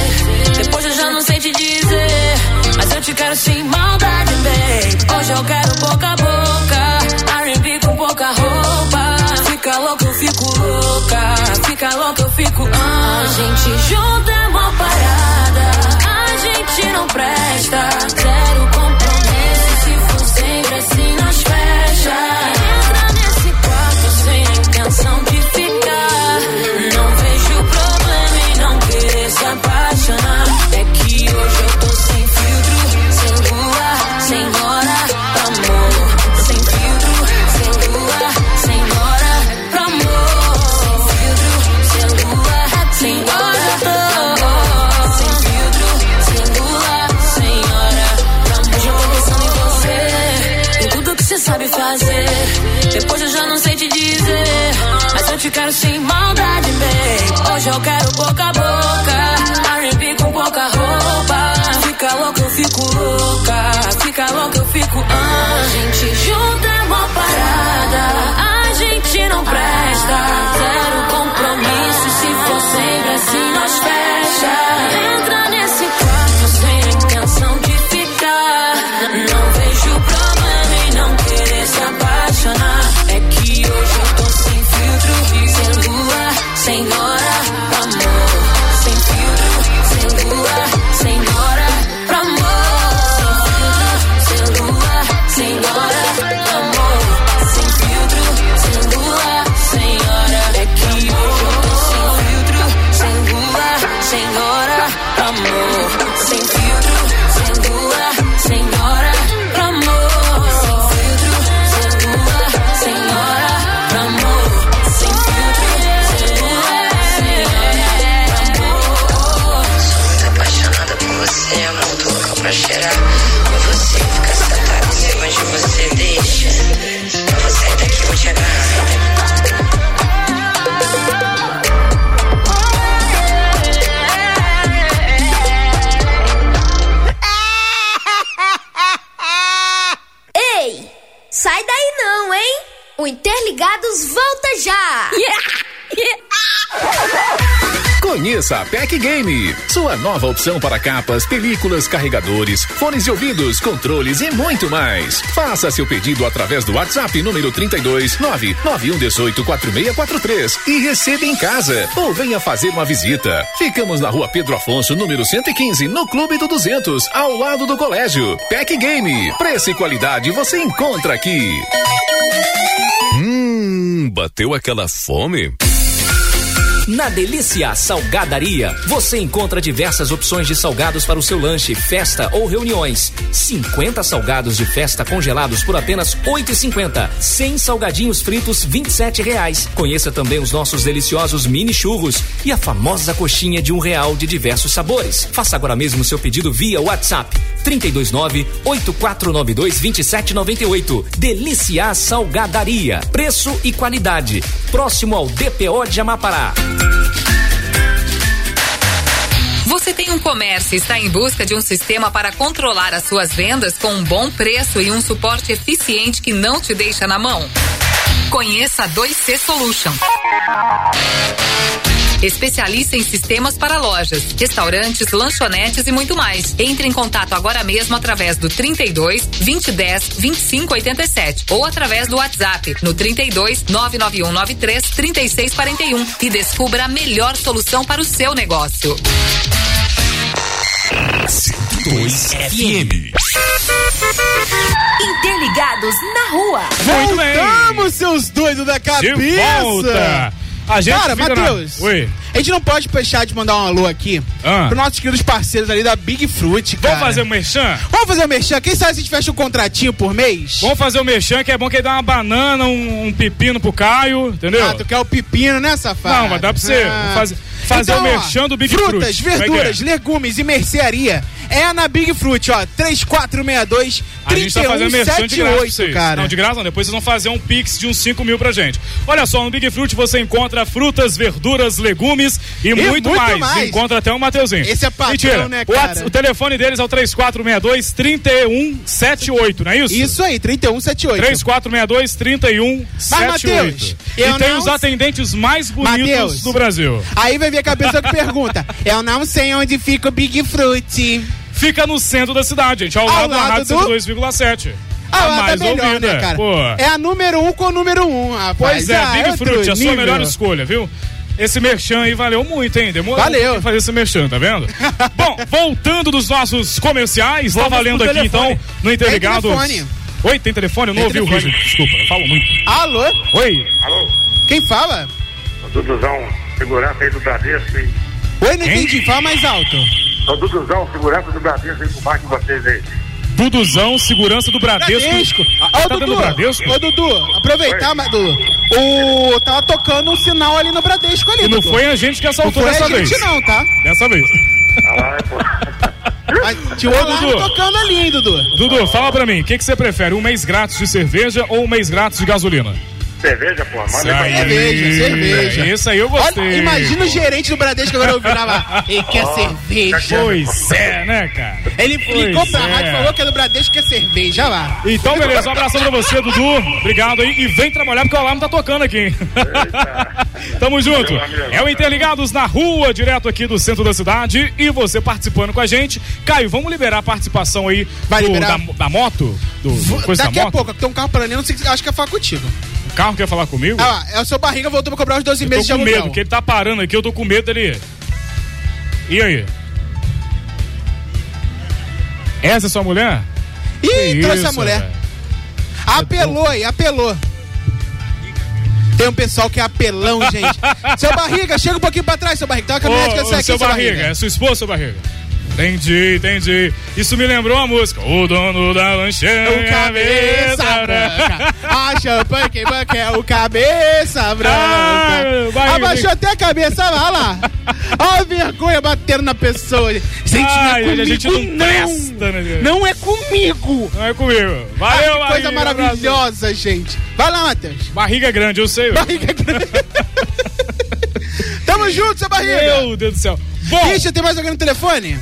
Speaker 9: Depois eu já não sei te dizer, mas eu te quero sem maldade, bem. Hoje eu quero boca a boca, R&B com pouca roupa. Fica louca, eu fico louca, fica louca, eu fico. Ah, a gente junta é uma parada, a gente não presta. Zero compromisso, se for sempre assim nós fecha. Entra nesse quarto sem a intenção de ficar. Não vejo problema em não querer se apaixonar. É que hoje eu tô sem filtro, sem lua, sem hora pra amor. Sem filtro, sem lua, sem hora pra amor. Sem filtro, sem lua, sem hora pra amor. Sem filtro, sem lua, sem hora pra amor. Hoje eu tô pensando em você, em tudo que você sabe fazer. Depois eu já não sei te dizer, mas eu te quero sem maldade, bem. Hoje eu quero boca a boca, R&B com pouca roupa. Fica louca, eu fico louca, fica louca, eu fico. Ah, a gente junta é uma parada, a gente não presta. Zero compromisso, se for sempre assim nós fecha. Entra nesse quarto sem a intenção de ficar. Não vejo problema em não querer se apaixonar. É que hoje eu tô sem filtro, sem lua, É
Speaker 11: tá
Speaker 21: Conheça a PEC Game, sua nova opção para capas, películas, carregadores, fones de ouvidos, controles e muito mais. Faça seu pedido através do WhatsApp número 32 99118 4643 e receba em casa ou venha fazer uma visita. Ficamos na rua Pedro Afonso, número 115, no Clube do 200, ao lado do colégio. PEC Game, preço e qualidade você encontra aqui.
Speaker 3: Hum, bateu aquela fome?
Speaker 2: Na Delícia Salgadaria, você encontra diversas opções de salgados para o seu lanche, festa ou reuniões. 50 salgados de festa congelados por apenas R$ 8,50. 100 salgadinhos fritos, R$ 27 reais. Conheça também os nossos deliciosos mini churros e a famosa coxinha de um real de diversos sabores. Faça agora mesmo seu pedido via WhatsApp 329 8492 2798. Delícia Salgadaria. Preço e qualidade. Próximo ao DPO de Amapará.
Speaker 28: Você tem um comércio e está em busca de um sistema para controlar as suas vendas com um bom preço e um suporte eficiente que não te deixa na mão? Conheça a 2C Solution. Especialista em sistemas para lojas, restaurantes, lanchonetes e muito mais. Entre em contato agora mesmo através do 32 2010 2587 ou através do WhatsApp no 32 99193 3641 e descubra a melhor solução para o seu negócio.
Speaker 3: 2 FM.
Speaker 29: Interligados na rua.
Speaker 4: Muito bem. Vamos, seus doidos da cabeça!
Speaker 5: volta. A gente
Speaker 4: Cara,
Speaker 5: fica na-
Speaker 4: Matheus,
Speaker 5: Oi.
Speaker 4: a gente não pode deixar de mandar um alô aqui
Speaker 5: Ah.
Speaker 4: pros nossos queridos parceiros ali da Big Fruit, cara.
Speaker 5: fazer um merchan?
Speaker 4: Vamos fazer um merchan? Quem sabe se a gente fecha um contratinho por mês?
Speaker 5: Vamos fazer o mexão que é bom que ele dá uma banana, um, um pepino pro Caio, entendeu?
Speaker 4: Ah, tu quer o pepino, né, safado? Ah. Então,
Speaker 5: Não, mas dá pra você faz- fazer o merchan do Big
Speaker 4: frutas,
Speaker 5: Fruit. Como
Speaker 4: Frutas,
Speaker 5: é
Speaker 4: verduras,
Speaker 5: que
Speaker 4: legumes e mercearia é na Big Fruit, ó. 3462
Speaker 5: A gente tá fazendo merchan de graça pra vocês.
Speaker 4: 3178, cara.
Speaker 5: Não, de graça não. Depois vocês vão fazer um pix de uns 5 mil pra gente. Olha só, no Big Fruit você encontra frutas, verduras, legumes e,
Speaker 4: E
Speaker 5: muito,
Speaker 4: muito
Speaker 5: mais.
Speaker 4: mais.
Speaker 5: Encontra até o Mateuzinho.
Speaker 4: Esse é padrão,
Speaker 5: Mentira.
Speaker 4: né,
Speaker 5: O
Speaker 4: cara?
Speaker 5: O, telefone deles é o 3462-3178, não é isso? Isso
Speaker 4: aí, 3178.
Speaker 5: 3462-3178.
Speaker 4: Mas, Mateus,
Speaker 5: e
Speaker 4: eu
Speaker 5: tem
Speaker 4: não-
Speaker 5: os atendentes mais bonitos
Speaker 4: Mateus.
Speaker 5: do Brasil.
Speaker 4: Aí vai vir aquela pessoa que pergunta: Eu não sei onde fica o Big Fruit.
Speaker 5: Fica no centro da cidade, gente, ao,
Speaker 4: Ao
Speaker 5: lado, da
Speaker 4: lado
Speaker 5: Rádio
Speaker 4: do-
Speaker 5: 102,7.
Speaker 4: Ah,
Speaker 5: A
Speaker 4: lá tá
Speaker 5: mais
Speaker 4: melhor,
Speaker 5: ouvida.
Speaker 4: né, cara?
Speaker 5: Pô.
Speaker 4: É a número um com o número um, rapaz.
Speaker 5: Pois é,
Speaker 4: Ah,
Speaker 5: Big
Speaker 4: outro
Speaker 5: Fruit, a sua
Speaker 4: nível.
Speaker 5: melhor escolha, viu? Esse merchan aí valeu muito, hein? Demorou
Speaker 4: Valeu.
Speaker 5: pra fazer esse merchan, tá vendo? Bom, voltando dos nossos comerciais, tá
Speaker 4: Vamos
Speaker 5: valendo
Speaker 4: pro
Speaker 5: aqui
Speaker 4: telefone.
Speaker 5: então, no Interligados.
Speaker 4: Tem telefone.
Speaker 5: Oi, tem telefone? Eu não ouvi
Speaker 4: Tem
Speaker 5: o
Speaker 4: telefone.
Speaker 5: Richard, desculpa, eu falo muito.
Speaker 4: Alô?
Speaker 5: Oi.
Speaker 22: Alô?
Speaker 4: Quem fala?
Speaker 22: O Duduzão, segurança aí do Bradesco, hein?
Speaker 4: Oi, não entendi. Fala mais alto.
Speaker 22: É O Duduzão, segurança do Bradesco aí pro bar com vocês aí.
Speaker 5: Duduzão, segurança do Bradesco.
Speaker 4: Ó,
Speaker 5: Tá
Speaker 4: Dudu,
Speaker 5: dentro do Bradesco?
Speaker 4: Ô, Dudu, aproveitar, mas, Dudu. O... Tava tocando um sinal ali no Bradesco ali,
Speaker 5: E não
Speaker 4: Dudu.
Speaker 5: foi a gente que assaltou
Speaker 4: não foi
Speaker 5: dessa
Speaker 4: a gente
Speaker 5: vez.
Speaker 4: não, tá?
Speaker 5: Dessa vez.
Speaker 4: Mas tinha um
Speaker 5: Ô,
Speaker 4: alarme
Speaker 5: Dudu.
Speaker 4: tocando ali, hein, Dudu.
Speaker 5: Dudu, fala pra mim, o que, que você prefere? Um mês grátis de cerveja ou um mês grátis de gasolina?
Speaker 22: Cerveja, pô, manda
Speaker 5: Isso aí. Cerveja, cerveja. Isso aí eu gostei.
Speaker 4: Olha, imagina o gerente do Bradesco agora ouvindo lá. Ele quer
Speaker 5: Ó,
Speaker 4: é cerveja.
Speaker 5: Pois é, né, cara?
Speaker 4: Ele ligou
Speaker 5: Pois
Speaker 4: pra rádio
Speaker 5: é.
Speaker 4: e falou que é do Bradesco que é cerveja, olha lá.
Speaker 5: Então, beleza, um abração pra você, Dudu. Obrigado aí. E vem trabalhar porque o alarme tá tocando aqui, hein? Tamo junto. É o Interligados na Rua, direto aqui do centro da cidade. E você participando com a gente. Caio, vamos liberar a participação aí
Speaker 4: Vai
Speaker 5: do-
Speaker 4: liberar?
Speaker 5: Da, da moto? Do, do coisa
Speaker 4: Daqui
Speaker 5: da
Speaker 4: a
Speaker 5: moto?
Speaker 4: pouco, tem um carro parando, eu não sei, se- acho que é falar contigo.
Speaker 5: O carro quer falar comigo?
Speaker 4: Ah lá, é o seu barriga voltou pra cobrar os 12
Speaker 5: eu
Speaker 4: meses de
Speaker 5: tô com
Speaker 4: aluguel.
Speaker 5: medo, que ele tá parando aqui, eu tô com medo dele. E aí? Essa é sua mulher?
Speaker 4: Ih,
Speaker 5: Que
Speaker 4: trouxe a
Speaker 5: isso,
Speaker 4: mulher.
Speaker 5: velho.
Speaker 4: Apelou aí, apelou. Tem um pessoal que é apelão, gente. seu barriga, chega um pouquinho pra trás, seu barriga. Tem uma caminhonete que
Speaker 5: Ô,
Speaker 4: sai
Speaker 5: ô,
Speaker 4: aqui,
Speaker 5: seu barriga, é sua esposa, seu barriga? Entendi, entendi. Isso me lembrou a música. O dono da lancheira. né?
Speaker 4: O cabeça branca. A champanhe quem banca é o cabeça
Speaker 5: Ah,
Speaker 4: branca.
Speaker 5: barriga,
Speaker 4: Abaixou até a cabeça, olha lá. Olha a vergonha batendo na pessoa. Gente, não é
Speaker 5: Ai,
Speaker 4: comigo,
Speaker 5: a gente não presta, né, gente?
Speaker 4: Não é comigo.
Speaker 5: Não é comigo. Valeu,
Speaker 4: Ah, que coisa
Speaker 5: barriga,
Speaker 4: maravilhosa, gente. Vai lá, Matheus.
Speaker 5: Barriga é grande, eu sei.
Speaker 4: Barriga é grande. Tamo junto, seu barriga.
Speaker 5: Meu Deus do céu. Bom.
Speaker 4: Ixi, tem mais alguém no telefone?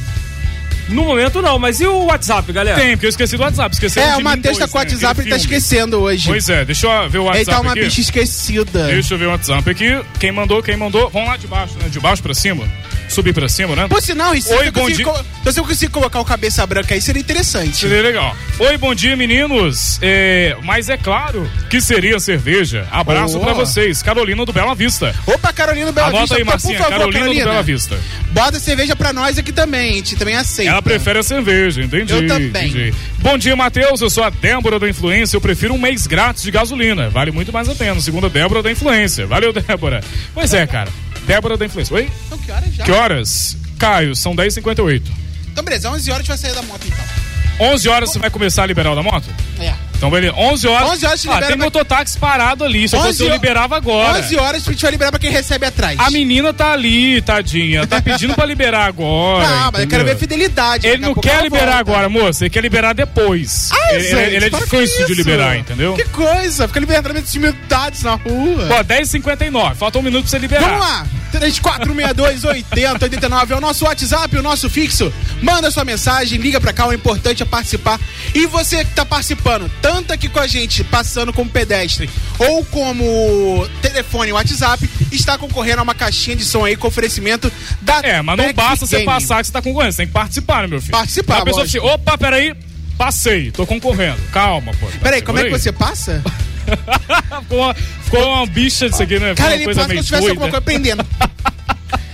Speaker 18: No momento não, mas e o WhatsApp, galera?
Speaker 5: Tem, porque eu esqueci do WhatsApp. Esqueci
Speaker 4: É, o Matheus tá com o WhatsApp, ele tá esquecendo hoje.
Speaker 5: Pois é, deixa eu ver o WhatsApp
Speaker 4: Ele tá uma
Speaker 5: aqui.
Speaker 4: bicha esquecida.
Speaker 5: Deixa eu ver o WhatsApp aqui. Quem mandou, quem mandou. Vamos lá de baixo, né? De baixo pra cima. Subir pra cima, né?
Speaker 4: Por sinal, isso
Speaker 5: Oi,
Speaker 4: se
Speaker 5: bom
Speaker 4: eu
Speaker 5: dia.
Speaker 4: consigo co- se eu conseguir colocar o cabeça branca aí, seria interessante.
Speaker 5: Seria legal. Oi, bom dia, meninos. É, mas é claro que seria cerveja. Abraço
Speaker 4: Boa.
Speaker 5: pra vocês. Carolina do Bela Vista.
Speaker 4: Opa, Carolina do Bela
Speaker 5: Anota
Speaker 4: Vista,
Speaker 5: aí,
Speaker 4: por
Speaker 5: Marcinha.
Speaker 4: favor,
Speaker 5: Carolina,
Speaker 4: Carolina.
Speaker 5: do Bela Vista.
Speaker 4: Bota cerveja pra nós aqui também, a gente também aceita.
Speaker 5: Ela prefere a cerveja, entendi.
Speaker 4: Eu também.
Speaker 5: entendi. Bom dia, Matheus. Eu sou a Débora da Influência. Eu prefiro um mês grátis de gasolina. Vale muito mais a pena. Segunda Débora da Influência. Valeu, Débora. Pois é, cara. Débora da Influência. Oi?
Speaker 4: Então que horas já?
Speaker 5: Que horas? Caio, são 10h58.
Speaker 4: Então beleza, 11 horas a gente vai sair da moto então.
Speaker 5: 11 horas você vai começar a liberar o da moto?
Speaker 4: É.
Speaker 5: Então, beleza. 11 horas.
Speaker 4: 11 horas te
Speaker 5: ah,
Speaker 4: libera
Speaker 5: tem
Speaker 4: pra-
Speaker 5: mototáxi parado ali. Se é eu fosse,
Speaker 4: 11
Speaker 5: eu
Speaker 4: ho-
Speaker 5: liberava agora.
Speaker 4: 11 horas a gente vai liberar pra quem recebe atrás.
Speaker 5: A menina tá ali, tadinha. Tá pedindo pra liberar agora.
Speaker 4: Ah, mas eu quero ver
Speaker 5: entendeu?
Speaker 4: fidelidade.
Speaker 5: Ele não quer liberar agora, moça. Ele quer liberar depois.
Speaker 4: Ah,
Speaker 5: ele,
Speaker 4: gente,
Speaker 5: ele- ele é
Speaker 4: para com
Speaker 5: difícil de
Speaker 4: isso.
Speaker 5: liberar, entendeu?
Speaker 4: Que coisa, fica liberando intimidades na rua.
Speaker 5: Pô, 10h59. Falta um minuto pra você liberar.
Speaker 4: Vamos lá! 3462 8089 é o nosso WhatsApp, o nosso fixo. Manda sua mensagem, liga pra cá, o importante é participar. E você que tá participando, tanto aqui com a gente, passando como pedestre, ou como telefone WhatsApp, está concorrendo a uma caixinha de som aí com oferecimento da
Speaker 5: É, mas não basta você passar que você tá concorrendo. Você tem que participar, né, meu filho?
Speaker 4: Participar,
Speaker 5: A pessoa
Speaker 4: lógico.
Speaker 5: fica, opa, peraí. Passei, tô concorrendo. Calma, pô. Tá
Speaker 4: Peraí, como é
Speaker 5: Segura
Speaker 4: que
Speaker 5: aí.
Speaker 4: você passa?
Speaker 5: Ficou uma, ficou uma bicha disso aqui, né? Ficou
Speaker 4: Cara,
Speaker 5: uma
Speaker 4: ele
Speaker 5: coisa
Speaker 4: passa como
Speaker 5: meio
Speaker 4: se tivesse
Speaker 5: doida.
Speaker 4: alguma coisa aprendendo.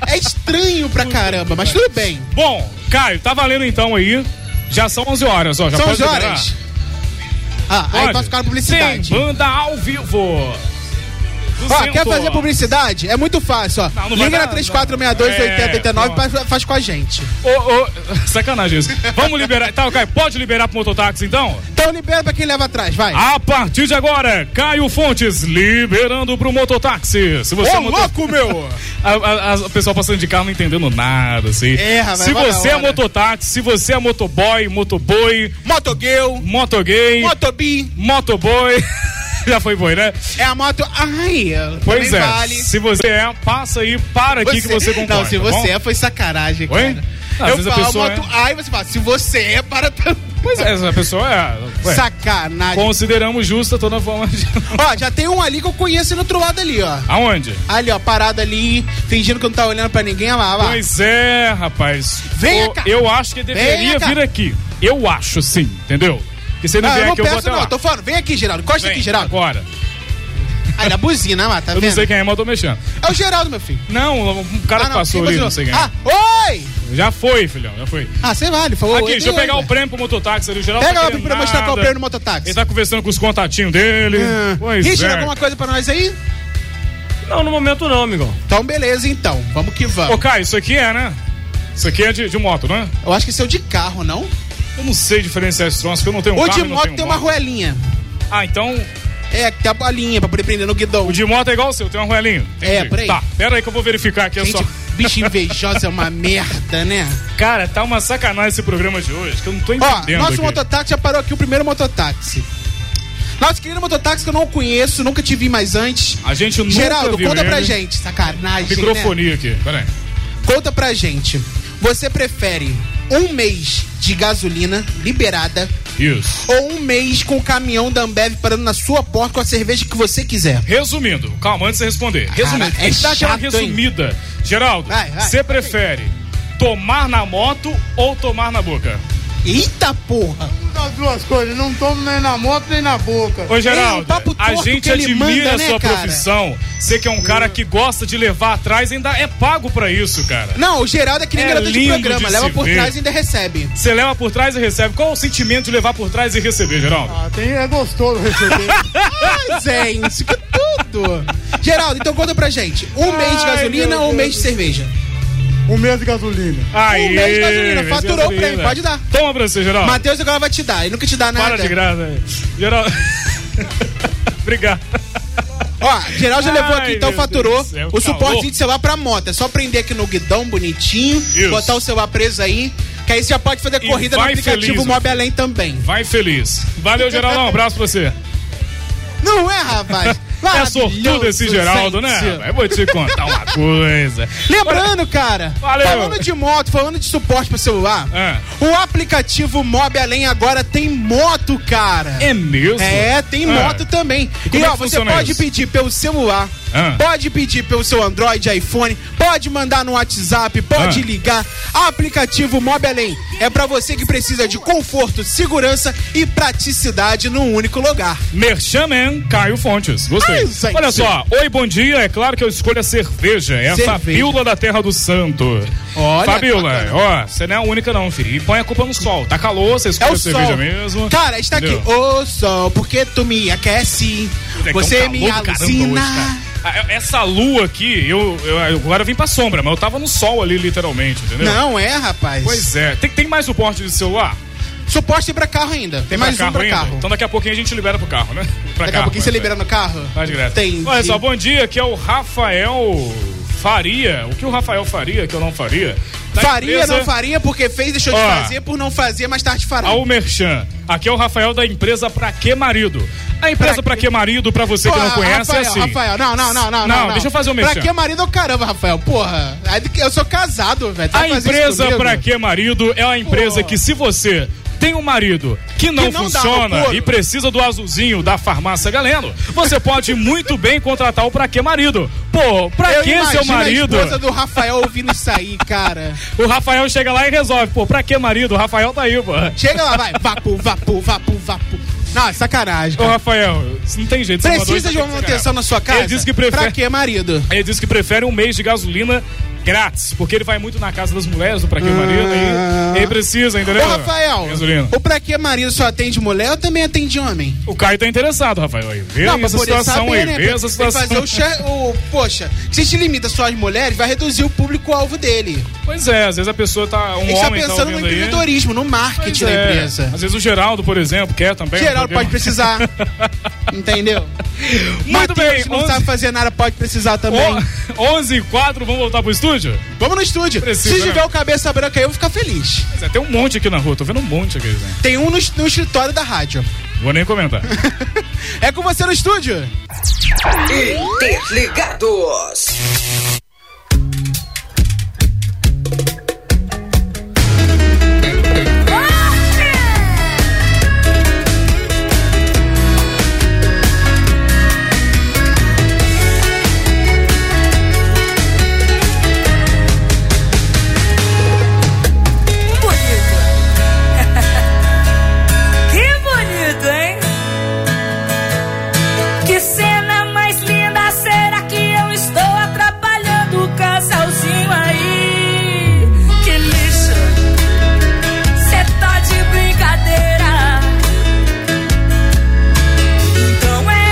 Speaker 4: É estranho pra caramba, mas tudo bem.
Speaker 5: Bom, Caio, tá valendo então aí. Já são 11 horas, ó. Já
Speaker 4: São
Speaker 5: pode
Speaker 4: 11 horas.
Speaker 5: liberar.
Speaker 4: Ah, aí
Speaker 5: Pode.
Speaker 4: posso ficar na publicidade.
Speaker 5: Sim, banda ao vivo.
Speaker 4: Ó, quer
Speaker 5: Cento.
Speaker 4: fazer publicidade? É muito fácil, ó.
Speaker 5: não vai
Speaker 4: Liga
Speaker 5: dar,
Speaker 4: na 3462 8089
Speaker 5: É,
Speaker 4: faz, faz com a gente.
Speaker 5: Ô, ô, sacanagem isso. Vamos liberar. Tá, Caio, pode liberar pro mototáxi então?
Speaker 4: Então libera pra quem leva atrás, vai.
Speaker 5: A partir de agora, Caio Fontes liberando pro mototáxi. Se você
Speaker 4: Ô,
Speaker 5: é moto-
Speaker 4: louco, meu!
Speaker 5: a, a- a- o pessoal passando de carro não entendendo nada, assim.
Speaker 4: É, rapaz,
Speaker 5: se
Speaker 4: vai na
Speaker 5: você é
Speaker 4: hora.
Speaker 5: mototáxi, se você é motoboy, motoboi,
Speaker 4: motogirl,
Speaker 5: motogay,
Speaker 4: motobi,
Speaker 5: motoboy. Já foi boi, né?
Speaker 4: É a moto. Ai,
Speaker 5: Pois
Speaker 4: também
Speaker 5: é.
Speaker 4: vale.
Speaker 5: Se você é, passa aí, para aqui que você concorda.
Speaker 4: Não, se
Speaker 5: tá
Speaker 4: você
Speaker 5: bom?
Speaker 4: é, foi sacanagem,
Speaker 5: Oi?
Speaker 4: cara.
Speaker 5: Ah, às
Speaker 4: eu
Speaker 5: vezes a
Speaker 4: falo
Speaker 5: pessoa
Speaker 4: moto ai, você fala, se você é, para também.
Speaker 5: Pois é, essa pessoa é. ué,
Speaker 4: Sacanagem.
Speaker 5: Consideramos justa toda forma de.
Speaker 4: Ó, já tem um ali que eu conheço no outro lado ali, ó.
Speaker 5: Aonde?
Speaker 4: Ali, ó, parado ali, fingindo que não tá olhando pra ninguém, ó lá, ó lá.
Speaker 5: Pois é, rapaz.
Speaker 4: Venha
Speaker 5: eu,
Speaker 4: cá.
Speaker 5: eu acho que deveria
Speaker 4: Venha cá.
Speaker 5: vir aqui. Eu acho sim, entendeu? Que se não
Speaker 4: Ah, eu
Speaker 5: vier
Speaker 4: não
Speaker 5: aqui, eu vou
Speaker 4: peço,
Speaker 5: até
Speaker 4: não.
Speaker 5: lá.
Speaker 4: Tô falando, vem aqui, Geraldo. Encosta
Speaker 5: Vem,
Speaker 4: aqui, Geraldo.
Speaker 5: Agora.
Speaker 4: Aí, na buzina, lá, tá
Speaker 5: Eu
Speaker 4: vendo?
Speaker 5: não sei quem é, mas eu tô mexendo.
Speaker 4: É o Geraldo, meu filho.
Speaker 5: Não, um cara
Speaker 4: Ah,
Speaker 5: que
Speaker 4: não,
Speaker 5: passou
Speaker 4: quem
Speaker 5: ali,
Speaker 4: passou?
Speaker 5: não sei quem é.
Speaker 4: Ah, oi!
Speaker 5: Já foi, filhão, já foi.
Speaker 4: Ah, você vale, falou.
Speaker 5: Aqui, deixa eu pegar o prêmio pro mototáxi ali, o geral.
Speaker 4: Pega
Speaker 5: tá
Speaker 4: lá
Speaker 5: querendo
Speaker 4: pra mostrar qual é o
Speaker 5: nada.
Speaker 4: prêmio do mototáxi.
Speaker 5: Ele tá conversando com os contatinhos dele.
Speaker 4: Ah.
Speaker 5: Pois
Speaker 4: Richard,
Speaker 5: é.
Speaker 4: alguma coisa pra nós aí?
Speaker 18: Não, no momento não, amigão.
Speaker 4: Então, beleza, então. Vamos que vamos.
Speaker 5: Ô, Caio, isso aqui é, né? Isso aqui é de, de moto, né?
Speaker 4: Eu acho que esse é o de carro, não?
Speaker 5: Eu não sei diferenciar esses troços, porque eu não tenho um
Speaker 4: o
Speaker 5: carro
Speaker 4: de
Speaker 5: e não
Speaker 4: moto
Speaker 5: tenho
Speaker 4: tem uma
Speaker 5: moto.
Speaker 4: roelinha.
Speaker 5: Ah, então
Speaker 4: É, que tem a bolinha pra poder prender no guidão.
Speaker 5: o de moto é igual o seu, tem uma roelinha.
Speaker 4: É, por aí.
Speaker 5: Tá, pera aí que eu vou verificar aqui. é
Speaker 4: Gente,
Speaker 5: Só...
Speaker 4: bicho invejosa é uma merda, né?
Speaker 5: Cara, tá uma sacanagem esse programa de hoje, que eu não tô
Speaker 4: Ó,
Speaker 5: entendendo
Speaker 4: nosso
Speaker 5: aqui.
Speaker 4: mototáxi já parou aqui, o primeiro mototáxi. Nosso querido mototáxi que eu não conheço, nunca te vi mais antes.
Speaker 5: A gente nunca
Speaker 4: Geraldo,
Speaker 5: viu
Speaker 4: conta pra
Speaker 5: ele.
Speaker 4: gente, sacanagem. Né?
Speaker 5: Microfonia aqui, pera aí.
Speaker 4: Conta pra gente. Você prefere um mês de gasolina liberada
Speaker 5: Isso.
Speaker 4: ou um mês com o caminhão da Ambev parando na sua porta com a cerveja que você quiser?
Speaker 5: Resumindo, calma, antes de você responder. Resumindo,
Speaker 4: Cara, é
Speaker 5: dá aquela
Speaker 4: chato, hein?
Speaker 5: resumida. Geraldo,
Speaker 4: Vai, vai,
Speaker 5: você prefere tomar na moto ou tomar na boca?
Speaker 4: Eita porra!
Speaker 6: Das duas coisas, não tomo nem na moto nem na boca.
Speaker 5: Ô, Geraldo,
Speaker 4: um papo
Speaker 5: a
Speaker 4: torto
Speaker 5: gente
Speaker 4: que ele
Speaker 5: admira
Speaker 4: manda,
Speaker 5: a
Speaker 4: né,
Speaker 5: sua
Speaker 4: cara?
Speaker 5: profissão. Você que é um cara que gosta de levar atrás, ainda é pago pra isso, cara.
Speaker 4: Não, o Geraldo é que nem
Speaker 5: É
Speaker 4: garoto de
Speaker 5: lindo
Speaker 4: programa,
Speaker 5: de
Speaker 4: leva
Speaker 5: se
Speaker 4: por
Speaker 5: ver.
Speaker 4: trás e ainda recebe.
Speaker 5: Você leva por trás e recebe. Qual o sentimento de levar por trás e receber, Geraldo?
Speaker 6: Ah, tem, é gostoso receber.
Speaker 4: Ah, gente, que tudo! Geraldo, então conta pra gente. Um mês de
Speaker 6: Ai,
Speaker 4: gasolina
Speaker 6: meu
Speaker 4: ou um
Speaker 6: Deus
Speaker 4: mês de cerveja?
Speaker 6: um mês de gasolina.
Speaker 5: Aí,
Speaker 4: um mês de gasolina, faturou o
Speaker 5: gasolina.
Speaker 4: prêmio, pode dar.
Speaker 5: Toma pra você, Geraldo.
Speaker 4: Matheus agora vai te dar, ele nunca te dá nada.
Speaker 5: Para de graça. né? velho. Geraldo. Obrigado.
Speaker 4: Ó, geral já levou
Speaker 5: Ai,
Speaker 4: aqui, então
Speaker 5: meu
Speaker 4: faturou
Speaker 5: Deus do céu, tá
Speaker 4: o
Speaker 5: calor.
Speaker 4: suporte de celular pra moto. É só prender aqui no guidão bonitinho,
Speaker 5: Isso.
Speaker 4: botar o celular preso aí, que aí você já pode fazer
Speaker 5: E
Speaker 4: corrida no
Speaker 5: vai feliz,
Speaker 4: aplicativo
Speaker 5: meu
Speaker 4: Mob Além também.
Speaker 5: Vai feliz. Valeu, Geraldo. Um abraço pra você.
Speaker 4: Não é, rapaz?
Speaker 5: É sortudo esse Geraldo, né? Eu vou te contar uma coisa.
Speaker 4: Lembrando, cara,
Speaker 5: Valeu. É.
Speaker 4: falando de moto, falando de suporte para celular, o aplicativo Mob Além agora tem moto, cara.
Speaker 5: É mesmo?
Speaker 4: É, tem
Speaker 5: É.
Speaker 4: moto também.
Speaker 5: E
Speaker 4: E,
Speaker 5: como é
Speaker 4: ó,
Speaker 5: que
Speaker 4: você
Speaker 5: funciona
Speaker 4: pode
Speaker 5: isso?
Speaker 4: pedir pelo celular,
Speaker 5: Ah.
Speaker 4: pode pedir pelo seu Android, iPhone, pode mandar no WhatsApp, pode
Speaker 5: Ah.
Speaker 4: ligar. Aplicativo Mob Além é para você que precisa de conforto, segurança e praticidade num único lugar.
Speaker 5: Merchaman Caio Fontes. Gostei. Olha só, oi, bom dia. É claro que eu escolho a cerveja. É a
Speaker 4: Cerveja.
Speaker 5: Fabiola da Terra do Santo.
Speaker 4: Olha, tá
Speaker 5: Fabiola,
Speaker 4: bacana.
Speaker 5: ó, você não é a única, não, filho. E põe a culpa no sol. Tá calor, você
Speaker 4: É
Speaker 5: escolhe
Speaker 4: o
Speaker 5: a
Speaker 4: sol.
Speaker 5: cerveja mesmo.
Speaker 4: Cara, está aqui.
Speaker 5: Entendeu?
Speaker 4: Ô sol, porque tu me aquece?
Speaker 5: É que é um
Speaker 4: Você
Speaker 5: calor
Speaker 4: me
Speaker 5: do caramba
Speaker 4: alucina.
Speaker 5: hoje, cara. Ah, eu- Essa lua aqui, eu, eu- eu agora vim pra sombra, mas eu tava no sol ali, literalmente, entendeu?
Speaker 4: Não é, rapaz.
Speaker 5: Pois é. Tem, tem mais suporte de celular?
Speaker 4: Suporte pra carro ainda. Tem mais um pra
Speaker 5: ainda?
Speaker 4: carro.
Speaker 5: Então daqui a pouquinho a gente libera pro carro, né? Pra
Speaker 4: Daqui a
Speaker 5: carro,
Speaker 4: pouquinho você
Speaker 5: né?
Speaker 4: libera no carro?
Speaker 5: Faz graça.
Speaker 4: Tem.
Speaker 5: Olha só,
Speaker 4: tem.
Speaker 5: bom dia, aqui é o Rafael Faria. O que o Rafael faria que eu não faria? Da
Speaker 4: faria,
Speaker 5: empresa-
Speaker 4: não faria, porque fez, deixou de
Speaker 5: Ó.
Speaker 4: fazer, por não fazer, mais tarde fará.
Speaker 5: Ao Merchan. Aqui é o Rafael da empresa Pra Que Marido. A empresa Pra Que Marido, pra você que
Speaker 4: Pô,
Speaker 5: não conhece,
Speaker 4: Rafael,
Speaker 5: é assim.
Speaker 4: Rafael, não, não, não, não, não.
Speaker 5: Não, deixa eu fazer o merchan.
Speaker 4: Pra que é marido, caramba, Rafael? Porra, aí que eu sou casado, velho. tu
Speaker 5: A
Speaker 4: vai fazer isso
Speaker 5: empresa
Speaker 4: comigo?
Speaker 5: Pra Que Marido é a empresa que se você tem um marido que não,
Speaker 4: Que não dá no
Speaker 5: funciona
Speaker 4: couro.
Speaker 5: e precisa do azulzinho da farmácia Galeno, você pode muito bem contratar o Pra Que Marido. Pô, pra
Speaker 4: eu
Speaker 5: que seu
Speaker 4: imagino
Speaker 5: marido?
Speaker 4: A esposa do Rafael ouvindo isso aí, cara.
Speaker 5: O Rafael chega lá e resolve. Pô, pra que marido? O Rafael tá aí, pô.
Speaker 4: Chega lá, vai. Vapo, vapo, vapo, vapo. Não, é sacanagem.
Speaker 5: Ô,
Speaker 4: cara.
Speaker 5: Rafael, isso não tem jeito. você mandou
Speaker 4: Precisa
Speaker 5: isso aqui
Speaker 4: de uma
Speaker 5: pra
Speaker 4: manutenção
Speaker 5: caralho.
Speaker 4: na sua casa?
Speaker 5: Ele disse que prefere...
Speaker 4: Pra quê, marido?
Speaker 5: Ele disse que prefere um mês de gasolina grátis, porque ele vai muito na casa das mulheres, do pra que marido, e ele precisa, entendeu?
Speaker 4: Ah. Ô, Rafael,
Speaker 5: Gasolina.
Speaker 4: o pra que marido só atende mulher ou também atende homem?
Speaker 5: O Caio tá interessado, Rafael, aí. Vê
Speaker 4: Não, pra
Speaker 5: essa
Speaker 4: poder
Speaker 5: situação
Speaker 4: saber,
Speaker 5: aí,
Speaker 4: né?
Speaker 5: vê
Speaker 4: Tem
Speaker 5: essa
Speaker 4: que
Speaker 5: situação.
Speaker 4: fazer o, che- o- Poxa, se a gente limita só as mulheres, vai reduzir o público-alvo dele.
Speaker 5: Pois é, às vezes a pessoa tá... Um
Speaker 4: Ele
Speaker 5: homem
Speaker 4: está
Speaker 5: tá
Speaker 4: pensando no
Speaker 5: ouvindo aí.
Speaker 4: empreendedorismo, no marketing
Speaker 5: Pois
Speaker 4: da
Speaker 5: é.
Speaker 4: empresa.
Speaker 5: Às vezes o Geraldo, por exemplo, quer também.
Speaker 4: Geraldo
Speaker 5: porque-
Speaker 4: pode precisar. entendeu?
Speaker 5: Muito bem,
Speaker 4: Se não
Speaker 5: 11
Speaker 4: sabe fazer nada, pode precisar também.
Speaker 5: O- 11 e 4, vamos voltar pro estúdio?
Speaker 4: Vamos no estúdio.
Speaker 5: Precisa,
Speaker 4: Se tiver o cabeça branca aí, eu vou ficar feliz.
Speaker 5: né? Tem um monte aqui na rua, tô vendo um monte aqui. Né?
Speaker 4: Tem um no, no escritório da rádio.
Speaker 5: Vou nem comentar.
Speaker 4: É com você no estúdio.
Speaker 20: Interligados.
Speaker 24: Bonito. que bonito, hein? Que cena mais linda será que eu estou atrapalhando? tá Então é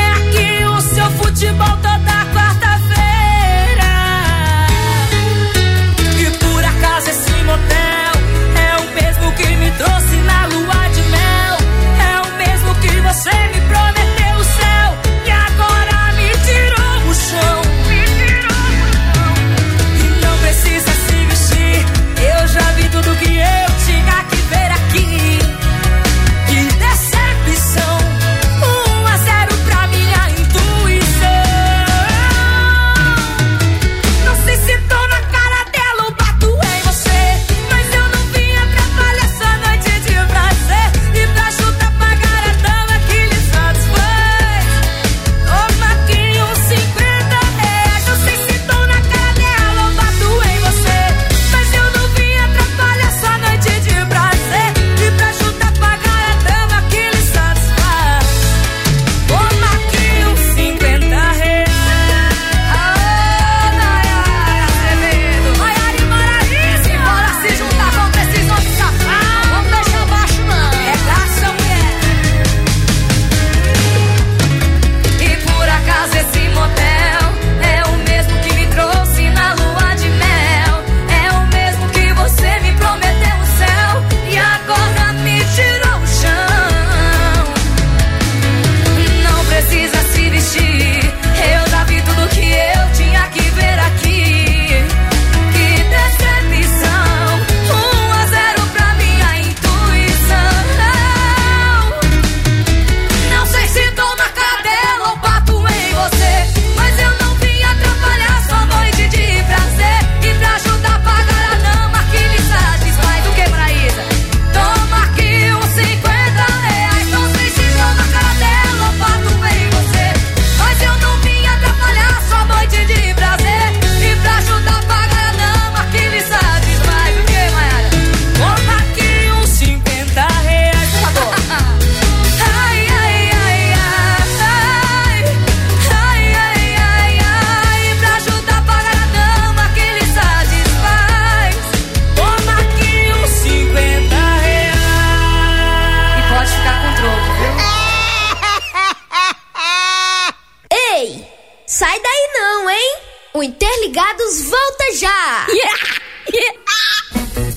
Speaker 19: Não, hein? O Interligados volta já!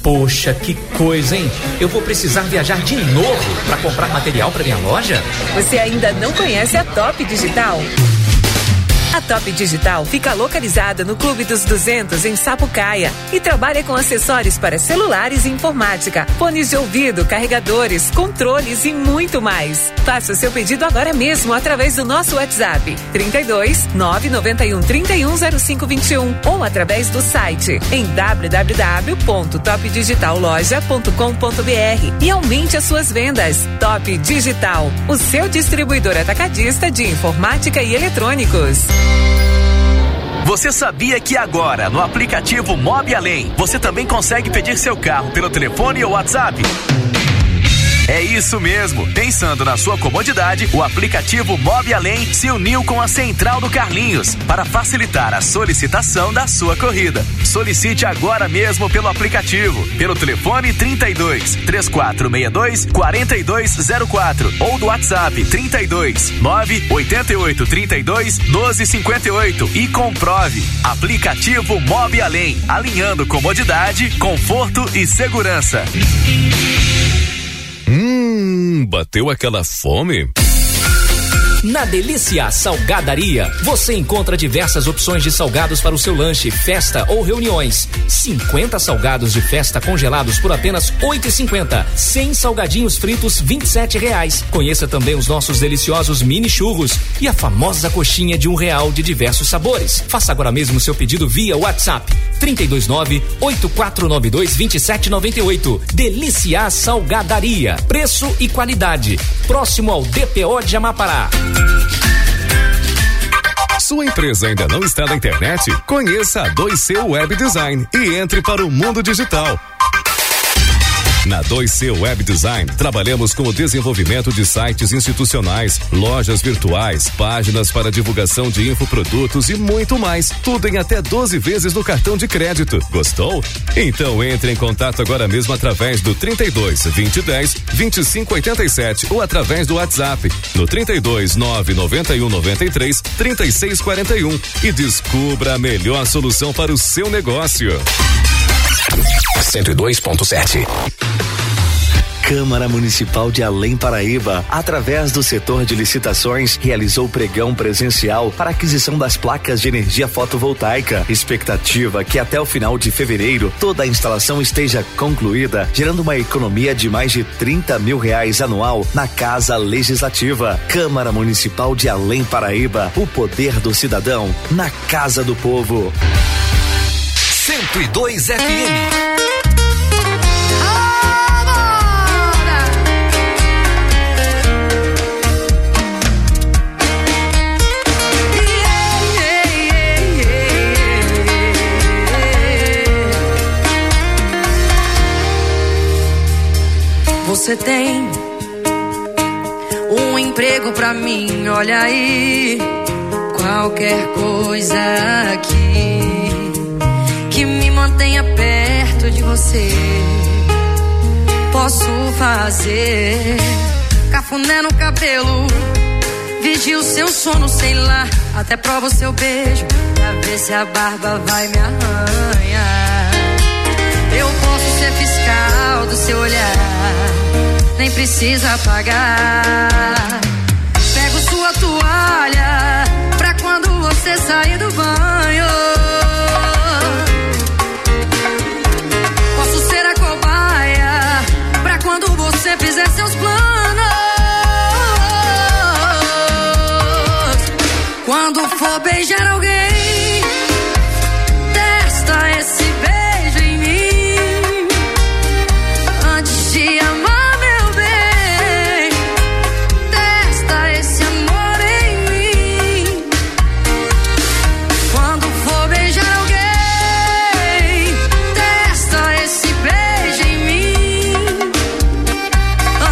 Speaker 2: Poxa, que coisa, hein? Eu vou precisar viajar de novo para comprar material para minha loja?
Speaker 20: Você ainda não conhece a Top Digital? A Top Digital fica localizada no Clube dos 200 em Sapucaia e trabalha com acessórios para celulares e informática, fones de ouvido, carregadores, controles e muito mais. Faça o seu pedido agora mesmo através do nosso WhatsApp 32 991 310521 ou através do site em www.topdigitalloja.com.br e aumente as suas vendas. Top Digital, o seu distribuidor atacadista de informática e eletrônicos.
Speaker 16: Você sabia que agora, no aplicativo Mob Além, você também consegue pedir seu carro pelo telefone ou WhatsApp? É isso mesmo. Pensando na sua comodidade, o aplicativo Mob Além se uniu com a Central do Carlinhos para facilitar a solicitação da sua corrida. Solicite agora mesmo pelo aplicativo, pelo telefone 32 3462 4204 ou do WhatsApp 32 988 32 1258 e comprove. Aplicativo Mob Além, alinhando comodidade, conforto e segurança.
Speaker 3: Hum, bateu aquela fome?
Speaker 2: Na Delícia Salgadaria, você encontra diversas opções de salgados para o seu lanche, festa ou reuniões. 50 salgados de festa congelados por apenas oito e cinquenta. 100 salgadinhos fritos, vinte reais. Conheça também os nossos deliciosos mini churros e a famosa coxinha de um real de diversos sabores. Faça agora mesmo seu pedido via WhatsApp 329 8492 2798. Delícia Salgadaria. Preço e qualidade. Próximo ao DPO de Amapará.
Speaker 3: Sua empresa ainda não está na internet? Conheça a 2C Web Design e entre para o mundo digital. Na 2C Web Design, trabalhamos com o desenvolvimento de sites institucionais, lojas virtuais, páginas para divulgação de infoprodutos e muito mais. Tudo em até 12 vezes no cartão de crédito. Gostou? Então entre em contato agora mesmo através do 32 2010 2587 ou através do WhatsApp no 32 991 93 3641 e descubra a melhor solução para o seu negócio. 102.7
Speaker 10: Câmara Municipal de Além Paraíba, através do setor de licitações, realizou pregão presencial para aquisição das placas de energia fotovoltaica. Expectativa que até o final de fevereiro toda a instalação esteja concluída, gerando uma economia de mais de 30 mil reais anual na Casa Legislativa. Câmara Municipal de Além Paraíba, o poder do cidadão na casa do povo.
Speaker 3: 102 FM.
Speaker 11: Você tem um emprego pra mim, olha aí. Qualquer coisa aqui que me mantenha perto de você. Posso fazer cafuné no cabelo, vigia o seu sono, sei lá. Até prova o seu beijo, pra ver se a barba vai me arranhar. Eu posso ser fiscal do seu olhar nem precisa pagar. Pego sua toalha pra quando você sair do banho. Posso ser a cobaia pra quando você fizer seus planos. Quando for beijar alguém, testa esse beijo em mim antes de amar meu bem. Testa esse amor em mim. Quando for beijar alguém, testa esse beijo em mim.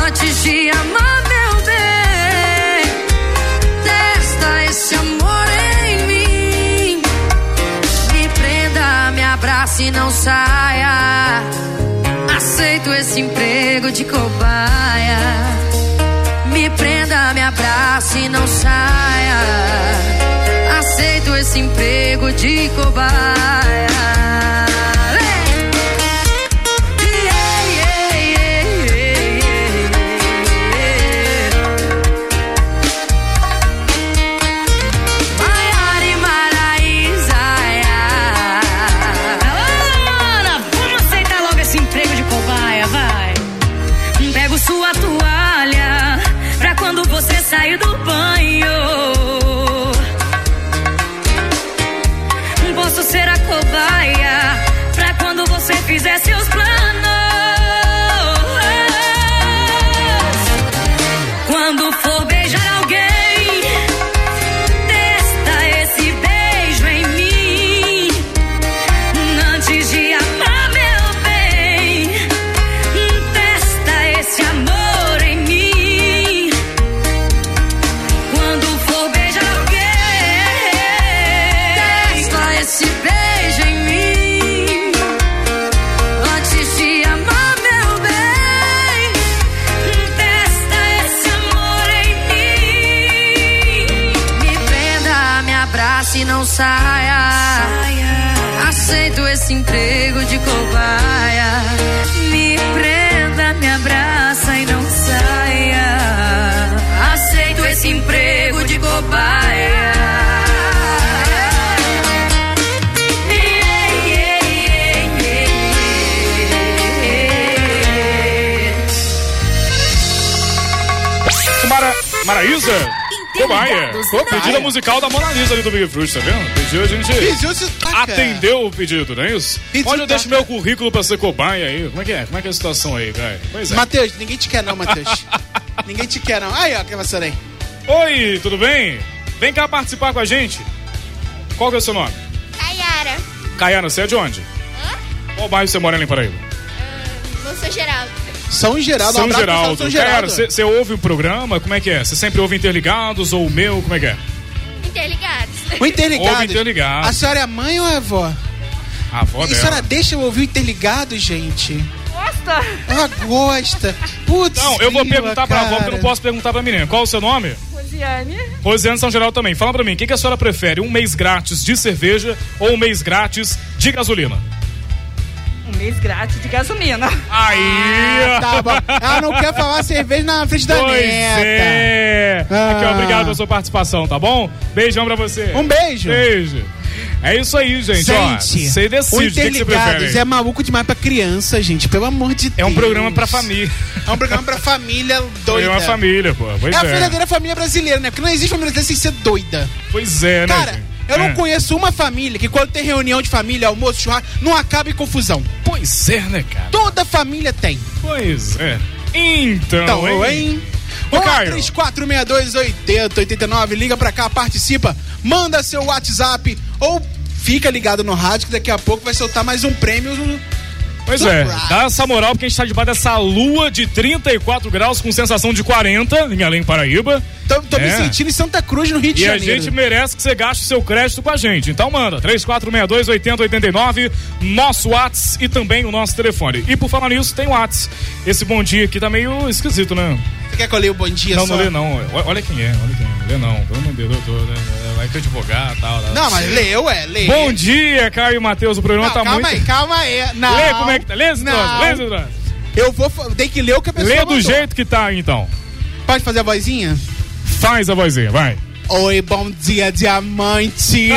Speaker 11: Antes de amar meu bem, testa esse amor em mim. Me prenda, me abrace e não saia. Aceito esse emprego de cobaia. Me prenda, me abrace e não saia. Aceito esse emprego de cobaia. Maiara e Maraísa. Ô, Ana, vamos aceitar logo esse emprego de cobaia, vai. Pego sua toalha pra quando você sair do banho. Posso ser a cobaia pra quando você fizer seus planos. Quando for beijar alguém, testa esse beijo em mim. Antes de amar, meu bem, testa esse amor em mim. Quando for beijar alguém, testa esse beijo em mim. Antes de amar, meu bem, testa esse amor em mim. Me prenda, me abrace e não saia. Aceito esse emprego de cobaia. Me prenda, me abraça e não saia. Aceito esse emprego de cobaia. Yeah, yeah, yeah, yeah, yeah.
Speaker 5: Mara, Maraísa? Cobaia.
Speaker 28: Interligados
Speaker 5: Pô,
Speaker 28: na
Speaker 5: Pedida
Speaker 28: área.
Speaker 5: musical da Mona Lisa ali do Big Fruit, tá vendo? Pediu a gente.
Speaker 4: Pediu, se taca.
Speaker 5: Atendeu o pedido, não é isso? Olha, eu deixo meu currículo pra ser cobaia aí. Como é que é? Como é que é a situação aí, cara? Pois é.
Speaker 4: Matheus, ninguém te quer não, Matheus. ninguém te quer não. Aí, ó, é que vassoura aí.
Speaker 5: Oi, tudo bem? Vem cá participar com a gente. Qual que é o seu nome?
Speaker 15: Caiara,
Speaker 5: Caiana, você é de onde? Qual bairro você mora ali em Paraíba?
Speaker 15: não sou Geraldo.
Speaker 4: São Geraldo, um
Speaker 5: São
Speaker 4: abraço pra
Speaker 5: Geraldo.
Speaker 4: São
Speaker 5: Caiana,
Speaker 4: Geraldo.
Speaker 5: você você ouve o programa? Como é que é? Você sempre ouve Interligados ou o meu? Como é que é?
Speaker 15: Interligados.
Speaker 4: O Interligados.
Speaker 5: Ouve Interligados.
Speaker 4: A senhora é mãe ou é avó?
Speaker 5: A avó
Speaker 4: E a
Speaker 5: dela.
Speaker 4: senhora deixa eu ouvir o Interligados, gente? Gosta? Ela gosta. Putz.
Speaker 5: Não, eu vou
Speaker 4: grila,
Speaker 5: perguntar pra avó, porque eu não
Speaker 4: cara.
Speaker 5: posso perguntar pra menina. Qual o seu nome?
Speaker 8: Rosiane.
Speaker 5: Rosiane São Geraldo também. Fala pra mim, o que, que a senhora prefere? Um mês grátis de cerveja ou um mês grátis de gasolina?
Speaker 8: Um mês grátis de gasolina.
Speaker 5: Aí!
Speaker 8: Ah,
Speaker 4: Tá bom. Ela não quer falar cerveja na frente da
Speaker 5: Pois
Speaker 4: neta. Ah.
Speaker 5: é! Aqui, ó, obrigado pela sua participação, tá bom? Beijão pra você.
Speaker 4: Um beijo.
Speaker 5: Beijo. É isso aí, gente. ó,
Speaker 4: Gente,
Speaker 5: você decide
Speaker 4: o
Speaker 5: o que que você
Speaker 4: Interligados
Speaker 5: prefere.
Speaker 4: é maluco demais pra criança, gente. Pelo amor de Deus.
Speaker 5: É um programa pra família.
Speaker 4: É um programa pra família doida.
Speaker 5: É uma família, pô. Pois
Speaker 4: é a
Speaker 5: é.
Speaker 4: verdadeira família brasileira, né? Porque não existe família brasileira sem ser doida.
Speaker 5: Pois é, né,
Speaker 4: Cara,
Speaker 5: gente?
Speaker 4: eu
Speaker 5: É.
Speaker 4: não conheço uma família que quando tem reunião de família, almoço, churrasco, não acaba em confusão.
Speaker 5: Pois é, né, cara?
Speaker 4: Toda família tem.
Speaker 5: Pois é. Então,
Speaker 4: Então,
Speaker 5: hein?
Speaker 4: hein? Ô, 3462 8089, liga pra cá, participa, manda seu WhatsApp ou fica ligado no rádio que daqui a pouco vai soltar mais um prêmio.
Speaker 5: Pois é, dá essa moral porque a gente tá debaixo dessa lua de 34 graus com sensação de 40 em Além Paraíba. É.
Speaker 4: Tô, tô me sentindo em Santa Cruz, no Rio de
Speaker 5: e
Speaker 4: Janeiro.
Speaker 5: a gente merece que você gaste o seu crédito com a gente. Então manda, 3462-8089, nosso Whats e também o nosso telefone. E por falar nisso, tem o Whats. Esse bom dia aqui tá meio esquisito, né?
Speaker 4: Você quer que eu leia o bom dia
Speaker 5: não,
Speaker 4: só?
Speaker 5: não lê não. Olha- Olha quem é, olha quem é. Lê não. Pelo amor de Deus, eu tô, né? Vai que advogar e tal. tal.
Speaker 4: Não, mas lê, eu é, lê.
Speaker 5: Bom dia, Caio e Matheus. O programa
Speaker 4: Não,
Speaker 5: tá
Speaker 4: calma
Speaker 5: muito...
Speaker 4: aí, calma aí. Não.
Speaker 5: Lê como é que tá. Lê esse troço,
Speaker 4: Não.
Speaker 5: lê esse troço.
Speaker 4: Eu vou, fa- tem que ler o que a pessoa
Speaker 5: Lê do
Speaker 4: mandou.
Speaker 5: jeito que tá, então.
Speaker 4: Pode fazer a vozinha?
Speaker 5: Faz a vozinha, vai.
Speaker 4: Oi, bom dia, diamante.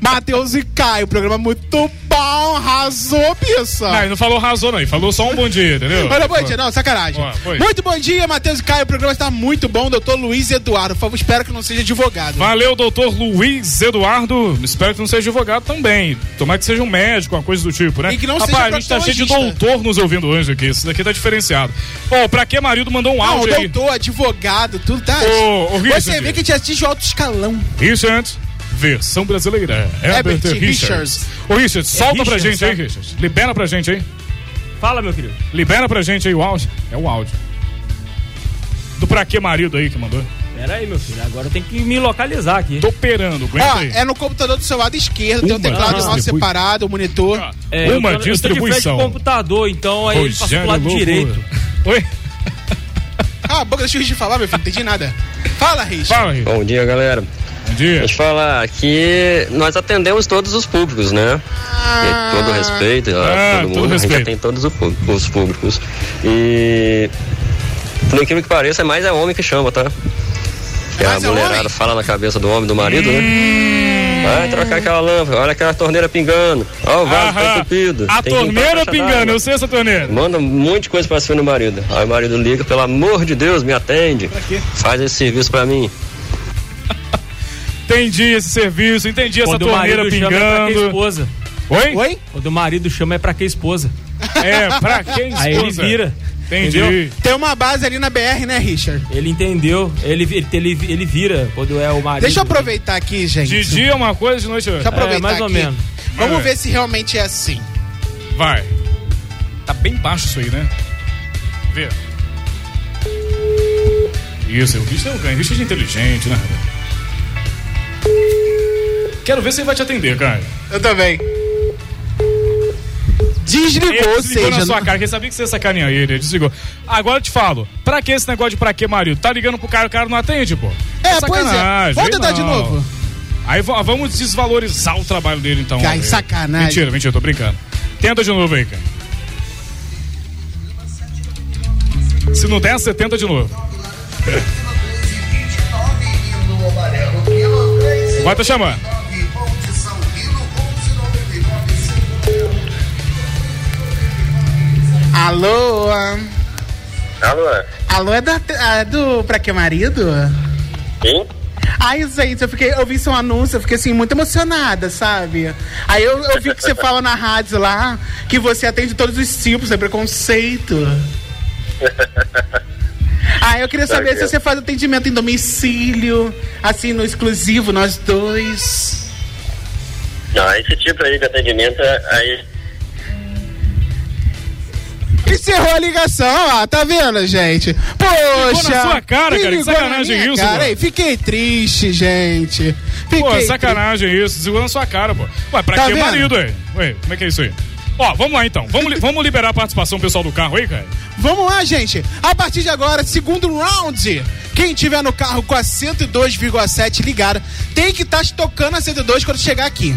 Speaker 4: Matheus e Caio, programa muito bom, arrasou, bicha.
Speaker 5: Não, ele não falou razão, não. Ele falou só um bom dia, entendeu?
Speaker 4: Olha, Tá. bom dia, não, sacanagem.
Speaker 5: Ó, foi.
Speaker 4: muito bom dia, Matheus e Caio. O programa está muito bom, doutor Luiz Eduardo. Por favor, espero que não seja advogado.
Speaker 5: Valeu, doutor Luiz Eduardo. Espero que não seja advogado também. Tomara que seja um médico, uma coisa do tipo, né?
Speaker 4: E que não
Speaker 5: Rapaz,
Speaker 4: seja
Speaker 5: a gente tá cheio de
Speaker 4: proctologista.
Speaker 5: doutor nos ouvindo hoje aqui. Isso daqui tá diferenciado. Ô, pra que marido mandou um
Speaker 4: Não,
Speaker 5: áudio aí?
Speaker 4: doutor, advogado, tudo tá.
Speaker 5: Ô, ô,
Speaker 4: Você
Speaker 5: Richard.
Speaker 4: vê que a gente atinge o alto escalão.
Speaker 5: Richard, versão brasileira. É, Herbert,
Speaker 4: Herbert
Speaker 5: Richards.
Speaker 4: Richards. É
Speaker 5: Ô, Richard, solta pra
Speaker 18: Richards,
Speaker 5: gente aí,
Speaker 18: tá?
Speaker 5: Richard. Libera pra gente aí.
Speaker 18: Fala, meu querido.
Speaker 5: Libera pra gente aí o áudio. É o áudio. Do pra que marido aí que mandou?
Speaker 18: Pera aí, meu filho. Agora eu tenho que me localizar aqui.
Speaker 5: Tô operando, aguenta
Speaker 4: Ó,
Speaker 5: aí.
Speaker 4: é no computador do seu lado esquerdo, tem um
Speaker 5: Uma
Speaker 4: teclado nosso
Speaker 5: distribui-
Speaker 4: separado, o monitor.
Speaker 18: É, eu tô- Eu tô de frente pro computador, então aí ele passa pro lado
Speaker 5: Rogério é
Speaker 18: direito.
Speaker 5: Louco. Oi?
Speaker 4: Cala a boca, deixa o Richard falar, meu filho, não entendi nada. Fala, Richard.
Speaker 5: Fala, Richard.
Speaker 12: Bom dia, galera.
Speaker 5: Bom dia.
Speaker 12: Deixa eu falar que nós atendemos todos os públicos, né? E todo respeito,
Speaker 5: Ah,
Speaker 12: a todo
Speaker 5: todo
Speaker 12: mundo, a gente
Speaker 5: respeito.
Speaker 12: atende todos o pú- os públicos. E por incrível que pareça, é mais é homem que chama, tá?
Speaker 4: É
Speaker 12: Que a mulherada fala na cabeça do homem, do marido,
Speaker 5: Hum.
Speaker 12: né? Vai trocar aquela lâmpada, olha aquela torneira pingando, olha o vaso tá entupido.
Speaker 5: A
Speaker 12: tem que limpar
Speaker 5: torneira
Speaker 12: caixa
Speaker 5: pingando,
Speaker 12: d'água.
Speaker 5: eu sei essa torneira.
Speaker 12: Manda um monte de coisa pra cima do marido. Aí o marido liga, pelo amor de Deus, me atende. Faz esse serviço pra mim.
Speaker 5: Entendi esse serviço, entendi essa
Speaker 18: Quando o
Speaker 5: torneira
Speaker 18: marido chama, é pra que a
Speaker 5: pingando.
Speaker 18: esposa.
Speaker 5: Oi?
Speaker 18: Oi? Quando o marido chama é pra que a esposa.
Speaker 5: É, pra que esposa?
Speaker 18: Aí ele vira.
Speaker 5: Entendi.
Speaker 18: entendeu?
Speaker 4: Tem uma base ali na BR, né, Richard?
Speaker 18: Ele entendeu. Ele, ele, ele, ele vira quando é o marido.
Speaker 4: Deixa eu aproveitar aqui, gente.
Speaker 5: De dia é uma coisa, de noite é
Speaker 4: Deixa eu
Speaker 5: outra.
Speaker 4: aproveitar
Speaker 18: mais ou
Speaker 4: aqui.
Speaker 18: menos.
Speaker 4: Vamos
Speaker 5: Vai.
Speaker 4: ver se realmente é assim.
Speaker 5: Vai. Tá bem baixo isso aí, né? Vê. Isso, o Richard é o ganho. Richard é inteligente, né? Quero ver se ele vai te atender, cara.
Speaker 4: Eu também. Desligou,
Speaker 5: Ele
Speaker 4: ou
Speaker 5: desligou
Speaker 4: seja,
Speaker 5: na sua cara, que ele sabia que você ia sacanear ele, ele desligou. Agora eu te falo, pra que esse negócio de pra que, marido? Tá ligando pro cara, o cara não atende, pô.
Speaker 4: É, pois é.
Speaker 5: sacanagem,
Speaker 4: Vamos
Speaker 5: aí
Speaker 4: tentar de
Speaker 5: não.
Speaker 4: novo.
Speaker 5: Aí va- vamos desvalorizar o trabalho dele, então.
Speaker 4: Cara,
Speaker 5: aí.
Speaker 4: sacanagem.
Speaker 5: Mentira, mentira, tô brincando. Tenta de novo aí, cara. Se não der, você tenta de novo. Vai tá chamando.
Speaker 4: Alô?
Speaker 22: Alô?
Speaker 4: Alô, é da, é do Pra Que Marido?
Speaker 22: Quem?
Speaker 4: Ai, gente, eu, fiquei, eu vi seu anúncio, eu fiquei assim, muito emocionada, sabe? Aí eu, eu vi que você fala na rádio lá que você atende todos os tipos, é preconceito. Aí eu queria
Speaker 22: Tá
Speaker 4: saber se
Speaker 22: vendo?
Speaker 4: você faz atendimento em domicílio, assim, no exclusivo, nós dois.
Speaker 22: Não, esse tipo aí de atendimento, é, aí
Speaker 4: Encerrou a ligação, ah, tá vendo, gente? Poxa!
Speaker 5: Ficou na sua cara,
Speaker 4: me
Speaker 5: cara, que
Speaker 4: ligou
Speaker 5: sacanagem
Speaker 4: na minha
Speaker 5: isso,
Speaker 4: cara,
Speaker 5: mano.
Speaker 4: aí, fiquei triste, gente. Fiquei
Speaker 5: Pô, sacanagem isso, desligou na sua cara, pô. Ué, pra
Speaker 4: Tá
Speaker 5: que
Speaker 4: vendo?
Speaker 5: marido, hein? Ué, como é que é isso aí? Ó, vamos lá então. Vamos, li- vamos liberar a participação pessoal do carro aí, cara?
Speaker 4: Vamos lá, gente. A partir de agora, segundo round. Quem tiver no carro com a 102,7 ligada, tem que estar tocando a 102 quando chegar aqui.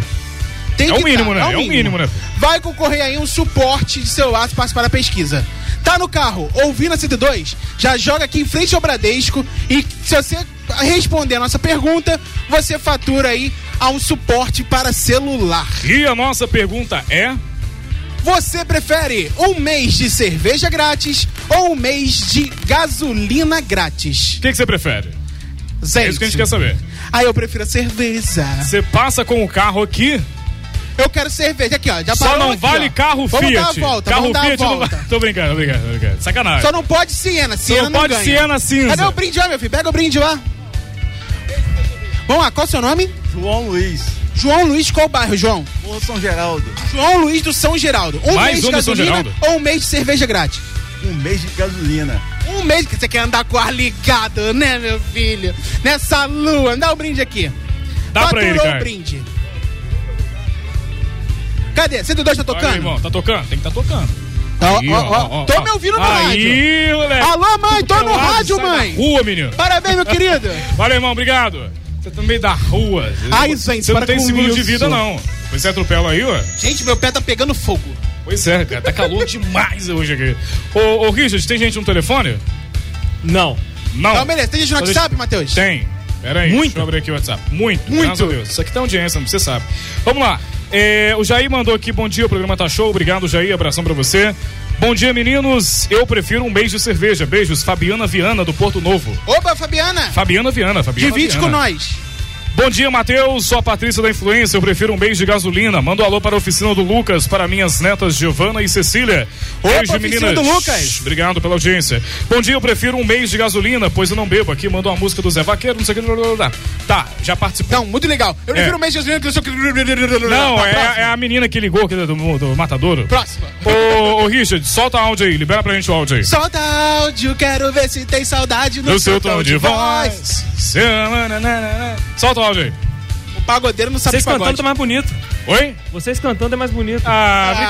Speaker 4: Tem
Speaker 5: É
Speaker 4: que
Speaker 5: o mínimo,
Speaker 4: tá,
Speaker 5: né? É o mínimo, né?
Speaker 4: Vai concorrer aí um suporte de celular para participar da pesquisa. Tá no carro, ouvindo a 102? Já joga aqui em frente ao Bradesco e se você responder a nossa pergunta, você fatura aí a um suporte para celular.
Speaker 5: E a nossa pergunta é.
Speaker 4: Você prefere um mês de cerveja grátis ou um mês de gasolina grátis?
Speaker 5: O que, que você prefere?
Speaker 4: Gente.
Speaker 5: É isso que a gente quer saber.
Speaker 4: Ah, eu prefiro a cerveja.
Speaker 5: Você passa com o carro aqui,
Speaker 4: Eu quero cerveja aqui, ó. Já
Speaker 5: só
Speaker 4: parou
Speaker 5: não
Speaker 4: aqui,
Speaker 5: vale
Speaker 4: ó.
Speaker 5: carro
Speaker 4: vamos
Speaker 5: Fiat.
Speaker 4: Dar a volta,
Speaker 5: carro
Speaker 4: vamos dar
Speaker 5: Fiat
Speaker 4: a
Speaker 5: não
Speaker 4: volta.
Speaker 5: vai- Tô brincando, tô brincando, tô brincando. Sacanagem.
Speaker 4: Só não pode Siena, Siena
Speaker 5: não pode
Speaker 4: ganha.
Speaker 5: Siena cinza.
Speaker 4: Cadê o brinde lá, meu filho? Pega o brinde lá. Vamos lá, qual é o seu nome?
Speaker 13: João Luiz,
Speaker 4: João Luiz, qual bairro, João?
Speaker 13: Morro São Geraldo.
Speaker 4: João Luiz do São Geraldo. Um
Speaker 13: Mais
Speaker 4: mês de
Speaker 13: um do São
Speaker 4: gasolina
Speaker 13: Geraldo.
Speaker 4: ou um mês de cerveja grátis?
Speaker 13: Um mês de gasolina.
Speaker 4: Um mês que você quer andar com o ar ligado, né, meu filho? Nessa lua. Dá o brinde aqui.
Speaker 5: Dá pra
Speaker 4: Faturou
Speaker 24: um
Speaker 5: ele, cara.
Speaker 4: o brinde. Cadê? 102 tá
Speaker 5: Olha aí,
Speaker 4: tocando?
Speaker 5: irmão, tá tocando? Tem que tá tocando.
Speaker 4: Ó,
Speaker 5: Aí,
Speaker 4: Tá, ó,
Speaker 5: ó,
Speaker 4: ó.
Speaker 5: ó,
Speaker 4: Tô
Speaker 5: ó.
Speaker 4: me ouvindo no
Speaker 5: Aí,
Speaker 4: rádio.
Speaker 5: moleque.
Speaker 4: Alô, mãe, tô
Speaker 5: Pelo
Speaker 4: no
Speaker 5: lado,
Speaker 4: rádio,
Speaker 5: sai da
Speaker 4: mãe.
Speaker 5: Rua, menino.
Speaker 4: Parabéns, meu querido.
Speaker 5: Valeu, irmão, obrigado. Você também da rua.
Speaker 4: Ai,
Speaker 5: Você
Speaker 4: gente,
Speaker 5: não
Speaker 4: para
Speaker 5: tem
Speaker 4: com
Speaker 5: seguro de
Speaker 4: isso.
Speaker 5: vida, não. Pois você atropela aí, ó.
Speaker 4: Gente, meu pé tá pegando fogo.
Speaker 5: Pois é, cara, tá calor demais hoje aqui. Ô, ô, Richard, tem gente no telefone?
Speaker 18: Não.
Speaker 5: Não.
Speaker 4: Então, beleza. Tem gente no
Speaker 5: Então,
Speaker 4: WhatsApp,
Speaker 5: deixa-
Speaker 4: Matheus?
Speaker 5: Tem. Pera aí,
Speaker 4: Muito.
Speaker 5: deixa eu abrir aqui o WhatsApp. Muito.
Speaker 4: Muito.
Speaker 5: graças a Deus. Isso aqui tá audiência, você sabe. Vamos lá. É, o Jair mandou aqui, bom dia, o programa tá show. Obrigado, Jair, abração pra você. Bom dia, meninos. Eu prefiro um beijo de cerveja. Beijos, Fabiana Viana, do Porto Novo.
Speaker 4: Opa, Fabiana.
Speaker 5: Fabiana Viana, Fabiana
Speaker 4: Divide
Speaker 5: Viana.
Speaker 4: com nós.
Speaker 5: Bom dia, Matheus. Sou a Patrícia da Influência. Eu prefiro um beijo de gasolina. Mando um alô para a oficina do Lucas, para minhas netas Giovana e Cecília.
Speaker 4: Opa, É oficina do Lucas.
Speaker 5: Obrigado pela audiência. Bom dia, eu prefiro um mês de gasolina, pois eu não bebo aqui. Mandou uma música do Zé Vaqueiro, não sei o que. blá, blá, blá. Tá, já participou. É.
Speaker 4: Não, muito legal. Eu prefiro um mês de gasolina que eu sou...
Speaker 5: Não,
Speaker 4: Tá,
Speaker 5: é,
Speaker 4: próximo.
Speaker 5: é a menina que ligou aqui do, do Matadouro.
Speaker 4: Próxima.
Speaker 5: Ô, ô, Richard, solta áudio aí, libera pra gente o áudio aí.
Speaker 4: Solta áudio, quero ver se tem saudade no,
Speaker 5: No seu tom de voz. Solta o áudio aí.
Speaker 4: O pagodeiro não sabe
Speaker 18: Vocês
Speaker 4: de pagode.
Speaker 18: cantando é mais bonito.
Speaker 5: Oi?
Speaker 18: Vocês cantando é mais bonito.
Speaker 5: Ah,
Speaker 4: A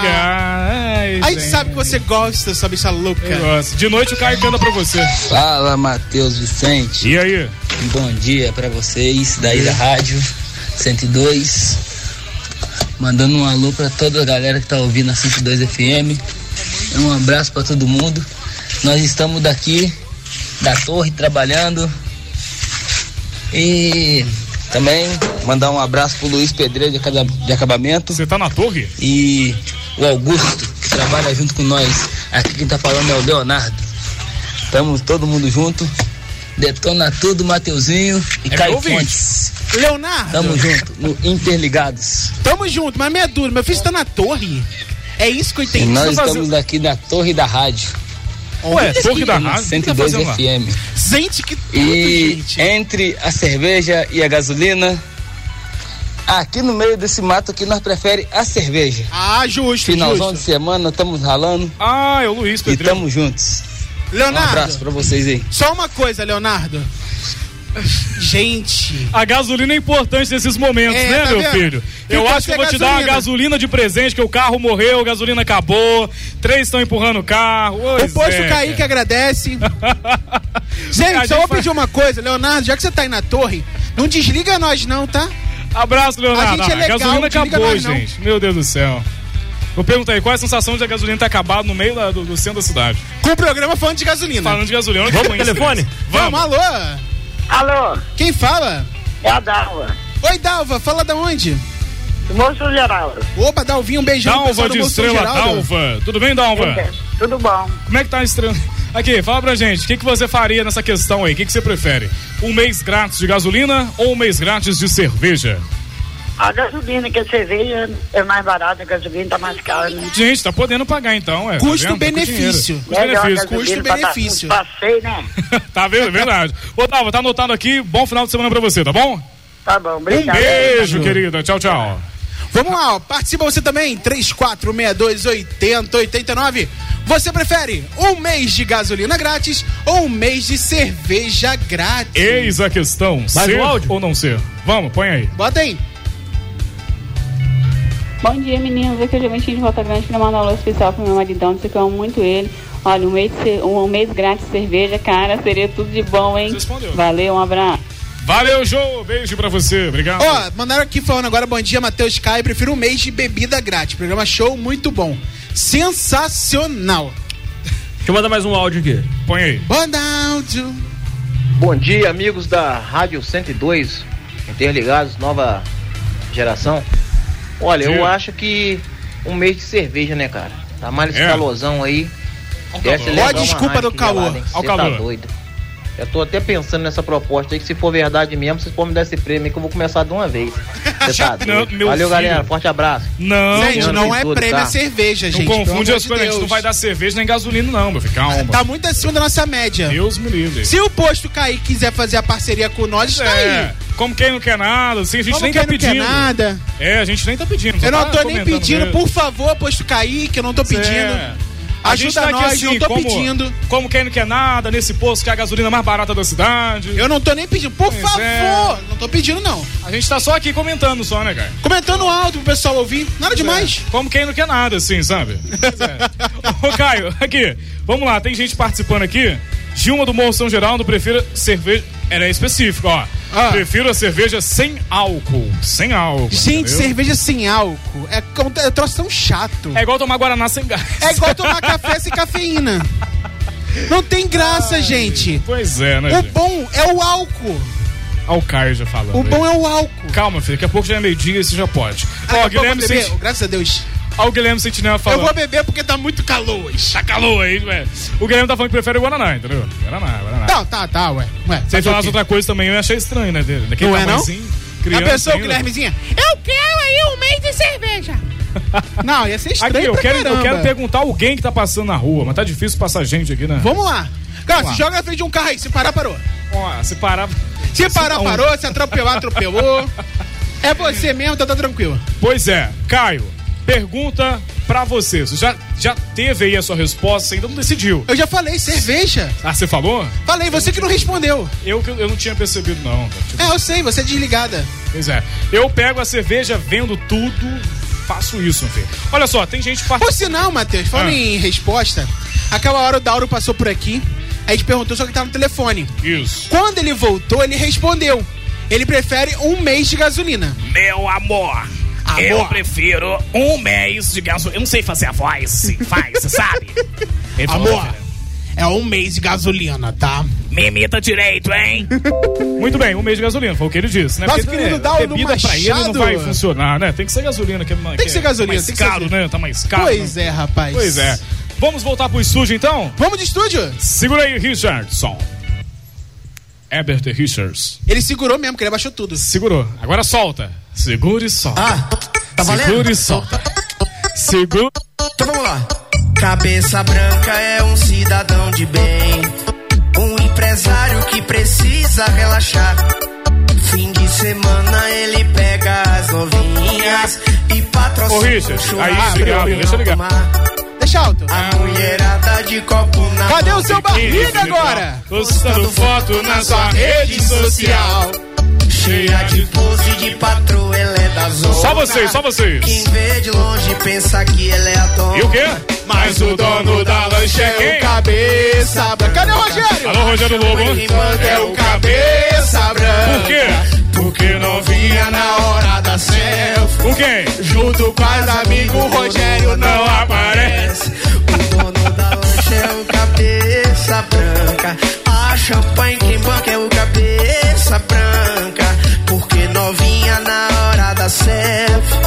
Speaker 5: obrigado.
Speaker 4: gente sabe que você gosta, sua bicha louca.
Speaker 5: Eu gosto. De noite o Caio canta pra você.
Speaker 14: Fala, Matheus Vicente.
Speaker 5: E aí?
Speaker 23: Bom dia para vocês daí da rádio 102. Mandando um alô para toda a galera que tá ouvindo a 102 FM. Um abraço para todo mundo. Nós estamos daqui da torre trabalhando. E também mandar um abraço pro Luiz Pedreiro de acaba- de acabamento.
Speaker 5: Você tá na torre?
Speaker 23: E o Augusto, que trabalha junto com nós. Aqui quem tá falando é o Leonardo. Tamo todo mundo junto. Detona tudo, Mateuzinho e
Speaker 4: É
Speaker 23: Caio
Speaker 4: meu ouvinte.
Speaker 23: Fontes.
Speaker 4: Leonardo.
Speaker 23: Tamo junto, no Interligados.
Speaker 4: Tamo junto, mas meia dúvida. Meu filho tá na torre. É isso que eu
Speaker 23: E
Speaker 4: entendi.
Speaker 23: nós estamos aqui na Torre da Rádio.
Speaker 4: Ué, Torre da
Speaker 23: Na
Speaker 4: Rádio?
Speaker 23: 102
Speaker 4: O que tá fazendo
Speaker 23: FM.
Speaker 4: Gente, que
Speaker 23: E entre a cerveja e a gasolina, aqui no meio desse mato aqui nós prefere a cerveja.
Speaker 4: Ah, justo,
Speaker 23: Finalzão
Speaker 4: justo.
Speaker 23: de semana, estamos ralando.
Speaker 5: Ah, é o Luiz,
Speaker 23: Pedro. E estamos juntos.
Speaker 4: Leonardo.
Speaker 23: Um abraço pra vocês aí.
Speaker 4: Só uma coisa, Leonardo. Gente.
Speaker 5: A gasolina é importante nesses momentos,
Speaker 4: É,
Speaker 5: né,
Speaker 4: tá
Speaker 5: meu
Speaker 4: vendo?
Speaker 5: filho?
Speaker 4: Tem
Speaker 5: Eu
Speaker 4: que
Speaker 5: acho que eu
Speaker 4: ter
Speaker 5: vou te dar uma
Speaker 4: gasolina.
Speaker 5: gasolina de presente, que o carro morreu, a gasolina acabou, três estão empurrando o carro.
Speaker 4: o posto Kaique é agradece.
Speaker 5: é, A
Speaker 4: gente,
Speaker 5: gente
Speaker 4: só vou
Speaker 5: faz-
Speaker 4: pedir uma coisa, Leonardo, já que você tá aí na torre, não desliga nós não, tá?
Speaker 5: Abraço, Leonardo.
Speaker 4: A gente é legal,
Speaker 5: a gasolina
Speaker 4: não desliga
Speaker 5: acabou,
Speaker 4: nós não.
Speaker 5: gente. Meu Deus do céu. Vou perguntar aí, qual é a sensação de a gasolina ter acabado no meio da- do, do centro da cidade?
Speaker 4: Com o programa falando de gasolina.
Speaker 5: Falando de gasolina.
Speaker 4: Vamos pro
Speaker 5: pro
Speaker 4: telefone? Vamos,
Speaker 5: Vamos.
Speaker 4: né? alô. Alô. Quem fala? É a Dalva. Oi, Dalva, fala da onde? Do Moço Geraldo. Opa, Dalvinho, um beijão. pro pessoal
Speaker 5: Dalva
Speaker 4: do
Speaker 5: de
Speaker 4: Moço
Speaker 5: Estrela
Speaker 4: Geraldo.
Speaker 5: Dalva. Tudo bem, Dalva?
Speaker 4: Tudo bom.
Speaker 5: Como é que tá a estrela? Aqui, fala pra gente, o que, que você faria nessa questão aí? O que, que você prefere? Um mês grátis de gasolina ou um mês grátis de cerveja?
Speaker 14: A gasolina, que a cerveja é mais barata, a gasolina tá mais cara, né?
Speaker 5: Gente, tá podendo pagar então, é.
Speaker 14: Custo-benefício. Melhor
Speaker 5: Custo-benefício.
Speaker 14: gasolina pra dar
Speaker 5: Custo-benefício.
Speaker 14: um Passeio, né?
Speaker 5: Tá vendo? É verdade. Ô, Dalva, tá anotado aqui. Bom final de semana pra você, tá bom?
Speaker 14: Tá bom,
Speaker 5: Um
Speaker 14: obrigado.
Speaker 5: beijo, querida. Tchau, tchau.
Speaker 4: Vamos lá, ó. participa você também, 34628089. Você prefere um mês de gasolina grátis ou um mês de cerveja grátis?
Speaker 5: Eis a questão. ser
Speaker 4: um áudio?
Speaker 5: ou não ser? Vamos, põe aí.
Speaker 4: Bota aí.
Speaker 13: Bom dia, meninos. Aqui é o Diamantinho de Volta Grande para mandar um alô especial pro meu maridão, que eu amo muito ele. Olha, um mês, de ce- um mês grátis de cerveja, cara, seria tudo de bom, hein? Valeu, um abraço.
Speaker 5: Valeu, João. Beijo pra você. Obrigado.
Speaker 4: Ó, mandaram aqui falando agora, bom dia, Matheus Caio. Prefiro um mês de bebida grátis. Programa show, muito bom. Sensacional.
Speaker 30: Deixa eu mandar mais um áudio aqui.
Speaker 5: Põe aí.
Speaker 4: Manda áudio.
Speaker 27: Bom dia, amigos da Rádio 102, interligados, nova geração. Olha, Bom eu dia. acho que um mês de cerveja, né, cara? Tá mais esse É. calorzão aí.
Speaker 23: é
Speaker 27: Deve
Speaker 4: calor. Ó a desculpa do calor. Ó o
Speaker 27: Você tá
Speaker 4: calor.
Speaker 27: doido. Já tô até pensando nessa proposta aí, que se for verdade mesmo, vocês podem me dar esse prêmio aí que eu vou começar de uma vez. Você tá
Speaker 5: Não,
Speaker 27: doido.
Speaker 5: meu
Speaker 27: Valeu,
Speaker 5: filho.
Speaker 27: galera. Forte abraço.
Speaker 5: Não,
Speaker 4: Gente,
Speaker 27: Ano
Speaker 4: não
Speaker 27: aí
Speaker 4: é
Speaker 27: todo,
Speaker 4: prêmio,
Speaker 27: tá?
Speaker 4: é cerveja,
Speaker 5: Não
Speaker 4: gente. pelo
Speaker 5: confunde
Speaker 4: amor
Speaker 5: as
Speaker 4: de
Speaker 5: coisas, a gente
Speaker 4: Deus.
Speaker 5: não vai dar cerveja nem gasolina, não, meu filho. Calma.
Speaker 4: Tá muito acima da nossa média.
Speaker 5: Deus me livre.
Speaker 4: Se o posto cair quiser fazer a parceria com nós, está aí.
Speaker 5: É, como quem não quer nada, assim, a gente
Speaker 4: Como
Speaker 5: nem
Speaker 4: quem
Speaker 5: tá
Speaker 4: não quer
Speaker 5: pedindo.
Speaker 4: nada.
Speaker 5: É, a gente nem tá pedindo. só
Speaker 4: Eu não
Speaker 5: tá
Speaker 4: tô nem
Speaker 5: comentando
Speaker 4: pedindo,
Speaker 5: mesmo.
Speaker 4: por favor, posto cair, que eu não tô pedindo.
Speaker 5: É. A gente
Speaker 4: Ajuda
Speaker 5: tá aqui
Speaker 4: nós,
Speaker 5: assim,
Speaker 4: não tô
Speaker 5: como-
Speaker 4: pedindo.
Speaker 5: Como quem não quer nada, nesse posto que é a gasolina mais barata da cidade. é.
Speaker 4: Eu não tô nem pedindo, por favor. Não tô pedindo, não.
Speaker 5: A gente tá só aqui comentando só, né, cara? é.
Speaker 4: Comentando alto pro pessoal ouvir, nada demais.
Speaker 5: Como quem não quer nada, assim, sabe? Pois é. Ô, Caio, aqui, vamos lá, tem gente participando aqui. Gilma do Morro São Geraldo prefira cerveja. Era específico, ó.
Speaker 4: Ah.
Speaker 5: Prefiro a cerveja sem álcool. Sem álcool.
Speaker 4: Gente,
Speaker 5: entendeu?
Speaker 4: cerveja sem álcool é, con- é troço tão chato.
Speaker 5: É igual tomar Guaraná sem gás.
Speaker 4: É igual tomar café sem cafeína. Não tem graça, gente.
Speaker 5: Pois Ah, é, né?
Speaker 4: O
Speaker 5: gente?
Speaker 4: bom é o álcool.
Speaker 5: Ó, o Caio já falando.
Speaker 4: O bom
Speaker 5: aí.
Speaker 4: é o álcool.
Speaker 5: Calma, filho, daqui a pouco já é meio-dia e você já pode.
Speaker 4: Ah,
Speaker 5: Ó,
Speaker 4: eu
Speaker 5: Guilherme
Speaker 4: vou beber,
Speaker 5: Senti-
Speaker 4: Graças a Deus.
Speaker 5: Ó, o Guilherme Sentinela falando.
Speaker 4: Eu vou beber porque tá muito calor hoje.
Speaker 5: Tá calor aí, velho. O Guilherme tá falando que prefere o Guaraná, entendeu? Guaraná, Guaraná.
Speaker 4: Não, tá, tá, ué. ué
Speaker 5: Se ele
Speaker 4: fazer o
Speaker 5: falasse
Speaker 4: quê?
Speaker 5: outra coisa também, eu ia achar estranho, né? Dele. Daquele
Speaker 4: Não é, não?
Speaker 5: tamanhozinho,
Speaker 4: A
Speaker 5: criança
Speaker 4: pessoa,
Speaker 5: ainda.
Speaker 4: Guilhermezinha, eu quero aí um mês de cerveja. Não, ia ser tá estranho
Speaker 5: Aqui, eu
Speaker 4: pra
Speaker 5: quero, eu
Speaker 4: caramba.
Speaker 5: quero perguntar alguém que tá passando na rua, mas tá difícil passar gente aqui, né?
Speaker 4: Vamos lá. Cara,
Speaker 5: Vamos
Speaker 4: se
Speaker 5: lá.
Speaker 4: joga na frente de um carro aí. Se parar, parou.
Speaker 5: Ó, se parar...
Speaker 4: Se parar,
Speaker 5: não.
Speaker 4: parou. Se atropelar, atropelou. É você mesmo, tá, tá tranquilo.
Speaker 5: Pois é, Caio, pergunta pra você. Você já, já teve aí a sua resposta, você ainda não decidiu.
Speaker 4: Eu já falei, cerveja.
Speaker 5: Ah, você falou?
Speaker 4: Falei, você que não respondeu.
Speaker 5: Eu, que- eu não tinha percebido, não.
Speaker 4: É, eu sei, você é desligada.
Speaker 5: Pois é. Eu pego a cerveja, vendo tudo, faço isso, meu filho. Olha só, tem gente
Speaker 4: Por sinal, Matheus, falando
Speaker 5: Ah.
Speaker 4: em resposta, aquela hora o Dauro passou por aqui. A gente perguntou só que tava no telefone.
Speaker 5: Isso.
Speaker 4: Quando ele voltou, ele respondeu. Ele prefere um mês de gasolina.
Speaker 6: Meu amor. Eu
Speaker 4: Amor.
Speaker 6: prefiro um mês de gasolina. Eu não sei fazer a voz. Faz, você sabe? Ele falou,
Speaker 24: Amor, é um mês de gasolina, tá?
Speaker 6: Me imita direito, hein?
Speaker 5: Muito bem, um mês de gasolina, foi o que ele disse, né?
Speaker 24: Nosso
Speaker 5: Porque,
Speaker 24: querido
Speaker 5: é,
Speaker 24: Daldo
Speaker 5: bebida pra ele não
Speaker 24: Machado.
Speaker 5: vai funcionar, né? Tem que ser gasolina, que é Tem
Speaker 4: que ser gasolina,
Speaker 5: mais
Speaker 4: tem que ser
Speaker 5: caro, né? Tá mais caro.
Speaker 4: Pois é, rapaz.
Speaker 5: Pois é. Vamos voltar pro estúdio então?
Speaker 4: Vamos de estúdio?
Speaker 5: Segura aí, Richardson. Herbert Richards.
Speaker 4: Ele segurou mesmo, que ele abaixou tudo.
Speaker 5: Segurou. Agora solta. Segura e solta.
Speaker 24: Ah, tá valendo?
Speaker 5: Segura e solta. Segura.
Speaker 24: Então vamos lá. Cabeça branca é um cidadão de bem. Um empresário que precisa relaxar. Fim de semana ele pega as novinhas e patrocina.
Speaker 5: Ô, Richard,
Speaker 24: um
Speaker 5: aí,
Speaker 24: churrasco
Speaker 5: obrigado,
Speaker 24: pra
Speaker 5: deixa eu ligar.
Speaker 24: tomar.
Speaker 4: Deixa alto.
Speaker 24: A mulherada de copo na
Speaker 4: Cadê
Speaker 24: mão.
Speaker 4: o seu barriga agora?
Speaker 5: Postando foto na sua rede social.
Speaker 24: Cheia de pose de patroa, ela é da zona.
Speaker 5: Só vocês, só vocês.
Speaker 24: Quem vê de longe pensa que ela é a dona.
Speaker 5: E o quê?
Speaker 24: Mas o dono da lanche é o cabeça branca.
Speaker 4: Cadê o Rogério?
Speaker 5: Alô, Rogério Lobo.
Speaker 24: Quem manda é o cabeça branca.
Speaker 5: Por quê?
Speaker 24: Porque novinha na hora da selfie.
Speaker 5: Com quem?
Speaker 24: Junto com as amigos, o Rogério não aparece. O dono da lanche é o cabeça branca. A champanhe quem banca é o cabeça branca. Porque novinha na hora da selfie.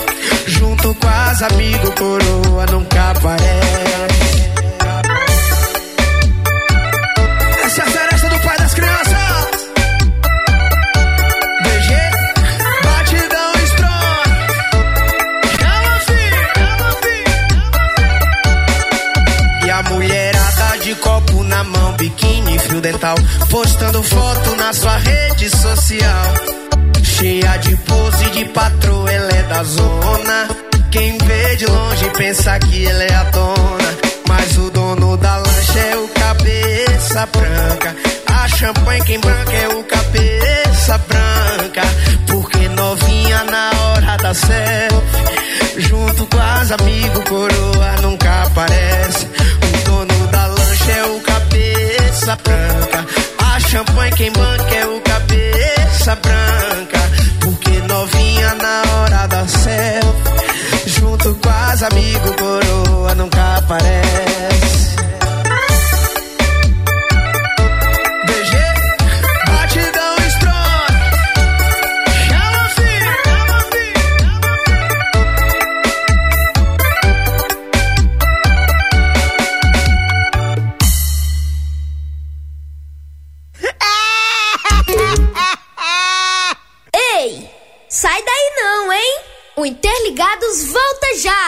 Speaker 24: Junto com as amigos, coroa nunca aparece. Essa é a festa do pai das crianças. BG, batidão strong. Calma, filho, calma, filho. E a mulherada de copo na mão, biquíni, fio dental, postando foto na sua rede social. Cheia de pose de patroa, ela é da zona. Quem vê de longe pensa que ela é a dona. Mas o dono da lancha é o cabeça branca. A champanhe quem branca é o cabeça branca. Porque novinha na hora da selfie. Junto com as amigos, coroa nunca aparece. O dono da lancha é o cabeça branca. A champanhe quem banca é o cabeça branca. Porque novinha na hora da selfie. Junto com as amigos, coroa nunca aparece. BG, batidão strong. Chama, filho, chama, filho.
Speaker 19: Ei, sai daí não, hein? O Interligados volta já!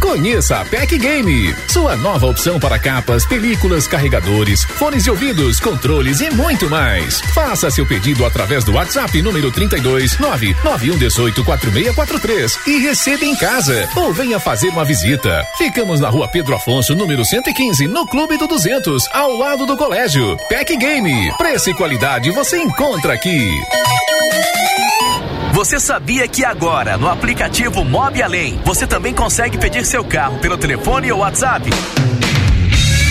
Speaker 3: Conheça a PEC Game, sua nova opção para capas, películas, carregadores, fones de ouvidos, controles e muito mais. Faça seu pedido através do WhatsApp número 32 99118 4643 e receba em casa ou venha fazer uma visita. Ficamos na rua Pedro Afonso, número 115, no Clube do 200, ao lado do colégio. PEC Game, preço e qualidade você encontra aqui.
Speaker 16: Você sabia que agora, no aplicativo Mob Além, você também consegue pedir seu carro pelo telefone ou WhatsApp?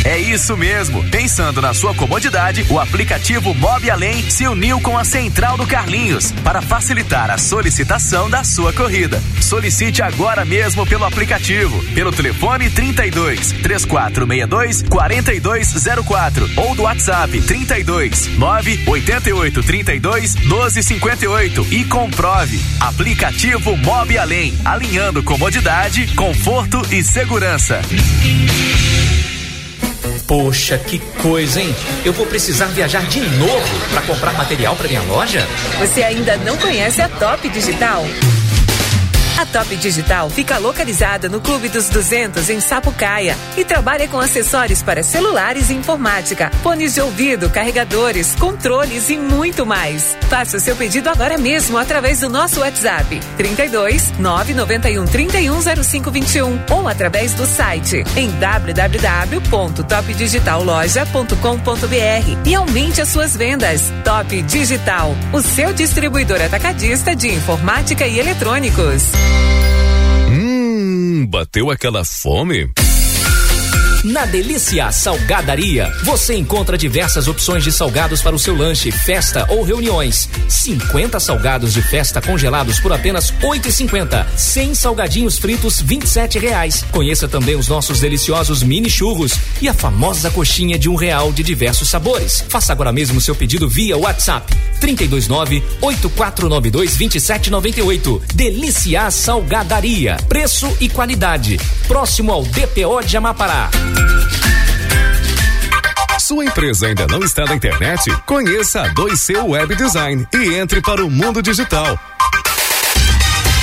Speaker 16: É isso mesmo. Pensando na sua comodidade, o aplicativo Mob Além se uniu com a Central do Carlinhos para facilitar a solicitação da sua corrida. Solicite agora mesmo pelo aplicativo, pelo telefone 32 3462 4204 ou do WhatsApp 32 988 32 1258 e comprove. Aplicativo Mob Além, alinhando comodidade, conforto e segurança.
Speaker 2: Poxa, que coisa, hein? Eu vou precisar viajar de novo para comprar material para minha loja?
Speaker 20: Você ainda não conhece a Top Digital? A Top Digital fica localizada no Clube dos 200 em Sapucaia e trabalha com acessórios para celulares e informática, fones de ouvido, carregadores, controles e muito mais. Faça o seu pedido agora mesmo através do nosso WhatsApp 32 991 310521 ou através do site em www.topdigitalloja.com.br e aumente as suas vendas. Top Digital, o seu distribuidor atacadista de informática e eletrônicos.
Speaker 3: Hum, bateu aquela fome?
Speaker 2: Na Delícia Salgadaria, você encontra diversas opções de salgados para o seu lanche, festa ou reuniões. 50 salgados de festa congelados por apenas oito e cinquenta. 100 salgadinhos fritos, vinte e sete reais. Conheça também os nossos deliciosos mini churros e a famosa coxinha de um real de diversos sabores. Faça agora mesmo seu pedido via WhatsApp 329 8492 2798. Delícia Salgadaria. Preço e qualidade. Próximo ao DPO de Amapará.
Speaker 3: Sua empresa ainda não está na internet? Conheça a 2C Web Design e entre para o mundo digital.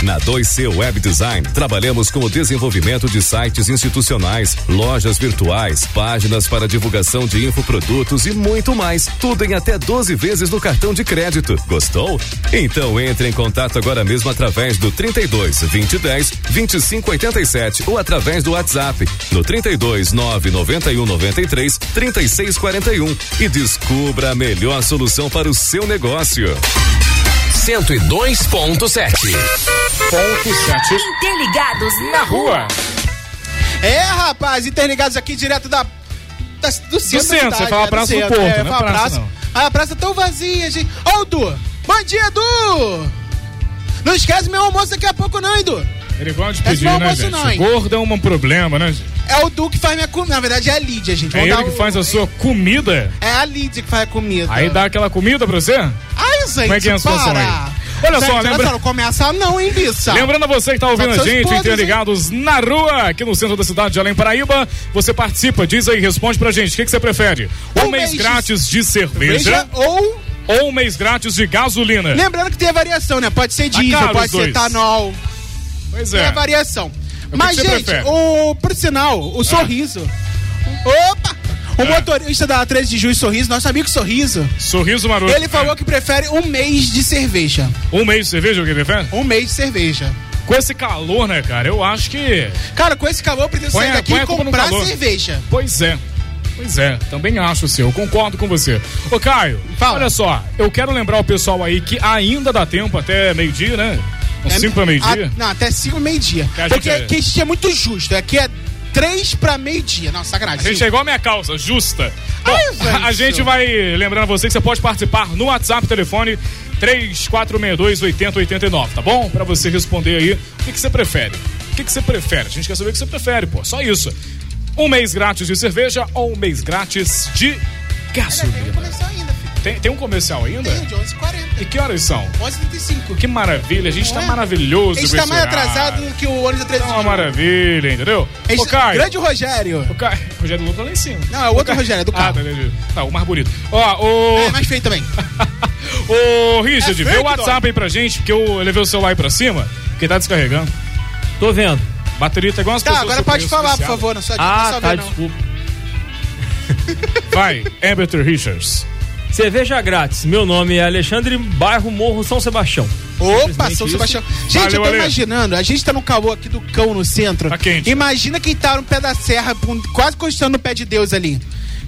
Speaker 3: Na 2C Web Design, trabalhamos com o desenvolvimento de sites institucionais, lojas virtuais, páginas para divulgação de infoprodutos e muito mais. Tudo em até 12 vezes no cartão de crédito. Gostou? Então entre em contato agora mesmo através do 32 2010 2587 ou através do WhatsApp no 32 991 93 3641 e descubra a melhor solução para o seu negócio. 102.7
Speaker 20: Interligados na rua.
Speaker 4: É, rapaz, interligados aqui direto da, da- do centro. da
Speaker 5: centro,
Speaker 4: cidade,
Speaker 5: você fala
Speaker 4: é,
Speaker 5: Praça do
Speaker 4: centro,
Speaker 5: Porto,
Speaker 4: é,
Speaker 5: não é
Speaker 4: fala
Speaker 5: praça,
Speaker 4: praça.
Speaker 5: não.
Speaker 4: Ah, A praça é tão vazia, gente. Ô, Du! Bom dia,
Speaker 5: Hum.
Speaker 4: Du! Não esquece meu almoço daqui a pouco, não, hein, Du?
Speaker 5: Ele gosta de
Speaker 4: Esse
Speaker 5: pedir,
Speaker 4: não é
Speaker 5: né,
Speaker 4: almoço,
Speaker 5: gente?
Speaker 4: não, hein?
Speaker 5: Gordo é um problema, né, gente?
Speaker 4: É o Du que faz minha comida. Na verdade, é a Lídia, gente.
Speaker 5: É
Speaker 4: Vamos
Speaker 5: ele
Speaker 4: dar um
Speaker 5: que
Speaker 4: o-
Speaker 5: faz a sua comida.
Speaker 4: É a Lídia que faz a comida.
Speaker 5: Aí dá aquela comida pra você?
Speaker 4: Ai, gente,
Speaker 5: Como é que é a situação
Speaker 4: para.
Speaker 5: aí? Olha
Speaker 4: gente,
Speaker 5: só, lembra-
Speaker 4: Não começa não, hein, bicha?
Speaker 5: Lembrando a você que tá ouvindo a
Speaker 4: Seus
Speaker 5: gente,
Speaker 4: podres,
Speaker 5: interligados na rua, aqui no centro da cidade de Além Paraíba, você participa, diz aí, responde pra gente. O que, que você prefere? Um, mês,
Speaker 4: mês de-
Speaker 5: grátis de cerveja
Speaker 4: Veja ou...
Speaker 5: ou um mês grátis de gasolina?
Speaker 4: Lembrando que tem a variação, né? Pode ser diesel,
Speaker 5: né? Tá caro os
Speaker 4: pode ser
Speaker 5: dois.
Speaker 4: etanol.
Speaker 5: Pois
Speaker 4: Tem
Speaker 5: é.
Speaker 4: a variação.
Speaker 5: que
Speaker 4: Mas,
Speaker 5: você
Speaker 4: gente,
Speaker 5: prefere? Ah.
Speaker 4: o, por sinal, o sorriso. Opa!
Speaker 5: É.
Speaker 4: O motorista da 13 de julho Sorriso, nosso amigo Sorriso.
Speaker 5: Sorriso maroto.
Speaker 4: Ele falou que prefere um mês de cerveja.
Speaker 5: Um mês de cerveja, o que prefere?
Speaker 4: Um mês de cerveja.
Speaker 5: Com esse calor, né, cara? Eu acho que.
Speaker 4: Cara, com esse calor, eu pretendo
Speaker 5: Põe
Speaker 4: sair
Speaker 5: a-
Speaker 4: daqui
Speaker 5: põe
Speaker 4: e
Speaker 5: a culpa no
Speaker 4: comprar
Speaker 5: calor.
Speaker 4: cerveja.
Speaker 5: Pois é. Pois é, também acho, seu. Eu concordo com você. Ô, Caio, olha só. Eu quero lembrar o pessoal aí que ainda dá tempo até meio-dia, né? Uns 5 pra meio-dia.
Speaker 4: É, A- Não, até 5 meio-dia.
Speaker 5: Que a gente
Speaker 4: Porque
Speaker 5: é-
Speaker 4: aqui a gente é muito justo. Aqui é 3 pra meio-dia. Não,
Speaker 5: A
Speaker 4: sacanagem.
Speaker 5: gente é igual a minha causa, justa. Bom,
Speaker 4: gente.
Speaker 5: a gente vai lembrando a você que você pode participar no WhatsApp, telefone 3462-8089, tá bom? Pra você responder aí, o que, que você prefere? O que, que você prefere? A gente quer saber o que você prefere, pô, só isso. Um mês grátis de cerveja ou um mês grátis de gasolina? Tem, tem um comercial ainda?
Speaker 4: Tem, de 11h40,
Speaker 5: E que horas são?
Speaker 4: 11h35.
Speaker 5: Que maravilha, a gente
Speaker 4: Não
Speaker 5: tá
Speaker 4: é?
Speaker 5: maravilhoso
Speaker 4: A gente
Speaker 5: com
Speaker 4: tá
Speaker 5: esse
Speaker 4: mais
Speaker 5: horário.
Speaker 4: atrasado do que o ônibus da
Speaker 5: Tá
Speaker 4: 13 de
Speaker 5: uma
Speaker 4: julho.
Speaker 5: maravilha, entendeu?
Speaker 4: Esse-
Speaker 5: Ô, Caio.
Speaker 4: grande Rogério.
Speaker 5: O Caio, Rogério Lula tá lá em cima.
Speaker 4: Não, é o outro Rogério, é do carro.
Speaker 5: Ah, tá, entendi. Tá, o mais bonito. Ó, o. É,
Speaker 4: mais feio também.
Speaker 5: Ô, Richard,
Speaker 4: É
Speaker 5: vê o
Speaker 4: fake,
Speaker 5: WhatsApp
Speaker 4: dói.
Speaker 5: aí pra gente, porque eu levei o celular aí pra cima, porque tá descarregando. Tô vendo. Ah, Bateria tá igual as
Speaker 4: Tá,
Speaker 5: pessoas que
Speaker 4: agora
Speaker 5: eu
Speaker 4: pode
Speaker 5: conheço,
Speaker 4: falar, por
Speaker 5: viciado.
Speaker 4: favor. Não só não
Speaker 5: tá,
Speaker 4: só ver, não.
Speaker 5: Vai, Amber Richards.
Speaker 18: Cerveja grátis. Meu nome é Alexandre Bairro Morro São Sebastião.
Speaker 4: Opa, São Sebastião. Gente, eu tô imaginando, a gente tá no calor aqui do cão no centro. Tá quente.
Speaker 5: né?
Speaker 4: Imagina quem tá no pé da serra, pum, quase encostando no pé de Deus ali.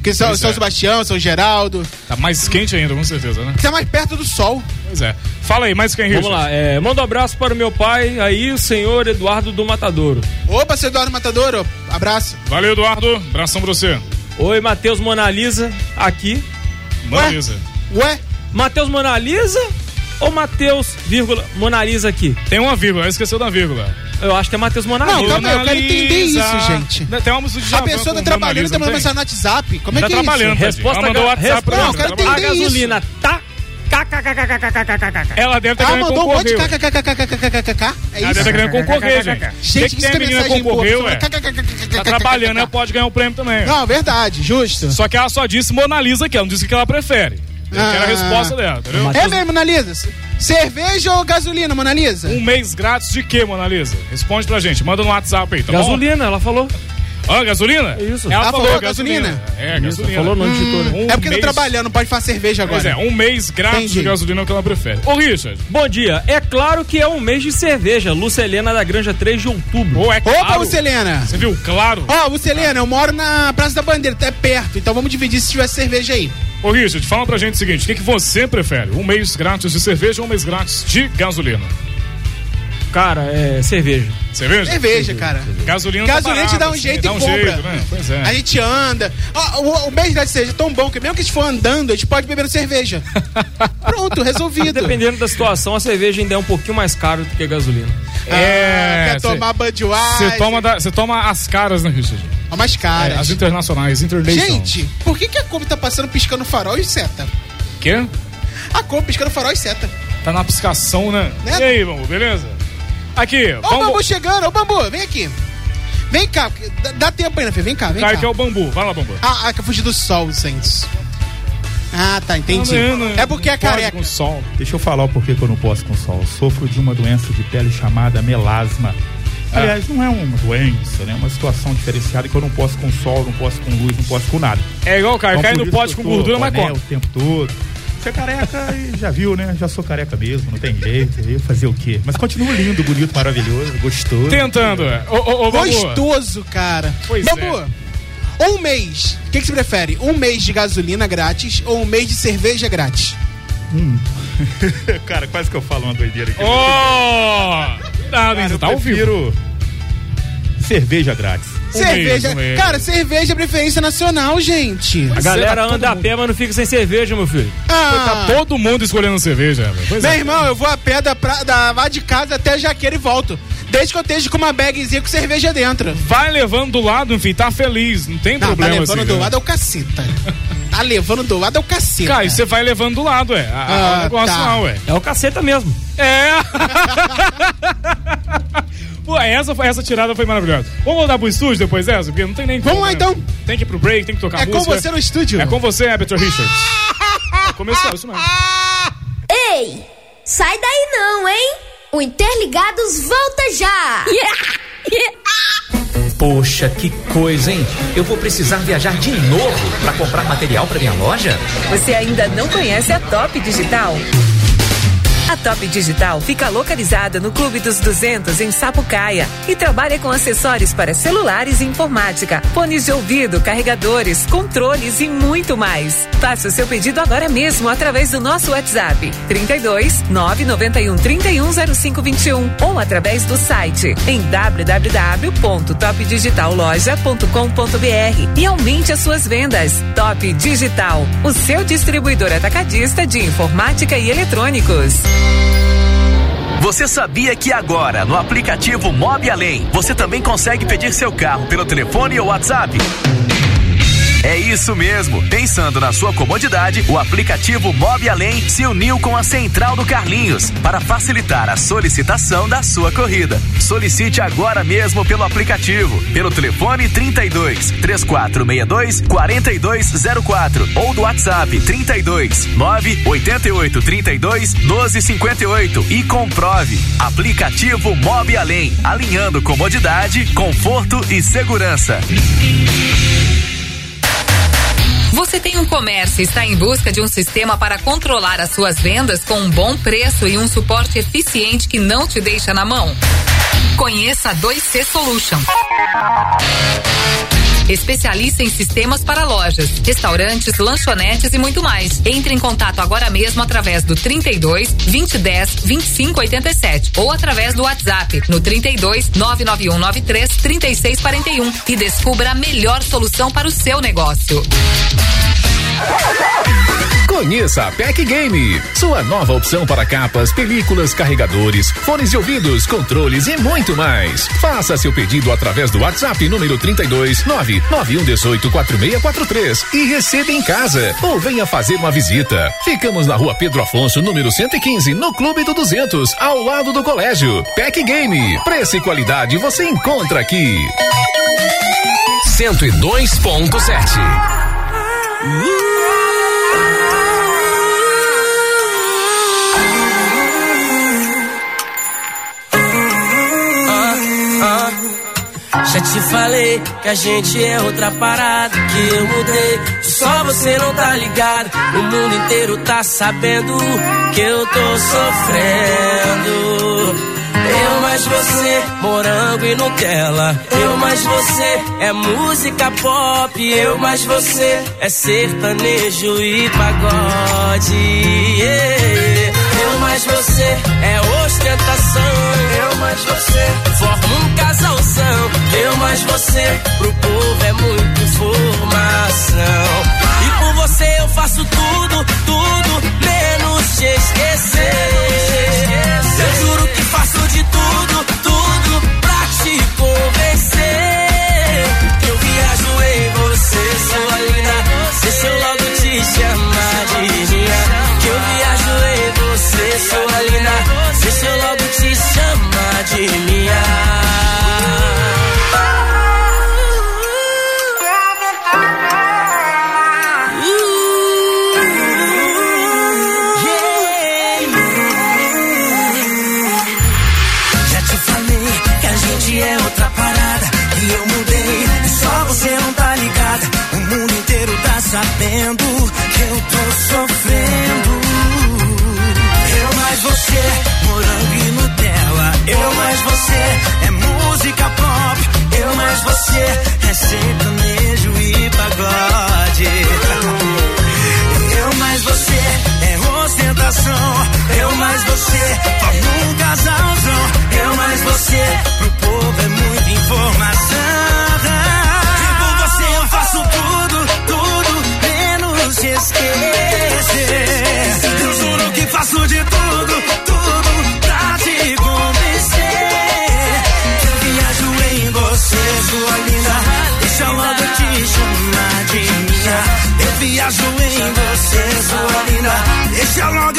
Speaker 4: Que são
Speaker 5: Pois
Speaker 4: São
Speaker 5: é.
Speaker 4: Sebastião, São Geraldo.
Speaker 5: Tá mais quente ainda, com certeza, né?
Speaker 4: Tá mais perto do sol.
Speaker 5: Pois é. Fala aí, mais quem,
Speaker 18: Vamos
Speaker 5: Richard?
Speaker 18: lá, é, manda um abraço para o meu pai aí, o senhor Eduardo do Matadouro.
Speaker 4: Opa, seu Eduardo Matadouro, abraço.
Speaker 5: Valeu, Eduardo, abração pra você.
Speaker 18: Oi, Matheus Monalisa, aqui.
Speaker 5: Monalisa.
Speaker 4: Ué?
Speaker 18: Matheus Monalisa ou Matheus, vírgula, Monalisa aqui?
Speaker 5: Tem uma vírgula, esqueceu da vírgula.
Speaker 18: Eu acho que é Matheus Monalisa.
Speaker 4: Não, calma aí, eu quero entender isso, gente.
Speaker 5: Tem uma música
Speaker 4: a pessoa tá trabalhando e tá mandando mensagem no WhatsApp. Como é
Speaker 5: Tá
Speaker 4: que é isso?
Speaker 5: trabalhando, tadinho. Ela mandou o WhatsApp pra
Speaker 4: Não,
Speaker 5: ela,
Speaker 4: eu quero
Speaker 5: tá
Speaker 4: entender
Speaker 5: trabalhando.
Speaker 4: isso.
Speaker 5: A gasolina
Speaker 18: tá...
Speaker 5: Ela deve tá
Speaker 4: ah,
Speaker 5: querendo
Speaker 4: mandou um monte de
Speaker 5: concorrer,
Speaker 4: kkkkkkkkk. É
Speaker 5: Ela
Speaker 4: isso?
Speaker 5: deve tá querendo concorrer, gente. Tem
Speaker 4: Gente,
Speaker 5: que ter
Speaker 4: isso que é
Speaker 5: menina
Speaker 4: mensagem boa.
Speaker 5: concorreu,
Speaker 4: Você
Speaker 5: ué.
Speaker 4: vai kkkkkkk.
Speaker 5: Tá trabalhando, ela pode ganhar o prêmio também.
Speaker 4: Não, verdade, justo.
Speaker 5: Só que ela só disse Mona Lisa aqui, ela não disse o que ela prefere. Eu quero a
Speaker 4: Ah.
Speaker 5: resposta dela, entendeu?
Speaker 4: É mesmo, Monalisa? Cerveja ou gasolina, Monalisa?
Speaker 5: Um mês grátis de quê, Mona Lisa? Responde pra gente, manda no WhatsApp aí, tá
Speaker 18: Gasolina, ela falou. É
Speaker 5: bom? Ah, gasolina?
Speaker 18: Isso.
Speaker 5: Ela,
Speaker 4: Ela
Speaker 5: falou,
Speaker 4: falou
Speaker 5: gasolina.
Speaker 4: gasolina?
Speaker 5: É, gasolina.
Speaker 18: falou, não digitou, né?
Speaker 5: Um
Speaker 4: é porque
Speaker 5: mês-
Speaker 4: tá trabalhando, pode fazer cerveja agora.
Speaker 5: Pois é, um mês grátis de gasolina é o que ela prefere. Ô, Richard.
Speaker 18: Bom dia. É claro que é um mês de cerveja. Lucelena da Granja 3 de outubro.
Speaker 5: Ou é
Speaker 4: Opa, Lucelena!
Speaker 5: Você viu? Claro.
Speaker 4: Ó, Lucelena, eu moro na Praça da Bandeira, tá perto, então vamos dividir se tiver cerveja aí.
Speaker 5: Ô, Richard, fala pra gente o seguinte: o que, que você prefere? Um mês grátis de cerveja ou um mês grátis de gasolina?
Speaker 18: Cara, é cerveja.
Speaker 5: Cerveja?
Speaker 4: Cerveja, cara.
Speaker 5: Gasolina tá
Speaker 4: Gasolina te
Speaker 5: barato,
Speaker 4: dá um
Speaker 5: assim,
Speaker 4: jeito
Speaker 5: dá
Speaker 4: e
Speaker 5: um
Speaker 4: compra.
Speaker 5: jeito, né? Pois é.
Speaker 4: A gente anda. Ó, o, o mês da cerveja é tão bom que mesmo que a gente for andando, a gente pode beber cerveja. Pronto, resolvido.
Speaker 18: Dependendo da situação, a cerveja ainda é um pouquinho mais cara do que a gasolina.
Speaker 5: É,
Speaker 4: Ah, quer tomar Budweiser.
Speaker 5: Você toma, da- você toma as caras, né, Richard?
Speaker 4: Toma as caras.
Speaker 5: É, as internacionais, international.
Speaker 4: Gente, por que, que a Kombi tá passando piscando farol e seta?
Speaker 5: Quê?
Speaker 4: A Kombi piscando farol e seta.
Speaker 5: Tá na piscação, né?
Speaker 4: Né?
Speaker 5: E aí, Bambu, beleza? Aqui,
Speaker 4: Ó o Bambu chegando, ó o Bambu, vem aqui. Vem cá, dá, dá tempo ainda, Fê, vem cá, vem
Speaker 5: Cara,
Speaker 4: cá.
Speaker 5: que é o Bambu. Vai lá, Bambu.
Speaker 4: Ah, ah, que eu fugi do sol, Santos. Ah, tá, entendi.
Speaker 5: Não, não, não.
Speaker 4: é porque é careca.
Speaker 5: sol.
Speaker 31: Deixa eu falar o porquê que eu não posso com sol. Eu sofro de uma doença de pele chamada melasma.
Speaker 5: Ah.
Speaker 31: Aliás, não é uma doença, né? É uma situação diferenciada que eu não posso com sol, não posso com luz, não posso com nada. Então,
Speaker 5: É igual, cara, cai
Speaker 31: por
Speaker 5: no
Speaker 31: isso
Speaker 5: pote
Speaker 31: que eu
Speaker 5: com
Speaker 31: tô
Speaker 5: gordura, mas
Speaker 31: boné
Speaker 5: come.
Speaker 31: o tempo todo. Você é careca e já viu, né? Já sou careca mesmo, não tem jeito. Eu ia fazer o quê? Mas continua lindo, bonito, maravilhoso, gostoso.
Speaker 5: Tentando, é. Ô, ô, ô, Bambu.
Speaker 4: Gostoso, cara.
Speaker 5: Pois é.
Speaker 4: Bambu, um mês. O que, que você prefere? Um mês de gasolina grátis ou um mês de cerveja grátis?
Speaker 31: Hum. Cara, quase que eu falo uma doideira aqui.
Speaker 5: Oh! Nada,
Speaker 31: Cara,
Speaker 5: hein? Você
Speaker 31: eu
Speaker 5: tá ao vivo.
Speaker 31: prefiro cerveja grátis.
Speaker 5: é.
Speaker 4: cerveja.
Speaker 18: mês, um mês.
Speaker 4: Cara, cerveja é preferência nacional, gente.
Speaker 18: A
Speaker 5: é.
Speaker 18: galera anda a pé, mas não fica sem cerveja, meu filho.
Speaker 4: Ah,
Speaker 5: Tá Todo mundo escolhendo cerveja, velho. Pois
Speaker 4: meu
Speaker 5: é.
Speaker 4: irmão, eu vou a pé da, pra, da lá de casa até Jaqueira e volto. Desde que eu esteja com uma bagzinha com cerveja dentro.
Speaker 5: Vai levando do lado, enfim, tá feliz, não tem
Speaker 4: Não, tá
Speaker 5: problema.
Speaker 4: levando
Speaker 5: assim,
Speaker 4: do
Speaker 5: né?
Speaker 4: lado é o caceta. tá levando do lado é o caceta.
Speaker 5: Cara, e você vai levando do lado, é. A- a-
Speaker 4: Ah,
Speaker 5: o negócio
Speaker 4: tá.
Speaker 5: não, é.
Speaker 18: É o caceta mesmo.
Speaker 5: É! Pô, essa, foi- essa tirada foi maravilhosa. Vamos voltar pro estúdio depois dessa? Porque não tem nem como,
Speaker 4: Vamos lá,
Speaker 5: né?
Speaker 4: então.
Speaker 5: Tem que ir pro break, tem que tocar
Speaker 4: É com
Speaker 5: música.
Speaker 4: você no estúdio.
Speaker 5: É com você, Abitur Richards. É comercial, isso mesmo.
Speaker 19: Ei, sai daí não, hein? O Interligados volta já!
Speaker 2: Poxa, que coisa, hein? Eu vou precisar viajar de novo para comprar material para minha loja?
Speaker 20: Você ainda não conhece a Top Digital? A Top Digital fica localizada no Clube dos 200 em Sapucaia e trabalha com acessórios para celulares e informática, fones de ouvido, carregadores, controles e muito mais. Faça o seu pedido agora mesmo através do nosso WhatsApp 32 991 310521 ou através do site em www.topdigitalloja.com.br e aumente as suas vendas. Top Digital, o seu distribuidor atacadista de informática e eletrônicos.
Speaker 16: Você sabia que agora, no aplicativo Mob Além, você também consegue pedir seu carro pelo telefone ou WhatsApp? É isso mesmo. Pensando na sua comodidade, o aplicativo Mob Além se uniu com a Central do Carlinhos para facilitar a solicitação da sua corrida. Solicite agora mesmo pelo aplicativo, pelo telefone 32 3462 4204 ou do WhatsApp 32 988 32 1258 e comprove. Aplicativo Mob Além, alinhando comodidade, conforto e segurança.
Speaker 28: Você tem um comércio e está em busca de um sistema para controlar as suas vendas com um bom preço e um suporte eficiente que não te deixa na mão? Conheça a 2C Solution. Especialista em sistemas para lojas, restaurantes, lanchonetes e muito mais. Entre em contato agora mesmo através do 32 2010 2587 ou através do WhatsApp no 32 99193 3641 e descubra a melhor solução para o seu negócio.
Speaker 21: Conheça a PEC Game, sua nova opção para capas, películas, carregadores, fones de ouvidos, controles e muito mais. Faça seu pedido através do WhatsApp número 32 99118 4643 e receba em casa ou venha fazer uma visita. Ficamos na rua Pedro Afonso, número 115, no Clube do 200, ao lado do colégio. PEC Game, preço e qualidade você encontra aqui. 102.7
Speaker 8: Ah, ah. Já te falei que a gente é outra parada, que eu mudei, que só você não tá ligado. O mundo inteiro tá sabendo que eu tô sofrendo. Eu mais você, morango e Nutella. Eu mais você é música pop. Eu mais você é sertanejo e pagode. Yeah. Eu mais você é ostentação. Eu
Speaker 11: mais você forma um casalzão. Eu mais você, pro povo é muita informação. E por você eu faço tudo, tudo, menos te esquecer. Eu juro que faço de tudo, tudo pra te convencer. Eu viajo em você, sua linda. Deixa eu logo te chamar de minha. Que eu viajo em você, sua linda. Deixa eu logo te chamar de minha.
Speaker 8: Já te falei que a gente é outra parada. E eu mudei, e só você não tá ligada. O mundo inteiro tá sabendo que eu tô sofrendo. Eu mais você, morango e Nutella. Eu mais você, é música pop. Eu mais você, é sertanejo e pagode. Eu mais você é ostentação. Eu mais você forma um casalzão. Eu mais você pro povo é muita informação. E por você eu faço tudo, tudo menos te esquecer. Eu juro que faço de tudo, tudo pra te convencer. Eu viajo em você, sua linda. Deixa logo te chamar de minha. Eu viajo em você, sua linda. Deixa logo eu te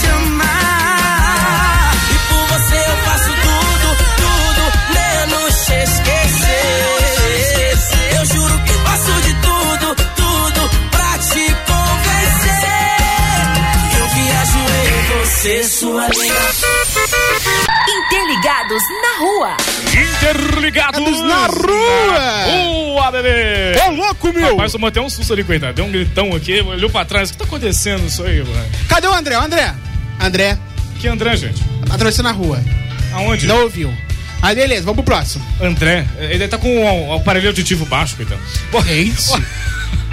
Speaker 8: chamar.
Speaker 11: E por você eu faço tudo, tudo, menos te esquecer. Eu juro que faço de tudo, tudo pra te convencer. Eu viajo em você, sua linda.
Speaker 28: Interligados na rua.
Speaker 5: Interligados na rua! Boa, bebê!
Speaker 4: Ô, louco, meu!
Speaker 5: Rapaz, tomou até um susto ali, coitado. Deu um gritão aqui, olhou pra trás. O que tá acontecendo isso aí, mano?
Speaker 4: Cadê o André? O André? André.
Speaker 5: Que André, gente?
Speaker 4: Atravessando a rua.
Speaker 5: Aonde?
Speaker 4: Não ouviu. Mas beleza, vamos pro próximo.
Speaker 5: André, ele tá com um, um aparelho auditivo baixo, coitado.
Speaker 4: Porra, é isso?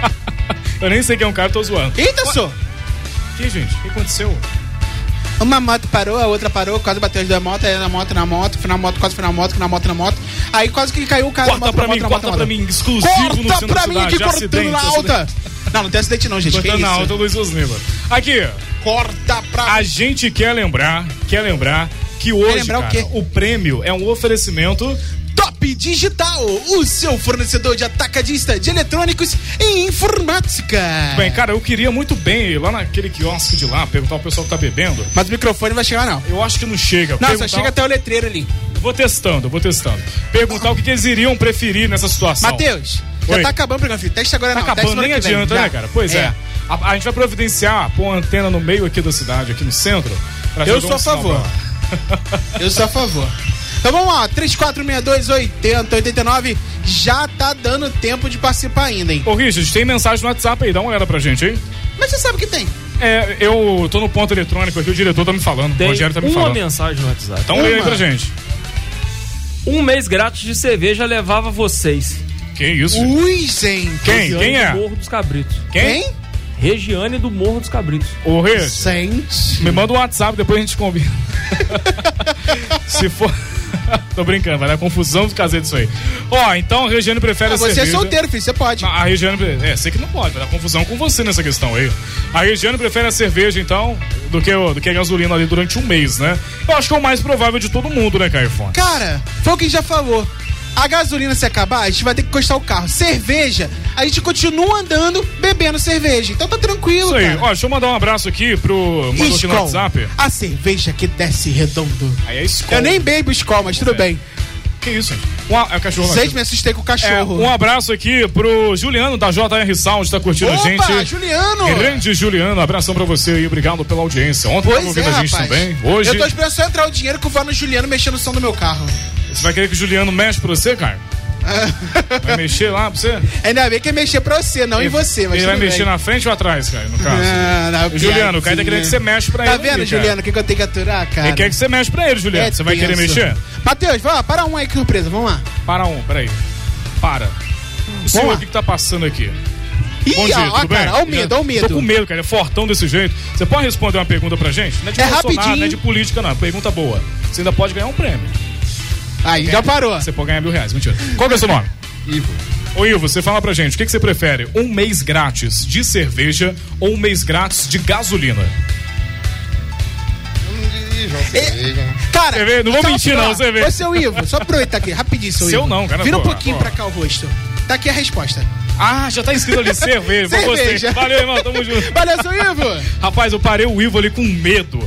Speaker 5: Eu nem sei quem é um cara, tô zoando.
Speaker 4: Eita, só!
Speaker 5: Que, gente? O que aconteceu?
Speaker 4: Uma moto parou, a outra parou, quase bateu as duas motos, aí na moto, na moto, fui na moto, quase fui na moto, fui na moto, na moto. Aí quase que caiu o cara
Speaker 5: Corta
Speaker 4: na moto,
Speaker 5: pra
Speaker 4: na moto,
Speaker 5: mim,
Speaker 4: na
Speaker 5: corta
Speaker 4: moto,
Speaker 5: pra
Speaker 4: na moto.
Speaker 5: mim, exclusivo no
Speaker 4: Corta
Speaker 5: centro
Speaker 4: pra
Speaker 5: da
Speaker 4: mim
Speaker 5: cidade,
Speaker 4: que cortando
Speaker 5: acidente,
Speaker 4: na alta.
Speaker 5: acidente.
Speaker 4: Não, não tem acidente não, gente.
Speaker 5: Cortando
Speaker 4: que
Speaker 5: na
Speaker 4: isso?
Speaker 5: alta, Luiz Osnila. Aqui.
Speaker 4: Corta pra
Speaker 5: A gente quer lembrar, quer lembrar que hoje,
Speaker 4: lembrar o
Speaker 5: cara,
Speaker 4: quê?
Speaker 5: o prêmio é um oferecimento
Speaker 4: Top Digital, o seu fornecedor de atacadista de eletrônicos e informática.
Speaker 5: Bem, cara, eu queria muito bem ir lá naquele quiosque de lá, perguntar ao pessoal que tá bebendo.
Speaker 4: Mas o microfone vai chegar, não.
Speaker 5: Eu acho que não chega.
Speaker 4: Não, só chega até o letreiro ali.
Speaker 5: Vou testando, vou testando. Perguntar o que, que eles iriam preferir nessa situação.
Speaker 4: Matheus, já
Speaker 5: Oi.
Speaker 4: tá acabando o programa, filho. Testa agora
Speaker 5: Tá
Speaker 4: não. testa
Speaker 5: acabando,
Speaker 4: semana
Speaker 5: nem
Speaker 4: que vem,
Speaker 5: adianta,
Speaker 4: já.
Speaker 5: né, cara? Pois é. A, a gente vai providenciar, pôr uma antena no meio aqui da cidade, aqui no centro. pra jogar
Speaker 4: Eu sou
Speaker 5: um
Speaker 4: a
Speaker 5: sinal
Speaker 4: favor.
Speaker 5: pra lá.
Speaker 4: Eu sou a favor. Então vamos lá, 3462 80 89 já tá dando tempo de participar ainda, hein?
Speaker 5: Ô, Richard, tem mensagem no WhatsApp aí, dá uma olhada pra gente, hein?
Speaker 4: Mas você sabe que tem.
Speaker 5: É, eu tô no ponto eletrônico aqui, o diretor tá me falando,
Speaker 18: Tem
Speaker 5: o Rogério tá me
Speaker 18: uma
Speaker 5: falando.
Speaker 18: mensagem no WhatsApp.
Speaker 5: Então lê aí pra gente.
Speaker 18: Um mês grátis de cerveja levava vocês.
Speaker 5: Que isso?
Speaker 4: Ui, gente.
Speaker 18: Quem?
Speaker 5: Quem? Quem é?
Speaker 18: Do Morro dos Cabritos.
Speaker 5: Quem?
Speaker 18: Regiane do Morro dos Cabritos. Um
Speaker 5: Ô, Richard.
Speaker 4: Gente.
Speaker 5: Me manda um WhatsApp, depois a gente combina. Se for. Tô brincando, vai dar confusão de casei disso aí. Ó, então a Regiane prefere
Speaker 4: Ah,
Speaker 5: a
Speaker 4: você é
Speaker 5: cerveja.
Speaker 4: solteiro, filho, você pode.
Speaker 5: Não, A Regiane. pre- É, sei que não pode, vai dar confusão com você nessa questão aí. A Regiane prefere a cerveja, então, do que, o- do que a gasolina ali durante um mês, né? Eu acho que é o mais provável de todo mundo, né, Caio Fonte?
Speaker 4: Cara, foi o que a gente já falou. A gasolina se acabar, a gente vai ter que encostar o carro. Cerveja, a gente continua andando bebendo cerveja. Então tá tranquilo,
Speaker 5: Isso aí.
Speaker 4: cara.
Speaker 5: Ó, deixa eu mandar um abraço aqui pro. Mandou aqui no
Speaker 4: Skol,
Speaker 5: WhatsApp.
Speaker 4: A cerveja que desce redondo.
Speaker 5: Aí é Skol. É.
Speaker 4: Eu nem bebo Skol, mas tudo bem.
Speaker 5: Que isso, gente? Um, a- é o cachorro lá.
Speaker 4: Gente, me assustei com o cachorro.
Speaker 5: É, um abraço aqui pro Juliano da JR Sound, tá curtindo a
Speaker 4: Opa,
Speaker 5: gente.
Speaker 4: Juliano!
Speaker 5: Grande Juliano, abração pra você e obrigado pela audiência. Ontem tava
Speaker 4: Pois é,
Speaker 5: tá ouvindo a gente
Speaker 4: rapaz.
Speaker 5: também. Hoje,
Speaker 4: Eu tô esperando só entrar o dinheiro que eu vou no Juliano mexendo o som do meu carro.
Speaker 5: você vai querer que o Juliano mexe pra você, cara? Vai mexer lá pra você?
Speaker 4: Ainda bem que é mexer pra você, É. não em você. Mas
Speaker 5: ele vai
Speaker 4: tudo
Speaker 5: mexer
Speaker 4: bem.
Speaker 5: na frente ou atrás, cara, no caso?
Speaker 4: Ah, na
Speaker 5: O Juliano, o cara tá
Speaker 4: piadinha.
Speaker 5: querendo que você mexe pra
Speaker 4: Tá
Speaker 5: ele.
Speaker 4: vendo,
Speaker 5: ali, cara.
Speaker 4: Juliano, o que, que eu tenho que aturar, cara?
Speaker 5: Ele quer que você mexe pra ele, Juliano.
Speaker 4: É
Speaker 5: você vai querer
Speaker 4: tenso.
Speaker 5: mexer?
Speaker 4: Matheus, vai lá, para um aí que surpresa, vamos lá.
Speaker 5: Para um, peraí. Para. O senhor,
Speaker 4: lá.
Speaker 5: o que, que tá passando aqui?
Speaker 4: Ih,
Speaker 5: Bom dia,
Speaker 4: ó, ó,
Speaker 5: tudo bem?
Speaker 4: cara, ó o medo, ó o medo.
Speaker 5: Tô com medo, cara. É fortão desse jeito. Você pode responder uma pergunta pra gente? Não é de
Speaker 4: É
Speaker 5: Bolsonaro,
Speaker 4: rapidinho.
Speaker 5: não é de política, não. É pergunta boa. Você ainda pode ganhar um prêmio.
Speaker 4: Aí já parou.
Speaker 5: Você pode ganhar mil reais, mentira. Qual que é o seu nome? Ivo. Ô Ivo, você fala pra gente, o que, que você prefere? Um mês grátis de cerveja ou um mês grátis de gasolina?
Speaker 4: É, Cara,
Speaker 5: Cerveja, não vou
Speaker 4: só-
Speaker 5: mentir, não,
Speaker 4: ó,
Speaker 5: você vê.
Speaker 4: Ô, seu Ivo, só aproveitar aqui, rapidinho, seu,
Speaker 5: Seu
Speaker 4: Ivo.
Speaker 5: não, cara,
Speaker 4: Vira um
Speaker 5: pô,
Speaker 4: pouquinho
Speaker 5: pô.
Speaker 4: pra cá o rosto. Tá aqui a resposta.
Speaker 5: Ah, já tá escrito ali, cerveja. pô, gostei. Valeu, irmão, tamo junto.
Speaker 4: Valeu, seu Ivo.
Speaker 5: Rapaz, eu parei o Ivo ali com medo.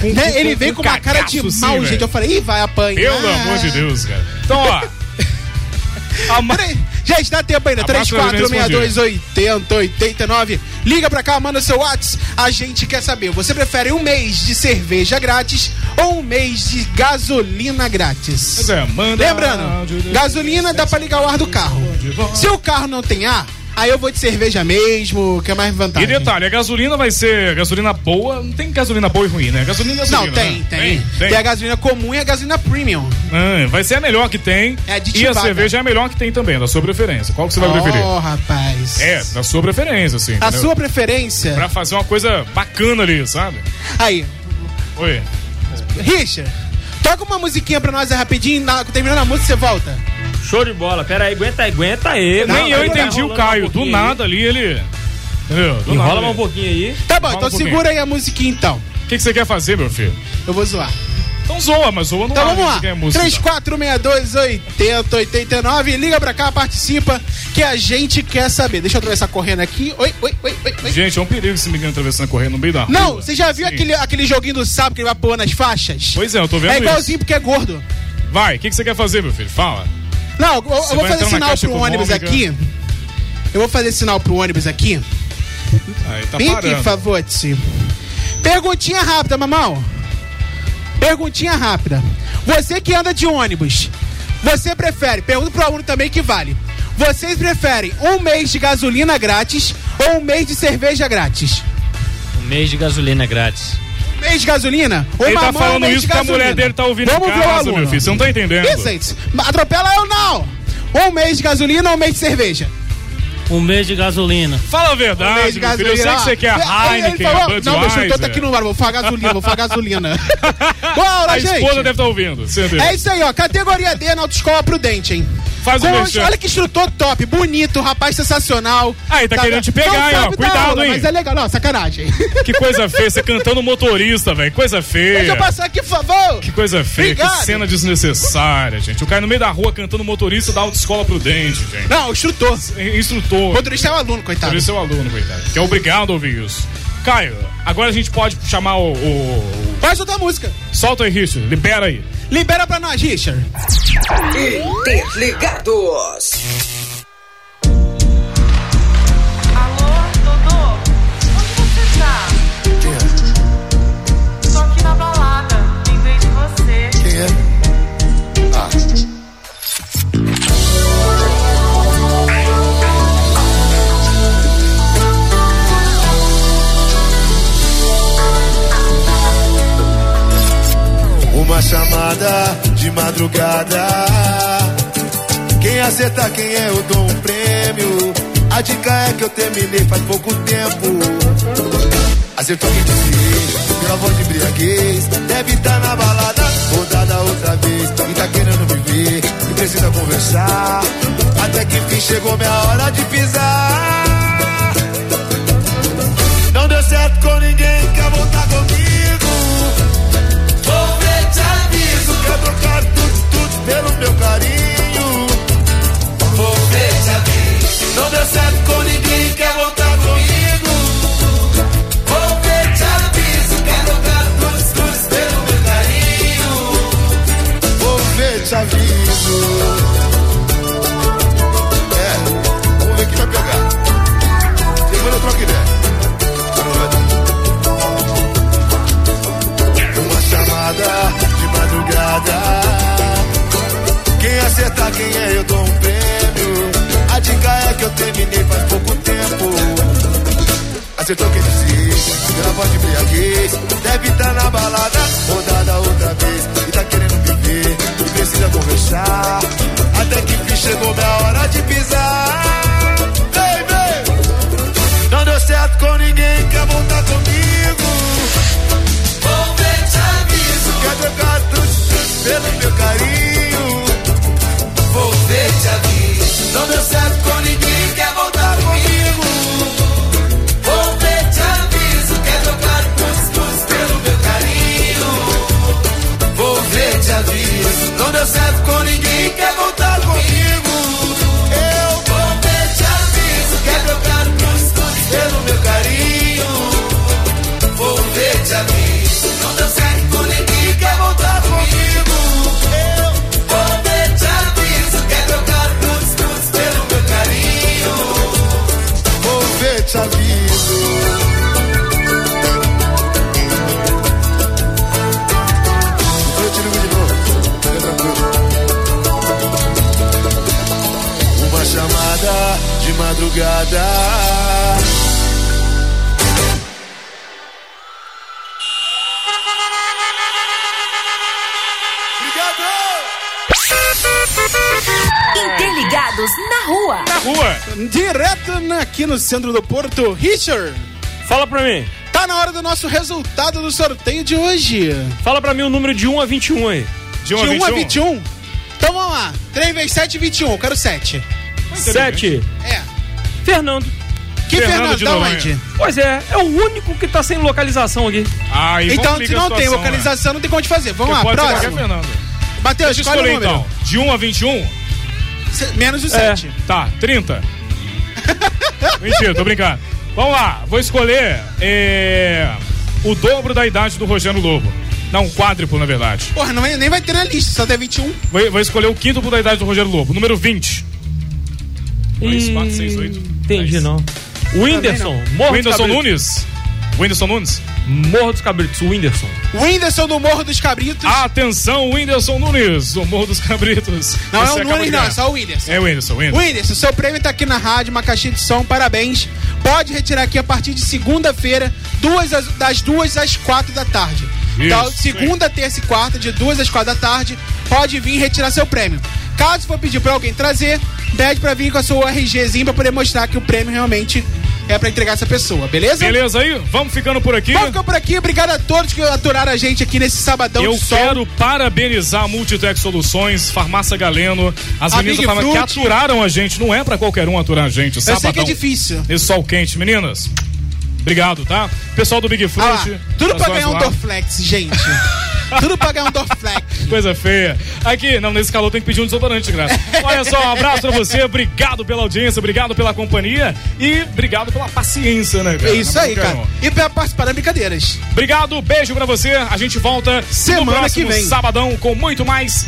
Speaker 5: Com-
Speaker 4: Né,
Speaker 5: com-
Speaker 4: Ele
Speaker 5: com-
Speaker 4: veio
Speaker 5: com
Speaker 4: com uma cara de
Speaker 5: um cagaço,
Speaker 4: mal,
Speaker 5: assim,
Speaker 4: gente.
Speaker 5: velho.
Speaker 4: Eu falei, "Ah, ih, vai apanhar.
Speaker 5: Pelo amor de Deus, cara. Então, ó.
Speaker 4: Peraí, Gente, dá tempo ainda.
Speaker 5: Abraço, Gabriel,
Speaker 4: 3462 80 89. Liga pra cá, manda seu WhatsApp. A gente quer saber. Você prefere um mês de cerveja grátis ou um mês de gasolina grátis?
Speaker 5: Pois é, manda-
Speaker 4: Lembrando, gasolina dá pra ligar o ar do carro. Se o carro não tem ar, aí eu vou de cerveja mesmo, que é mais
Speaker 5: E
Speaker 4: vantagem.
Speaker 5: detalhe, a gasolina vai ser gasolina boa. Não tem gasolina boa e ruim, né? Gasolina é gasolina.
Speaker 4: Não, tem,
Speaker 5: né?
Speaker 4: tem. Tem a gasolina comum e a gasolina premium.
Speaker 5: Ah, vai ser a melhor que tem.
Speaker 4: É
Speaker 5: e a
Speaker 4: aditivada.
Speaker 5: cerveja é a melhor que tem também, da sua preferência. Qual que você vai preferir?
Speaker 4: Oh, rapaz.
Speaker 5: É, da sua preferência, assim.
Speaker 4: A
Speaker 5: entendeu?
Speaker 4: sua preferência?
Speaker 5: Pra fazer uma coisa bacana ali, sabe?
Speaker 4: Aí,
Speaker 5: Oi.
Speaker 4: Richard, toca uma musiquinha pra nós aí rapidinho. Na, terminando a música, você volta.
Speaker 18: Show de bola. Pera aí, aguenta aí, aguenta aí.
Speaker 4: Não,
Speaker 18: Nem eu
Speaker 4: tá
Speaker 18: entendi o
Speaker 4: rolando
Speaker 18: Caio.
Speaker 4: um
Speaker 18: Do
Speaker 4: pouquinho
Speaker 18: nada
Speaker 5: ali ele. Entendeu? Do
Speaker 18: Enrola
Speaker 5: nada,
Speaker 18: mais um
Speaker 5: ele-
Speaker 18: pouquinho aí.
Speaker 4: Tá bom,
Speaker 5: Fala um
Speaker 4: então
Speaker 5: pouquinho.
Speaker 4: segura aí a musiquinha então.
Speaker 5: O que, que você quer fazer, meu filho?
Speaker 4: Eu vou zoar.
Speaker 5: Então zoa, mas zoa no
Speaker 4: Então
Speaker 5: ar,
Speaker 4: vamos
Speaker 5: a gente
Speaker 4: lá.
Speaker 5: quer música,
Speaker 4: 3462-8089. Liga pra cá, participa, que a gente quer saber. Deixa eu atravessar correndo aqui. Oi, oi, oi, oi, oi.
Speaker 5: Gente, é um perigo esse menino atravessando correndo no meio da rua.
Speaker 4: Não, você já viu
Speaker 5: Sim.
Speaker 4: aquele, aquele joguinho do sapo que ele vai pôr nas faixas?
Speaker 5: Pois é, eu tô vendo
Speaker 4: É igualzinho porque é gordo.
Speaker 5: isso. Vai, o que, que você quer fazer, meu filho? Fala.
Speaker 4: Não, eu, eu
Speaker 5: Você
Speaker 4: vou
Speaker 5: vai
Speaker 4: fazer
Speaker 5: entrar na
Speaker 4: sinal
Speaker 5: Caixa
Speaker 4: pro ônibus
Speaker 5: Econômica.
Speaker 4: aqui. Eu vou fazer sinal pro ônibus aqui.
Speaker 5: Aí tá
Speaker 4: Vem aqui,
Speaker 5: parando.
Speaker 4: favor, tio. Perguntinha rápida, mamão. Perguntinha rápida. Você que anda de ônibus, você prefere, pergunta pro aluno também que vale. Vocês preferem um mês de gasolina grátis ou um mês de cerveja grátis?
Speaker 12: Um mês de gasolina grátis.
Speaker 4: Um mês de gasolina? Ou
Speaker 12: Ele tá
Speaker 4: mamão, um
Speaker 12: falando
Speaker 4: mês de
Speaker 12: isso porque a
Speaker 4: gasolina?
Speaker 12: mulher dele tá ouvindo
Speaker 4: Vamos
Speaker 12: em
Speaker 4: ver o
Speaker 12: casa,
Speaker 4: aluno.
Speaker 5: meu filho, você não tá entendendo.
Speaker 4: Ih, gente, atropela eu não. Um mês de gasolina ou um mês de cerveja?
Speaker 12: Um mês de gasolina.
Speaker 5: Fala a verdade,
Speaker 4: Um mês de
Speaker 5: meu filho. Eu sei
Speaker 4: gasolina.
Speaker 5: que você quer a
Speaker 4: Aí ele
Speaker 5: Heineken,
Speaker 4: falou,
Speaker 5: a
Speaker 4: Não, meu chuteiro tá
Speaker 5: Budweiser.
Speaker 4: aqui no ar, vou falar gasolina, vou falar gasolina. Bora,
Speaker 5: a
Speaker 4: gente.
Speaker 5: esposa deve estar ouvindo. você entendeu?
Speaker 4: É isso aí, ó. Categoria D na autoescola prudente, hein?
Speaker 5: Faz o
Speaker 4: Com-
Speaker 5: merchan.
Speaker 4: Olha que instrutor top, bonito, rapaz sensacional.
Speaker 5: Aí, tá querendo
Speaker 4: vendo?
Speaker 5: te pegar,
Speaker 4: Não
Speaker 5: hein, ó.
Speaker 4: sabe da
Speaker 5: Cuidado,
Speaker 4: aula,
Speaker 5: hein.
Speaker 4: Mas é legal, não, sacanagem.
Speaker 5: Que coisa feia, você cantando motorista, velho. Coisa feia.
Speaker 4: Deixa eu passar aqui, por favor.
Speaker 5: Que coisa feia,
Speaker 4: Obrigado.
Speaker 5: que cena desnecessária, gente. O cara no meio da rua cantando motorista da autoescola prudente, gente.
Speaker 4: Não, instrutor.
Speaker 5: Instrutor.
Speaker 4: Motorista é o aluno, coitado.
Speaker 5: Motorista é o aluno, coitado. Que é obrigado a ouvir isso. Caio, agora a gente pode chamar o. o...
Speaker 4: Vai soltar a música.
Speaker 5: Solta aí, Richard. Libera aí.
Speaker 4: Libera pra nós, Richard.
Speaker 15: Interligados.
Speaker 21: Dodô, onde você tá? Tô aqui na balada, lembrei de você.
Speaker 15: Ah.
Speaker 22: Uma chamada de madrugada. Quem acertar quem é, eu dou um prêmio. A dica é que eu terminei faz pouco tempo. Acertou quem disse, pela voz de embriaguez. Deve estar na balada, rodada outra vez. E tá querendo me ver, e precisa conversar. Até que enfim chegou minha hora de pisar. Não deu certo com ninguém, quer voltar comigo. Vou ver, te aviso que eu trocar tudo, tudo pelo meu carinho. Vou ver, te aviso. Não deu certo com ninguém, quer voltar comigo. Vou ver, te aviso que eu trocar tudo, tudo pelo meu carinho. Vou ver, te aviso. É, vamos ver quem vai pegar. Depois eu troco ideia. Não vai dar. Uma chamada de madrugada. Quem acertar quem é, eu dou um prêmio. A dica é que eu terminei faz pouco tempo. Acertou quem disse, pela voz de embriaguez. Deve estar na balada, rodada outra vez. E tá querendo viver, e precisa conversar. Até que enfim chegou minha hora de pisar. Vem, vem! Não deu certo com ninguém, quer voltar comigo. Vou ver, te aviso. Quer trocar tudo pelo meu carinho. primeira vez. Não deu certo com ninguém, quer voltar comigo. Eu voltei, te aviso. Quer meu caro pros estudos pelo meu carinho. Voltei, te aviso. Não deu certo com ninguém, quer voltar comigo. Eu voltei, te aviso. Quer meu caro pros estudos pelo meu carinho. Voltei, te aviso. Eu te ligo de novo, fica tranquilo. Uma chamada de madrugada.
Speaker 20: Interligados na rua.
Speaker 4: Na rua. Direto na- aqui no centro do Porto, Richard.
Speaker 18: Fala pra mim.
Speaker 4: Tá na hora do nosso resultado do sorteio de hoje.
Speaker 18: Fala pra mim o número de 1 a 21 aí. um
Speaker 4: De 1 a 21? Então vamos lá. 3 vezes 7, 21. Eu quero 7.
Speaker 18: 7.
Speaker 4: É.
Speaker 18: Fernando.
Speaker 4: Que Fernando? Da onde?
Speaker 18: Pois é, é o único que tá sem localização aqui.
Speaker 5: Ah,
Speaker 4: Então, se não tem localização, não tem como te fazer. Vamos lá,
Speaker 5: pode ser
Speaker 4: próximo.
Speaker 5: qualquer Fernando.
Speaker 4: Matheus,
Speaker 5: Deixa eu
Speaker 4: escolhe o
Speaker 5: escolher
Speaker 4: número.
Speaker 5: então. De 1 a 21?
Speaker 4: Se- Menos o
Speaker 5: É,
Speaker 4: 7.
Speaker 5: tá, 30. Mentira, tô brincando. Vamos lá, vou escolher é, o dobro da idade do Rogério Lobo. Não, um quádruplo, na verdade.
Speaker 4: Porra, não, vai- nem vai ter na lista, só tem 21.
Speaker 5: Vou, vou escolher o quíntuplo da idade do Rogério Lobo, número 20. 2, 4, 6,
Speaker 18: um.
Speaker 5: 8.
Speaker 18: Entendi, não. Whindersson, Morro
Speaker 5: Whindersson
Speaker 18: dos Cabritos.
Speaker 5: Nunes? Whindersson Nunes?
Speaker 18: Morro dos Cabritos, o Whindersson.
Speaker 4: O Whindersson do Morro dos Cabritos.
Speaker 5: Atenção, Whindersson Nunes, o Morro dos Cabritos.
Speaker 4: Não
Speaker 5: Esse
Speaker 4: é o
Speaker 5: acabou de
Speaker 4: Nunes, não,
Speaker 5: ganhar.
Speaker 4: é só o Whindersson.
Speaker 5: É o Whindersson, Whindersson.
Speaker 4: Whindersson, seu prêmio tá aqui na rádio, uma caixinha de som, parabéns. Pode retirar aqui a partir de segunda-feira, duas às- das duas às quatro da tarde.
Speaker 5: Isso,
Speaker 4: Então,
Speaker 5: isso aí.
Speaker 4: segunda, terça e quarta, de duas às quatro da tarde, pode vir retirar seu prêmio. Caso for pedir pra alguém trazer, pede pra vir com a sua RGzinho pra poder mostrar que o prêmio realmente é pra entregar essa pessoa, beleza?
Speaker 5: Beleza aí? Vamos ficando por aqui.
Speaker 4: Vamos ficar por aqui, obrigado a todos que aturaram a gente aqui nesse sabadão
Speaker 5: Eu
Speaker 4: de sol.
Speaker 5: quero parabenizar a Multitec Soluções, Farmácia Galeno, as
Speaker 4: A
Speaker 5: meninas
Speaker 4: Big
Speaker 5: da farmácia que
Speaker 4: Fruit.
Speaker 5: aturaram a gente. Não é pra qualquer um aturar a gente.
Speaker 4: Eu
Speaker 5: Sabadão.
Speaker 4: sei que é difícil.
Speaker 5: Esse sol quente, meninas. Obrigado, tá? Pessoal do Big Fruit.
Speaker 4: Ah lá, tudo
Speaker 5: das
Speaker 4: pra ganhar um
Speaker 5: Zoar Zoar.
Speaker 4: Dorflex, gente. tudo pra ganhar um Dorflex.
Speaker 5: Coisa feia. Aqui, não, nesse calor tem que pedir um desodorante, de graça. Olha só, um abraço pra você, obrigado pela audiência, obrigado pela companhia e obrigado pela paciência, né, cara?
Speaker 4: É isso aí,
Speaker 5: Não,
Speaker 4: cara. E pra participar das brincadeiras.
Speaker 5: Obrigado, beijo pra você. A gente volta no
Speaker 4: Semana que
Speaker 5: próximo
Speaker 4: vem.
Speaker 5: sabadão com muito mais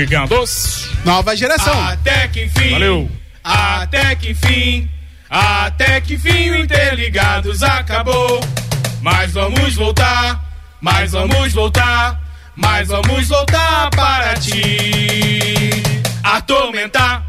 Speaker 5: Interligados.
Speaker 4: Nova geração.
Speaker 5: Até que enfim. Valeu.
Speaker 9: Até que fim, até que fim o Interligados acabou. Mas vamos voltar, mas vamos voltar, mas vamos voltar para te atormentar.